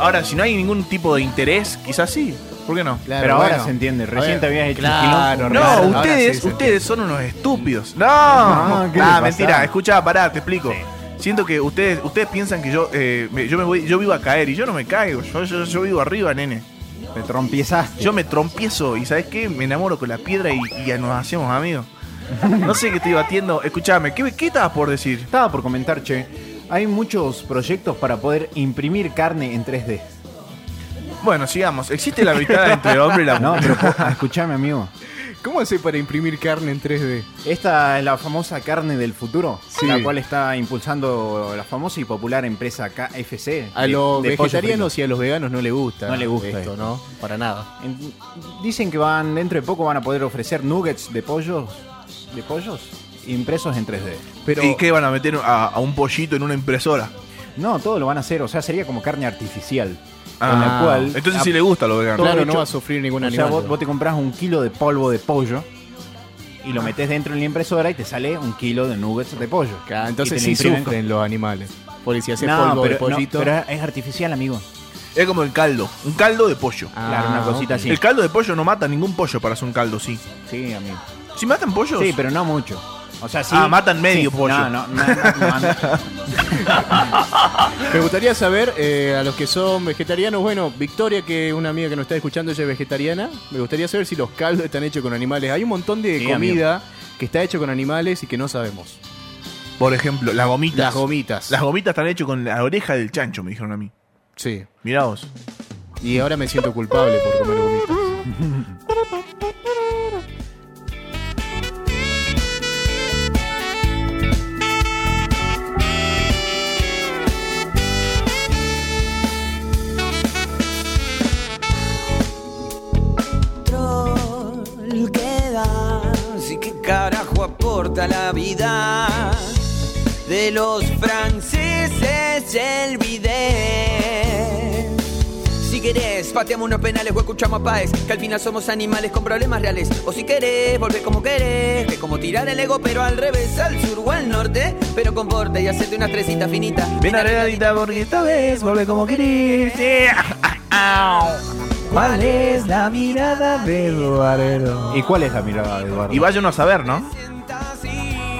Speaker 4: Ahora, si no hay ningún tipo de interés, quizás sí. ¿Por qué no?
Speaker 2: claro.
Speaker 3: Pero ahora
Speaker 2: bueno.
Speaker 3: se entiende. Recién
Speaker 2: ver,
Speaker 3: te habías hecho
Speaker 2: claro,
Speaker 3: un quilombo.
Speaker 4: No,
Speaker 2: Ahora sí
Speaker 4: ustedes,
Speaker 2: se
Speaker 4: ustedes son unos estúpidos. No,
Speaker 3: Ah, ¿qué le
Speaker 4: ah,
Speaker 3: pasa?
Speaker 4: mentira. Escucha, pará, te explico. Siento que ustedes, ustedes piensan que yo, eh, me- yo me voy, yo vivo a caer y yo no me caigo. Yo, yo, yo vivo arriba, nene.
Speaker 3: Te trompiezaste.
Speaker 4: Yo me trompiezo y ¿sabes qué? Me enamoro con la piedra y, y ya nos hacemos amigos. No sé qué estoy batiendo. Escuchame, ¿qué, qué estabas por decir?
Speaker 3: Estaba por comentar, che. Hay muchos proyectos para poder imprimir carne en 3D.
Speaker 4: Bueno, sigamos. ¿Existe la amistad entre el hombre y la
Speaker 3: No,
Speaker 4: mujer?
Speaker 3: pero po- escuchame, amigo.
Speaker 2: ¿Cómo hace para imprimir carne en 3D?
Speaker 3: Esta es la famosa carne del futuro,
Speaker 2: Sí.
Speaker 3: la cual está impulsando la famosa y popular empresa KFC.
Speaker 2: A
Speaker 3: de-
Speaker 2: los
Speaker 3: de pollo
Speaker 2: vegetarianos y a los veganos no les gusta.
Speaker 3: No les gusta
Speaker 2: esto,
Speaker 3: esto.
Speaker 2: ¿no? Para nada.
Speaker 3: frito. En- Dicen que van dentro de poco van a poder ofrecer nuggets de pollos, de pollos impresos en 3D.
Speaker 2: Pero
Speaker 4: ¿Y qué van a meter a, a un pollito en una impresora?
Speaker 3: No, todo lo van a hacer, o sea, sería como carne artificial, con
Speaker 4: Ah,
Speaker 3: la cual
Speaker 4: Entonces sí le gusta lo vegano.
Speaker 2: claro,
Speaker 3: todo
Speaker 2: no
Speaker 3: hecho-
Speaker 2: va a sufrir ningún
Speaker 3: o sea,
Speaker 2: animal.
Speaker 3: vos, vos te compras un kilo de polvo de pollo y
Speaker 2: Ah.
Speaker 3: lo metes dentro en la impresora y te sale un kilo de nuggets de pollo.
Speaker 2: Claro,
Speaker 3: Y
Speaker 2: Ah, Entonces
Speaker 3: te
Speaker 2: sí
Speaker 3: lo imprimen con-
Speaker 2: sufren los animales. Porque si haces
Speaker 3: No,
Speaker 2: polvo de
Speaker 3: pero, no,
Speaker 2: pollito.
Speaker 3: pero es artificial, amigo.
Speaker 4: Es como el caldo. Un caldo de pollo.
Speaker 2: Ah,
Speaker 3: claro, una cosita
Speaker 2: ok.
Speaker 3: así.
Speaker 4: El caldo de pollo no mata ningún pollo para hacer un caldo, sí.
Speaker 3: Sí, amigo.
Speaker 4: ¿Sí matan pollos?
Speaker 3: Sí, pero no mucho. O sea, sí.
Speaker 4: Ah, matan medio
Speaker 3: sí.
Speaker 4: pollo.
Speaker 3: No, no, no, no, no.
Speaker 2: Me gustaría saber eh, a los que son vegetarianos, bueno, Victoria, que es una amiga que nos está escuchando, ella es vegetariana, me gustaría saber si los caldos están hechos con animales. Hay un montón de
Speaker 3: Sí,
Speaker 2: comida que está hecho con animales y que no sabemos.
Speaker 4: Por ejemplo, las gomitas.
Speaker 2: Las gomitas.
Speaker 4: Las gomitas están hechas con la oreja del chancho, me dijeron a mí.
Speaker 2: Sí.
Speaker 4: Mirá vos.
Speaker 2: Y ahora me siento culpable por comer gomitas.
Speaker 6: control que das y qué carajo aporta la vida de los franceses el bidet. Si querés, pateamos unos penales o escuchamos a Paez, que al final somos animales con problemas reales. O si querés, volver como querés, que es como tirar el ego, pero al revés, al sur o al norte, pero con porte y hacerte unas tresitas finitas.
Speaker 4: Ven arregladita porque esta vez vuelve como querés.
Speaker 6: ¿Cuál es la mirada de Eduardo?
Speaker 3: ¿Y cuál es la mirada de Eduardo?
Speaker 4: Y vaya uno a saber, ¿no?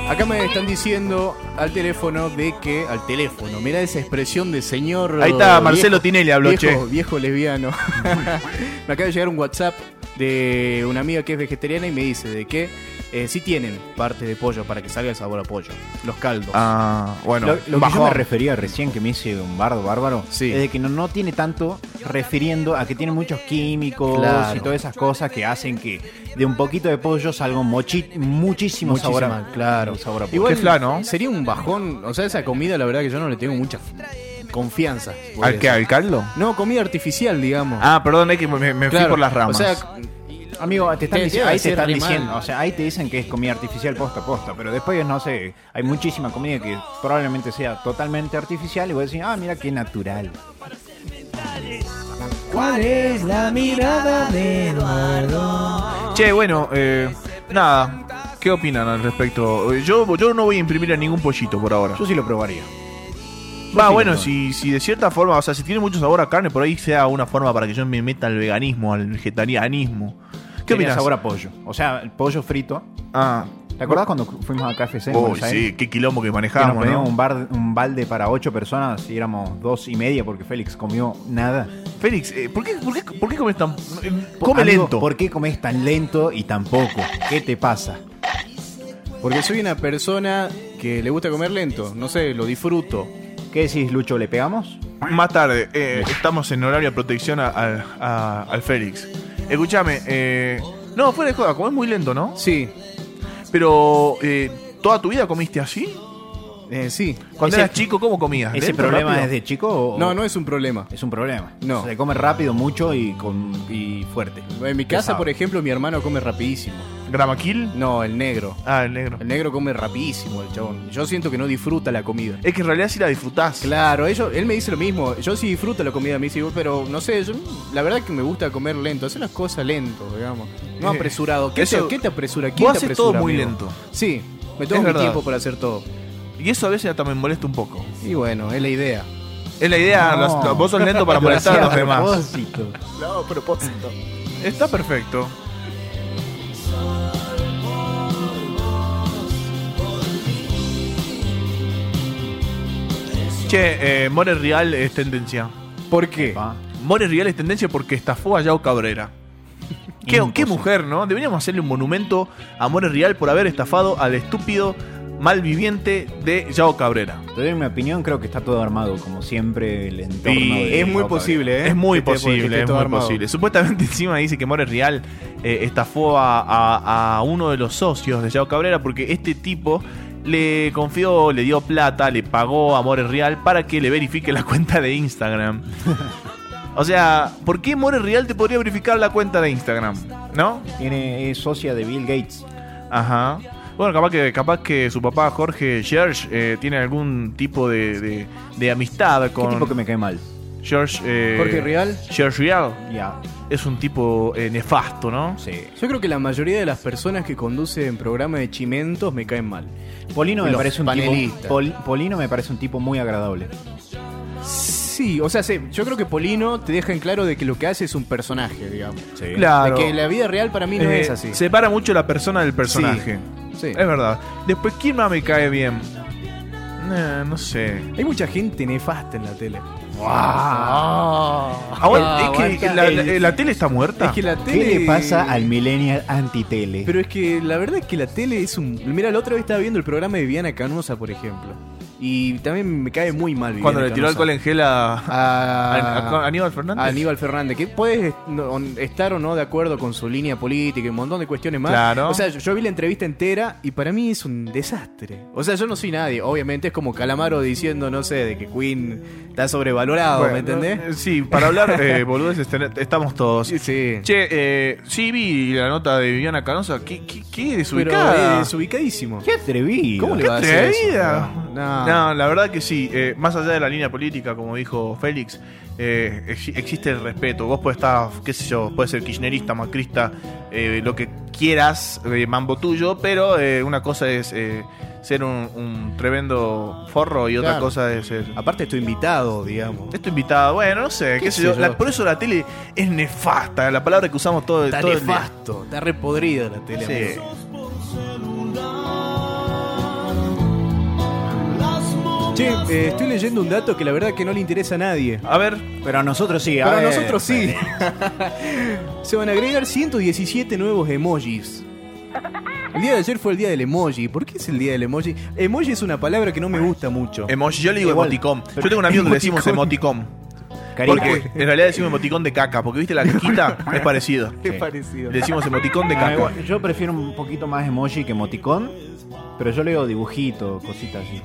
Speaker 2: Acá me están diciendo al teléfono de que. Al teléfono, mirá esa expresión de señor.
Speaker 4: Ahí está
Speaker 2: eh,
Speaker 4: Marcelo Tinelli, habló,
Speaker 2: viejo,
Speaker 4: che.
Speaker 2: viejo lesbiano. me acaba de llegar un WhatsApp de una amiga que es vegetariana y me dice de que eh, sí tienen parte de pollo para que salga el sabor a pollo. Los caldos.
Speaker 4: Ah, bueno.
Speaker 3: Lo, lo que yo
Speaker 4: bajón.
Speaker 3: me refería recién que me hice un bardo bárbaro
Speaker 2: Sí.
Speaker 3: es de que no, no tiene tanto refiriendo a que tiene muchos químicos
Speaker 2: Claro.
Speaker 3: y todas esas cosas que hacen que de un poquito de pollo salga un mochi- muchísimo sabor a,
Speaker 2: Muchísima, claro.
Speaker 3: sabor a pollo.
Speaker 2: Igual
Speaker 4: Qué flano.
Speaker 2: sería un bajón. O sea, esa comida, la verdad que yo no le tengo mucha confianza. por
Speaker 4: ¿Al qué?
Speaker 2: eso.
Speaker 4: ¿Al caldo?
Speaker 2: No, comida artificial, digamos.
Speaker 4: Ah, perdón, es que me, me fui
Speaker 2: Claro,
Speaker 4: por las ramas.
Speaker 2: O sea,
Speaker 3: Amigo, te están
Speaker 2: Te- te
Speaker 3: dici-
Speaker 2: iba a
Speaker 3: ahí te
Speaker 2: decir
Speaker 3: están
Speaker 2: animal.
Speaker 3: diciendo, o sea, ahí te dicen que es comida artificial posta posta, pero después no sé, hay muchísima comida que probablemente sea totalmente artificial y vos decís, ah, mira qué natural.
Speaker 6: ¿Cuál es la mirada de Eduardo?
Speaker 4: Che, bueno, eh, nada. ¿Qué opinan al respecto? Eh, Yo, yo no voy a imprimir a ningún pollito por ahora.
Speaker 3: Yo sí lo probaría.
Speaker 4: Va,
Speaker 3: sí,
Speaker 4: bueno,
Speaker 3: no.
Speaker 4: si, si de cierta forma, o sea, si tiene mucho sabor a carne, por ahí sea una forma para que yo me meta al veganismo, al vegetarianismo. ¿Qué
Speaker 3: Tenía
Speaker 4: opinas?
Speaker 3: sabor a pollo, o sea, el pollo frito.
Speaker 4: Ah,
Speaker 3: ¿Te acordás cuando fuimos a KFC? en
Speaker 4: uy,
Speaker 3: Buenos Aires?
Speaker 4: sí, qué quilombo que
Speaker 3: Que nos
Speaker 4: manejamos,
Speaker 3: pedimos
Speaker 4: ¿no?
Speaker 3: un, bar- un balde para ocho personas y éramos dos y media porque Félix comió nada.
Speaker 4: Félix, eh, ¿por, qué, por, qué, por qué comes tan. eh, Come
Speaker 3: Amigo,
Speaker 4: lento.
Speaker 3: ¿Por qué comes tan lento y tan poco? ¿Qué te pasa?
Speaker 2: porque soy una persona que le gusta comer lento. No sé, lo disfruto.
Speaker 3: ¿Qué decís, Lucho? ¿Le pegamos?
Speaker 4: Más tarde, eh, estamos en horario de protección a- a- a- al Félix. Escúchame, eh, no, fuera de joda, comés muy lento, ¿no?
Speaker 2: Sí,
Speaker 4: Pero, eh, ¿toda tu vida comiste así?
Speaker 2: Eh, sí.
Speaker 4: Cuando
Speaker 3: Ese-
Speaker 4: eras chico, ¿cómo comías?
Speaker 3: ¿Ese
Speaker 4: ¿Lento,
Speaker 3: problema
Speaker 4: rápido?
Speaker 3: es de chico
Speaker 4: Oh.
Speaker 3: o.?
Speaker 2: No, no es un problema.
Speaker 3: Es un problema.
Speaker 2: No.
Speaker 3: Se come rápido, mucho y, con, y fuerte.
Speaker 2: En mi casa, por ejemplo, mi hermano come rapidísimo.
Speaker 4: ¿Gramaquil?
Speaker 2: No, el negro.
Speaker 4: Ah, el negro.
Speaker 2: El negro come rapidísimo, el chabón. Yo siento que no disfruta la comida.
Speaker 4: Es que en realidad sí la disfrutás.
Speaker 2: Claro, ellos, él me dice lo mismo. Yo sí disfruto la comida, me dice, pero no sé, yo- la verdad es que me gusta comer lento. Hacer las cosas lento, digamos. No apresurado. ¿Qué,
Speaker 4: Eh, Eso-
Speaker 2: te, qué te apresura? ¿Quién
Speaker 4: Vos
Speaker 2: te
Speaker 4: haces
Speaker 2: apresura,
Speaker 4: todo muy
Speaker 2: amigo?
Speaker 4: lento.
Speaker 2: Sí, me tomo
Speaker 4: Es
Speaker 2: mi
Speaker 4: verdad.
Speaker 2: tiempo para hacer todo.
Speaker 4: Y eso a veces hasta me molesta un poco.
Speaker 2: Y bueno, es la idea.
Speaker 4: Es la idea,
Speaker 3: No.
Speaker 4: las- vos sos lento para
Speaker 3: Lo hacía
Speaker 4: molestar a los
Speaker 3: a
Speaker 4: demás.
Speaker 3: propósito.
Speaker 2: No, propósito.
Speaker 4: Está perfecto. Che, eh, More Real es tendencia.
Speaker 2: ¿Por qué?
Speaker 3: Pa.
Speaker 4: More Real es tendencia porque estafó a Yao Cabrera. ¿Qué, qué mujer, ¿no? Deberíamos hacerle un monumento a More Real por haber estafado al estúpido malviviente de Yao Cabrera.
Speaker 3: Te doy mi opinión, creo que está todo armado, como siempre, el entorno.
Speaker 4: Sí,
Speaker 3: de
Speaker 2: es muy
Speaker 3: Pablo.
Speaker 2: posible, ¿eh?
Speaker 4: Es muy
Speaker 2: Que te- que
Speaker 4: posible,
Speaker 2: esté
Speaker 4: es
Speaker 2: todo
Speaker 4: muy
Speaker 2: armado.
Speaker 4: posible. Supuestamente encima dice que More Real eh, estafó a, a- a uno de los socios de Yao Cabrera porque este tipo le confió, le dio plata, le pagó a More Real para que le verifique la cuenta de Instagram. o sea, ¿por qué More Real te podría verificar la cuenta de Instagram? ¿No?
Speaker 3: Tiene, es socia de Bill Gates.
Speaker 4: Ajá. Bueno, capaz que, capaz que su papá Jorge George eh, tiene algún tipo de, de- de amistad
Speaker 3: ¿Qué tipo que
Speaker 4: con
Speaker 3: me cae mal?
Speaker 4: George, eh,
Speaker 2: Jorge Real.
Speaker 4: George Real.
Speaker 3: Ya,
Speaker 4: es un tipo eh, nefasto, ¿no?
Speaker 3: sí.
Speaker 2: Yo creo que la mayoría de las personas que conducen programas de chimentos me caen mal.
Speaker 3: Polino me
Speaker 2: Los
Speaker 3: parece un
Speaker 2: panelistas.
Speaker 3: tipo. Pol- Polino me parece un tipo muy agradable.
Speaker 2: Sí, o sea, sí, yo creo que Polino te deja en claro de que lo que hace es un personaje, digamos.
Speaker 3: Sí.
Speaker 4: Claro.
Speaker 2: De que la vida real para mí no
Speaker 4: Eh,
Speaker 2: es así.
Speaker 4: Separa mucho la persona del personaje.
Speaker 2: Sí.
Speaker 4: Es verdad. Después, ¿quién más me cae bien? Eh, no sé.
Speaker 2: Hay mucha gente nefasta en la tele.
Speaker 4: Ahora,
Speaker 2: Ah,
Speaker 4: es que
Speaker 2: aguanta.
Speaker 4: la, la- eh, la tele está muerta.
Speaker 2: Es que la
Speaker 3: ¿Qué
Speaker 2: tele.
Speaker 3: le pasa al millennial antitele?
Speaker 2: Pero es que la verdad es que la tele es un. Mira, la otra vez estaba viendo el programa de Viviana Canosa, por ejemplo. Y también me cae muy mal.
Speaker 4: Cuando
Speaker 2: Viviana
Speaker 4: le tiró
Speaker 2: Canosa. Ah.
Speaker 4: alcohol en gel a, a-
Speaker 2: a,
Speaker 4: a Ah. Aníbal Fernández.
Speaker 2: a Aníbal Fernández, que puedes no- on- estar o no de acuerdo con su línea política y un montón de cuestiones más.
Speaker 4: Claro.
Speaker 2: O sea, yo, yo vi la entrevista entera y para mí es un desastre. O sea, yo no soy nadie. Obviamente es como Calamaro diciendo, no sé, de que Queen está sobrevalorado,
Speaker 4: Bueno,
Speaker 2: ¿me entendés?
Speaker 4: eh, Sí, para hablar, eh, boludeces, ten- estamos todos.
Speaker 2: Sí, sí.
Speaker 4: Che, eh, sí, vi la nota de Viviana Canosa. ¿Qué, qué, qué
Speaker 2: Pero
Speaker 4: desubicada?
Speaker 2: eh, desubicadísimo.
Speaker 3: Qué atrevido.
Speaker 2: ¿Cómo le
Speaker 4: ¡Qué
Speaker 2: va a hacer eso?
Speaker 4: atrevida!
Speaker 2: No.
Speaker 4: No, la verdad que sí. Eh, más allá de la línea política, como dijo Félix, eh, ex- existe el respeto. Vos podés estar, qué sé yo, puedes ser kirchnerista, macrista, eh, lo que quieras, eh, mambo tuyo, pero eh, una cosa es eh, ser un, un tremendo forro y otra
Speaker 2: Claro.
Speaker 4: cosa es ser...
Speaker 2: Aparte estoy invitado, digamos.
Speaker 4: Esto invitado, bueno, no sé, qué, sé yo. La- por eso la tele es nefasta, la palabra que usamos todo,
Speaker 2: Está
Speaker 4: todo el día.
Speaker 2: nefasto, está repodrida la tele.
Speaker 4: Sí.
Speaker 2: amigo. Che, eh, estoy leyendo un dato que la verdad que no le interesa a nadie.
Speaker 4: A ver,
Speaker 3: Pero a nosotros sí. a
Speaker 2: Para
Speaker 3: ver.
Speaker 2: nosotros sí. Se van a agregar 117 nuevos emojis. El día de ayer fue el día del emoji. ¿Por qué es el día del emoji? Emoji es una palabra que no me gusta mucho.
Speaker 3: Eh,
Speaker 4: emoji, yo le digo
Speaker 3: Igual,
Speaker 4: emoticón. Yo
Speaker 3: pero-
Speaker 4: tengo un amigo que le decimos emoticón.
Speaker 3: Cariño.
Speaker 4: Porque en realidad decimos emoticón de caca, porque viste la caquita es parecido.
Speaker 2: Qué parecido.
Speaker 4: Le decimos emoticón de
Speaker 3: Ah,
Speaker 4: caca.
Speaker 3: igual, yo prefiero un poquito más emoji que emoticón. Pero yo leo dibujito, cositas así.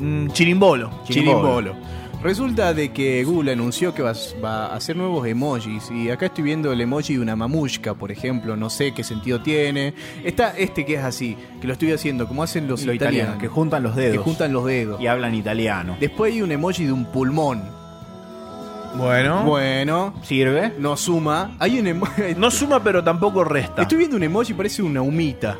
Speaker 4: Mm, chirimbolo.
Speaker 2: Chirimbolo. Resulta de que Google anunció que vas- va, a hacer nuevos emojis y acá estoy viendo el emoji de una mamushka, por ejemplo, no sé qué sentido tiene. Está este que es así, que lo estoy haciendo como hacen los
Speaker 3: Lo italiano,
Speaker 2: italianos,
Speaker 3: que juntan los dedos.
Speaker 2: que juntan los dedos.
Speaker 3: y hablan italiano.
Speaker 2: Después hay un emoji de un pulmón.
Speaker 3: ¿Ah?
Speaker 4: Bueno.
Speaker 2: Bueno,
Speaker 3: ¿Sirve?
Speaker 2: no suma. Hay un emoji...
Speaker 4: No suma, pero tampoco resta.
Speaker 2: Estoy viendo un emoji, parece una humita.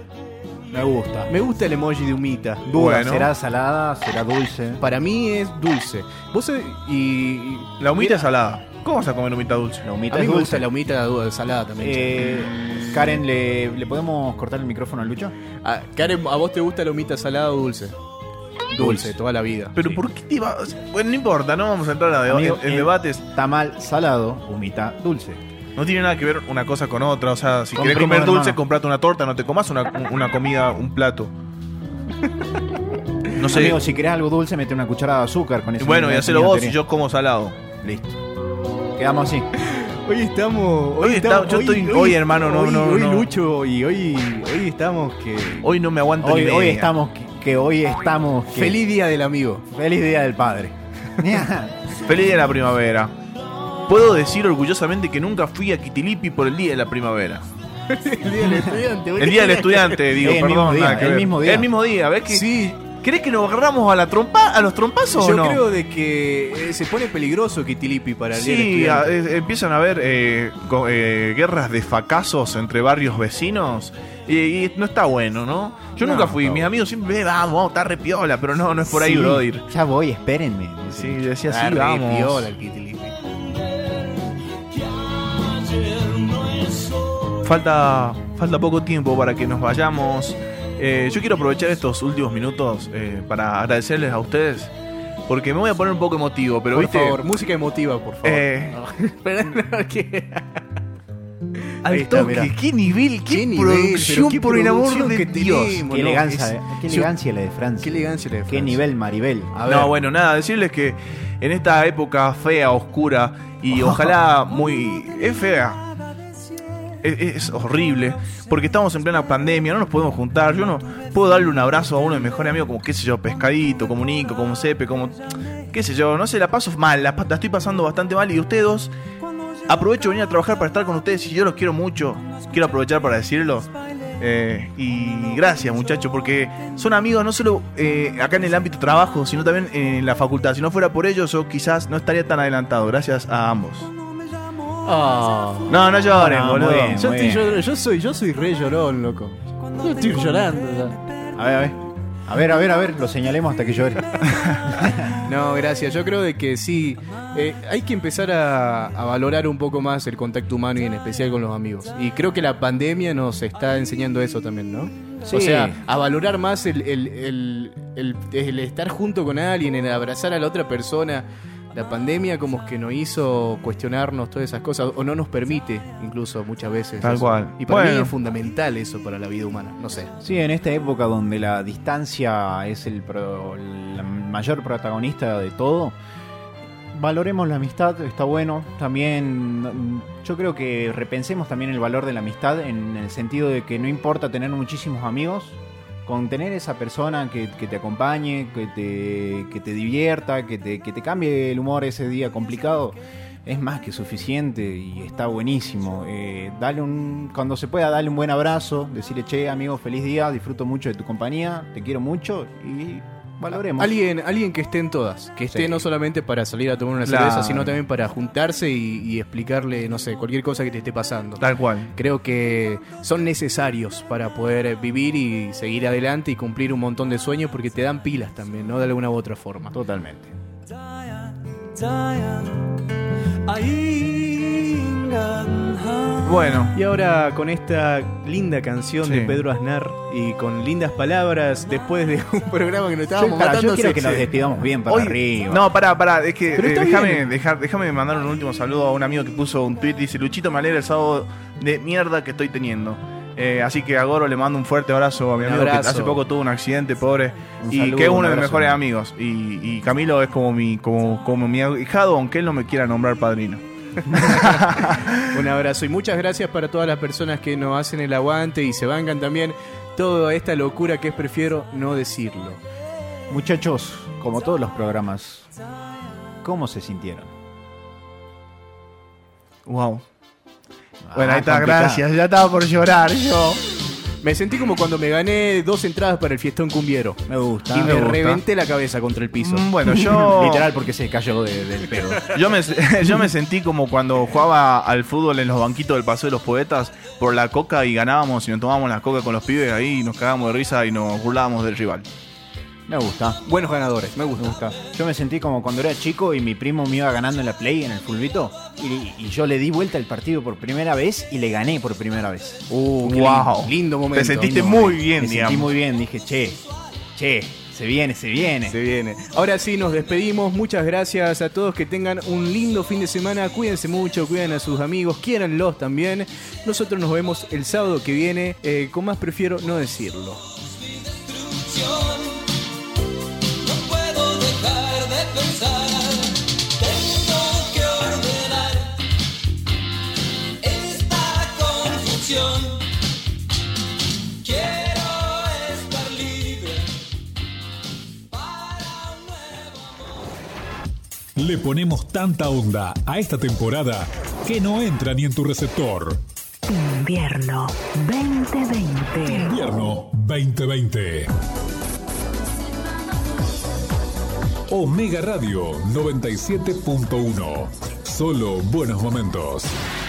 Speaker 3: Me gusta.
Speaker 2: Me gusta el emoji de humita.
Speaker 3: Duda,
Speaker 4: Bueno.
Speaker 3: ¿Será salada? ¿Será dulce?
Speaker 2: Para mí es dulce. Vos sabés- y... y-
Speaker 4: La humita
Speaker 2: Mira,
Speaker 4: es salada. ¿Cómo vas a comer humita dulce?
Speaker 3: La
Speaker 2: A
Speaker 3: humita
Speaker 2: mí
Speaker 3: es
Speaker 2: me
Speaker 3: dulce.
Speaker 2: gusta la humita du- salada también. che.
Speaker 3: Eh, Karen, ¿le, le podemos cortar el micrófono a Lucho?
Speaker 2: Ah, Karen, ¿a vos te gusta la humita salada o dulce? Dulce, toda la vida.
Speaker 4: Pero ¿por qué te va? o sea, Bueno, no importa, no vamos a entrar a deba-
Speaker 3: Amigo,
Speaker 4: en, en
Speaker 3: eh,
Speaker 4: debates.
Speaker 3: Tamal salado, humita dulce.
Speaker 4: No tiene nada que ver una cosa con otra. O sea, si
Speaker 3: Son
Speaker 4: querés
Speaker 3: primos
Speaker 4: comer dulce,
Speaker 3: hermanos.
Speaker 4: comprate una torta, no te comas una, una comida, un plato. No sé.
Speaker 3: Amigo, si querés algo dulce, mete una cucharada de azúcar con
Speaker 4: Y
Speaker 3: eso.
Speaker 4: bueno, y hacelo vos y yo como salado.
Speaker 3: Listo. Quedamos así.
Speaker 2: Hoy estamos.
Speaker 4: Hoy está- yo estoy- hoy, hermano, no,
Speaker 2: hoy-
Speaker 4: no,
Speaker 2: Hoy
Speaker 4: no.
Speaker 2: Lucho y hoy, hoy estamos que.
Speaker 4: Hoy no me aguanto
Speaker 3: Hoy,
Speaker 4: ni
Speaker 3: hoy
Speaker 4: media.
Speaker 3: estamos, que, que hoy estamos. que-
Speaker 2: Feliz día del amigo.
Speaker 3: feliz día del padre.
Speaker 4: Feliz día de la primavera. Puedo decir orgullosamente que nunca fui a Quitilipi por el día de la primavera.
Speaker 2: El día del estudiante,
Speaker 4: El día del estudiante, digo,
Speaker 3: El mismo
Speaker 4: perdón.
Speaker 3: día,
Speaker 4: nada que
Speaker 3: el
Speaker 4: ver.
Speaker 3: mismo día.
Speaker 4: El mismo día, ¿ves que?
Speaker 2: Sí,
Speaker 4: ¿Crees que nos agarramos a la trompa, a los trompazos
Speaker 2: yo
Speaker 4: o no?
Speaker 2: creo de que eh, se pone peligroso Kitilipi para el día del
Speaker 4: Sí, ah,
Speaker 2: estudiante.
Speaker 4: a- es- empiezan a haber eh, co- eh, guerras de fracasos entre barrios vecinos y, y no está bueno, ¿no? Yo
Speaker 2: No,
Speaker 4: nunca fui,
Speaker 2: está
Speaker 4: mis
Speaker 2: bueno.
Speaker 4: amigos siempre, "Eh, vamos, vamos, está re piola, pero no, no es por ahí,
Speaker 3: Sí,
Speaker 4: brother.
Speaker 3: Ya voy, espérenme.
Speaker 4: Sí, decía,
Speaker 2: Ah,
Speaker 4: sí,
Speaker 2: re
Speaker 4: vamos.
Speaker 2: piola el Kitilipi.
Speaker 4: Falta, falta poco tiempo para que nos vayamos. Eh, yo quiero aprovechar estos últimos minutos eh, para agradecerles a ustedes, porque me voy a poner un poco emotivo, pero
Speaker 2: Por
Speaker 4: viste...
Speaker 2: favor, música emotiva, por favor.
Speaker 4: eh,
Speaker 2: Pero no, que-
Speaker 4: al
Speaker 2: Ahí está,
Speaker 4: toque,
Speaker 2: mirá.
Speaker 4: qué nivel, qué,
Speaker 2: Qué nivel,
Speaker 4: producción,
Speaker 2: pero qué
Speaker 4: por el amor
Speaker 2: producción
Speaker 4: de
Speaker 2: que
Speaker 4: Dios.
Speaker 2: tenemos.
Speaker 3: Qué
Speaker 2: no,
Speaker 3: elegancia,
Speaker 2: es-
Speaker 3: eh. qué
Speaker 2: yo-
Speaker 3: elegancia la de Francia.
Speaker 2: Qué elegancia la de
Speaker 3: Qué
Speaker 2: Francia.
Speaker 3: nivel, Maribel.
Speaker 2: A ver.
Speaker 4: No, bueno, nada, decirles que en esta época fea, oscura y ojalá muy... Es fea. Es, es horrible, porque estamos en plena pandemia, no nos podemos juntar. Yo no puedo darle un abrazo a uno de mis mejores amigos, como qué sé yo, Pescadito, como Nico, como Sepe, como qué sé yo, no sé, la paso mal, la, pa- la estoy pasando bastante mal. Y ustedes dos, aprovecho de venir a trabajar para estar con ustedes y yo los quiero mucho. Quiero aprovechar para decirlo. Eh, y gracias, muchachos, porque son amigos no solo eh, acá en el ámbito trabajo, sino también en la facultad. Si no fuera por ellos, yo quizás no estaría tan adelantado. Gracias a ambos.
Speaker 2: Ah.
Speaker 4: No, no lloren,
Speaker 3: No, muy
Speaker 4: boludo.
Speaker 3: bien.
Speaker 2: Yo, estoy
Speaker 3: bien.
Speaker 2: llor- yo soy, yo soy re llorón, loco. Yo estoy llorando ya.
Speaker 3: A ver, a ver. A ver, a ver, a ver, lo señalemos hasta que llore.
Speaker 2: No, gracias. Yo creo de que sí. eh, hay que empezar a, a valorar un poco más el contacto humano y en especial con los amigos. Y creo que la pandemia nos está enseñando eso también, ¿no? O
Speaker 3: Sí.
Speaker 2: sea, a valorar más el, el- el- el- el estar junto con alguien, el abrazar a la otra persona. La pandemia como que nos hizo cuestionarnos todas esas cosas, o no nos permite incluso muchas veces.
Speaker 4: Tal
Speaker 2: eso.
Speaker 4: cual.
Speaker 2: Y para mí
Speaker 4: Bueno.
Speaker 2: es fundamental eso para la vida humana, no sé.
Speaker 3: Sí, en esta época donde la distancia es el, pro- la mayor protagonista de todo, valoremos la amistad, está bueno. También mm, yo creo que repensemos también el valor de la amistad en el sentido de que no importa tener muchísimos amigos, con tener esa persona que, que te acompañe, que te, que te divierta, que te, que te cambie el humor ese día complicado. Es más que suficiente y está buenísimo. Eh, dale un, cuando se pueda, dale un buen abrazo. Decirle, che, amigo, feliz día. Disfruto mucho de tu compañía. Te quiero mucho y valoremos.
Speaker 2: Alguien, alguien que esté en todas, que esté
Speaker 3: Sí.
Speaker 2: no solamente para salir a tomar una
Speaker 4: Claro.
Speaker 2: cerveza, sino también para juntarse y, y explicarle, no sé, cualquier cosa que te esté pasando.
Speaker 4: Tal cual.
Speaker 2: Creo que son necesarios para poder vivir y seguir adelante y cumplir un montón de sueños porque te dan pilas también, ¿no? De alguna u otra forma.
Speaker 3: Totalmente.
Speaker 4: Bueno,
Speaker 2: Y ahora con esta linda canción
Speaker 4: Sí.
Speaker 2: de Pedro Aznar y con lindas palabras, después de un programa que nos estábamos
Speaker 3: Yo, para, yo
Speaker 2: matando
Speaker 3: quiero que
Speaker 2: sexo.
Speaker 3: nos despidamos bien para
Speaker 4: hoy-
Speaker 3: arriba.
Speaker 4: No, pará, pará, es que
Speaker 2: Pero
Speaker 4: eh,
Speaker 2: está
Speaker 4: déjame
Speaker 2: bien.
Speaker 4: dejar- déjame mandar un último saludo a un amigo que puso un tweet dice, "Luchito, me alegra el sábado de mierda que estoy teniendo." Eh, así que a Goro le mando un fuerte abrazo a mi
Speaker 2: Un
Speaker 4: amigo que
Speaker 2: abrazo.
Speaker 4: hace poco tuvo un accidente, pobre,
Speaker 3: Un
Speaker 4: y
Speaker 3: saludo,
Speaker 4: que es
Speaker 3: un
Speaker 4: uno de mis
Speaker 3: abrazo.
Speaker 4: mejores amigos. Y, y Camilo es como mi como, como mi ahijado, aunque él no me quiera nombrar padrino.
Speaker 2: Un abrazo y muchas gracias para todas las personas que nos hacen el aguante y se bancan también toda esta locura que es prefiero no decirlo.
Speaker 3: Muchachos, como todos los programas, ¿cómo se sintieron?
Speaker 4: Wow. Bueno,
Speaker 3: Ah,
Speaker 4: ahí está,
Speaker 3: complicado.
Speaker 4: gracias. Ya estaba por llorar yo.
Speaker 2: Me sentí como cuando me gané dos entradas para el fiestón cumbiero
Speaker 3: Me gusta.
Speaker 2: y me,
Speaker 4: Ah, gusta.
Speaker 2: reventé la cabeza contra el piso.
Speaker 4: Mm, Bueno, yo
Speaker 3: Literal porque se cayó de- del pedo.
Speaker 4: Yo me, yo me sentí como cuando jugaba al fútbol en los banquitos del Paseo de los Poetas por la coca y ganábamos y nos tomábamos la coca con los pibes ahí y nos cagábamos de risa y nos burlábamos del rival.
Speaker 3: Me gusta.
Speaker 2: Buenos ganadores, me gusta.
Speaker 3: Me gusta. Yo me sentí como cuando era chico y mi primo me iba ganando en la play, en el fulbito, y, y yo le di vuelta al partido por primera vez y le gané por primera vez.
Speaker 2: Uh, qué
Speaker 4: Wow.
Speaker 2: lindo, lindo momento.
Speaker 4: Te sentiste
Speaker 2: lindo
Speaker 4: muy
Speaker 2: momento.
Speaker 4: bien,
Speaker 3: me
Speaker 4: digamos.
Speaker 3: sentí muy bien, dije, che, che, se viene, se viene.
Speaker 2: Se viene. Ahora sí, nos despedimos. Muchas gracias a todos que tengan un lindo fin de semana. Cuídense mucho, cuiden a sus amigos, quiéranlos también. Nosotros nos vemos el sábado que viene. eh, con más prefiero no decirlo.
Speaker 10: No puedo dejar de pensar, tengo que ordenar
Speaker 1: Le ponemos tanta onda a esta temporada que no entra ni en tu receptor.
Speaker 7: Invierno 2020.
Speaker 1: Invierno 2020. Omega Radio 97.1. Solo buenos momentos.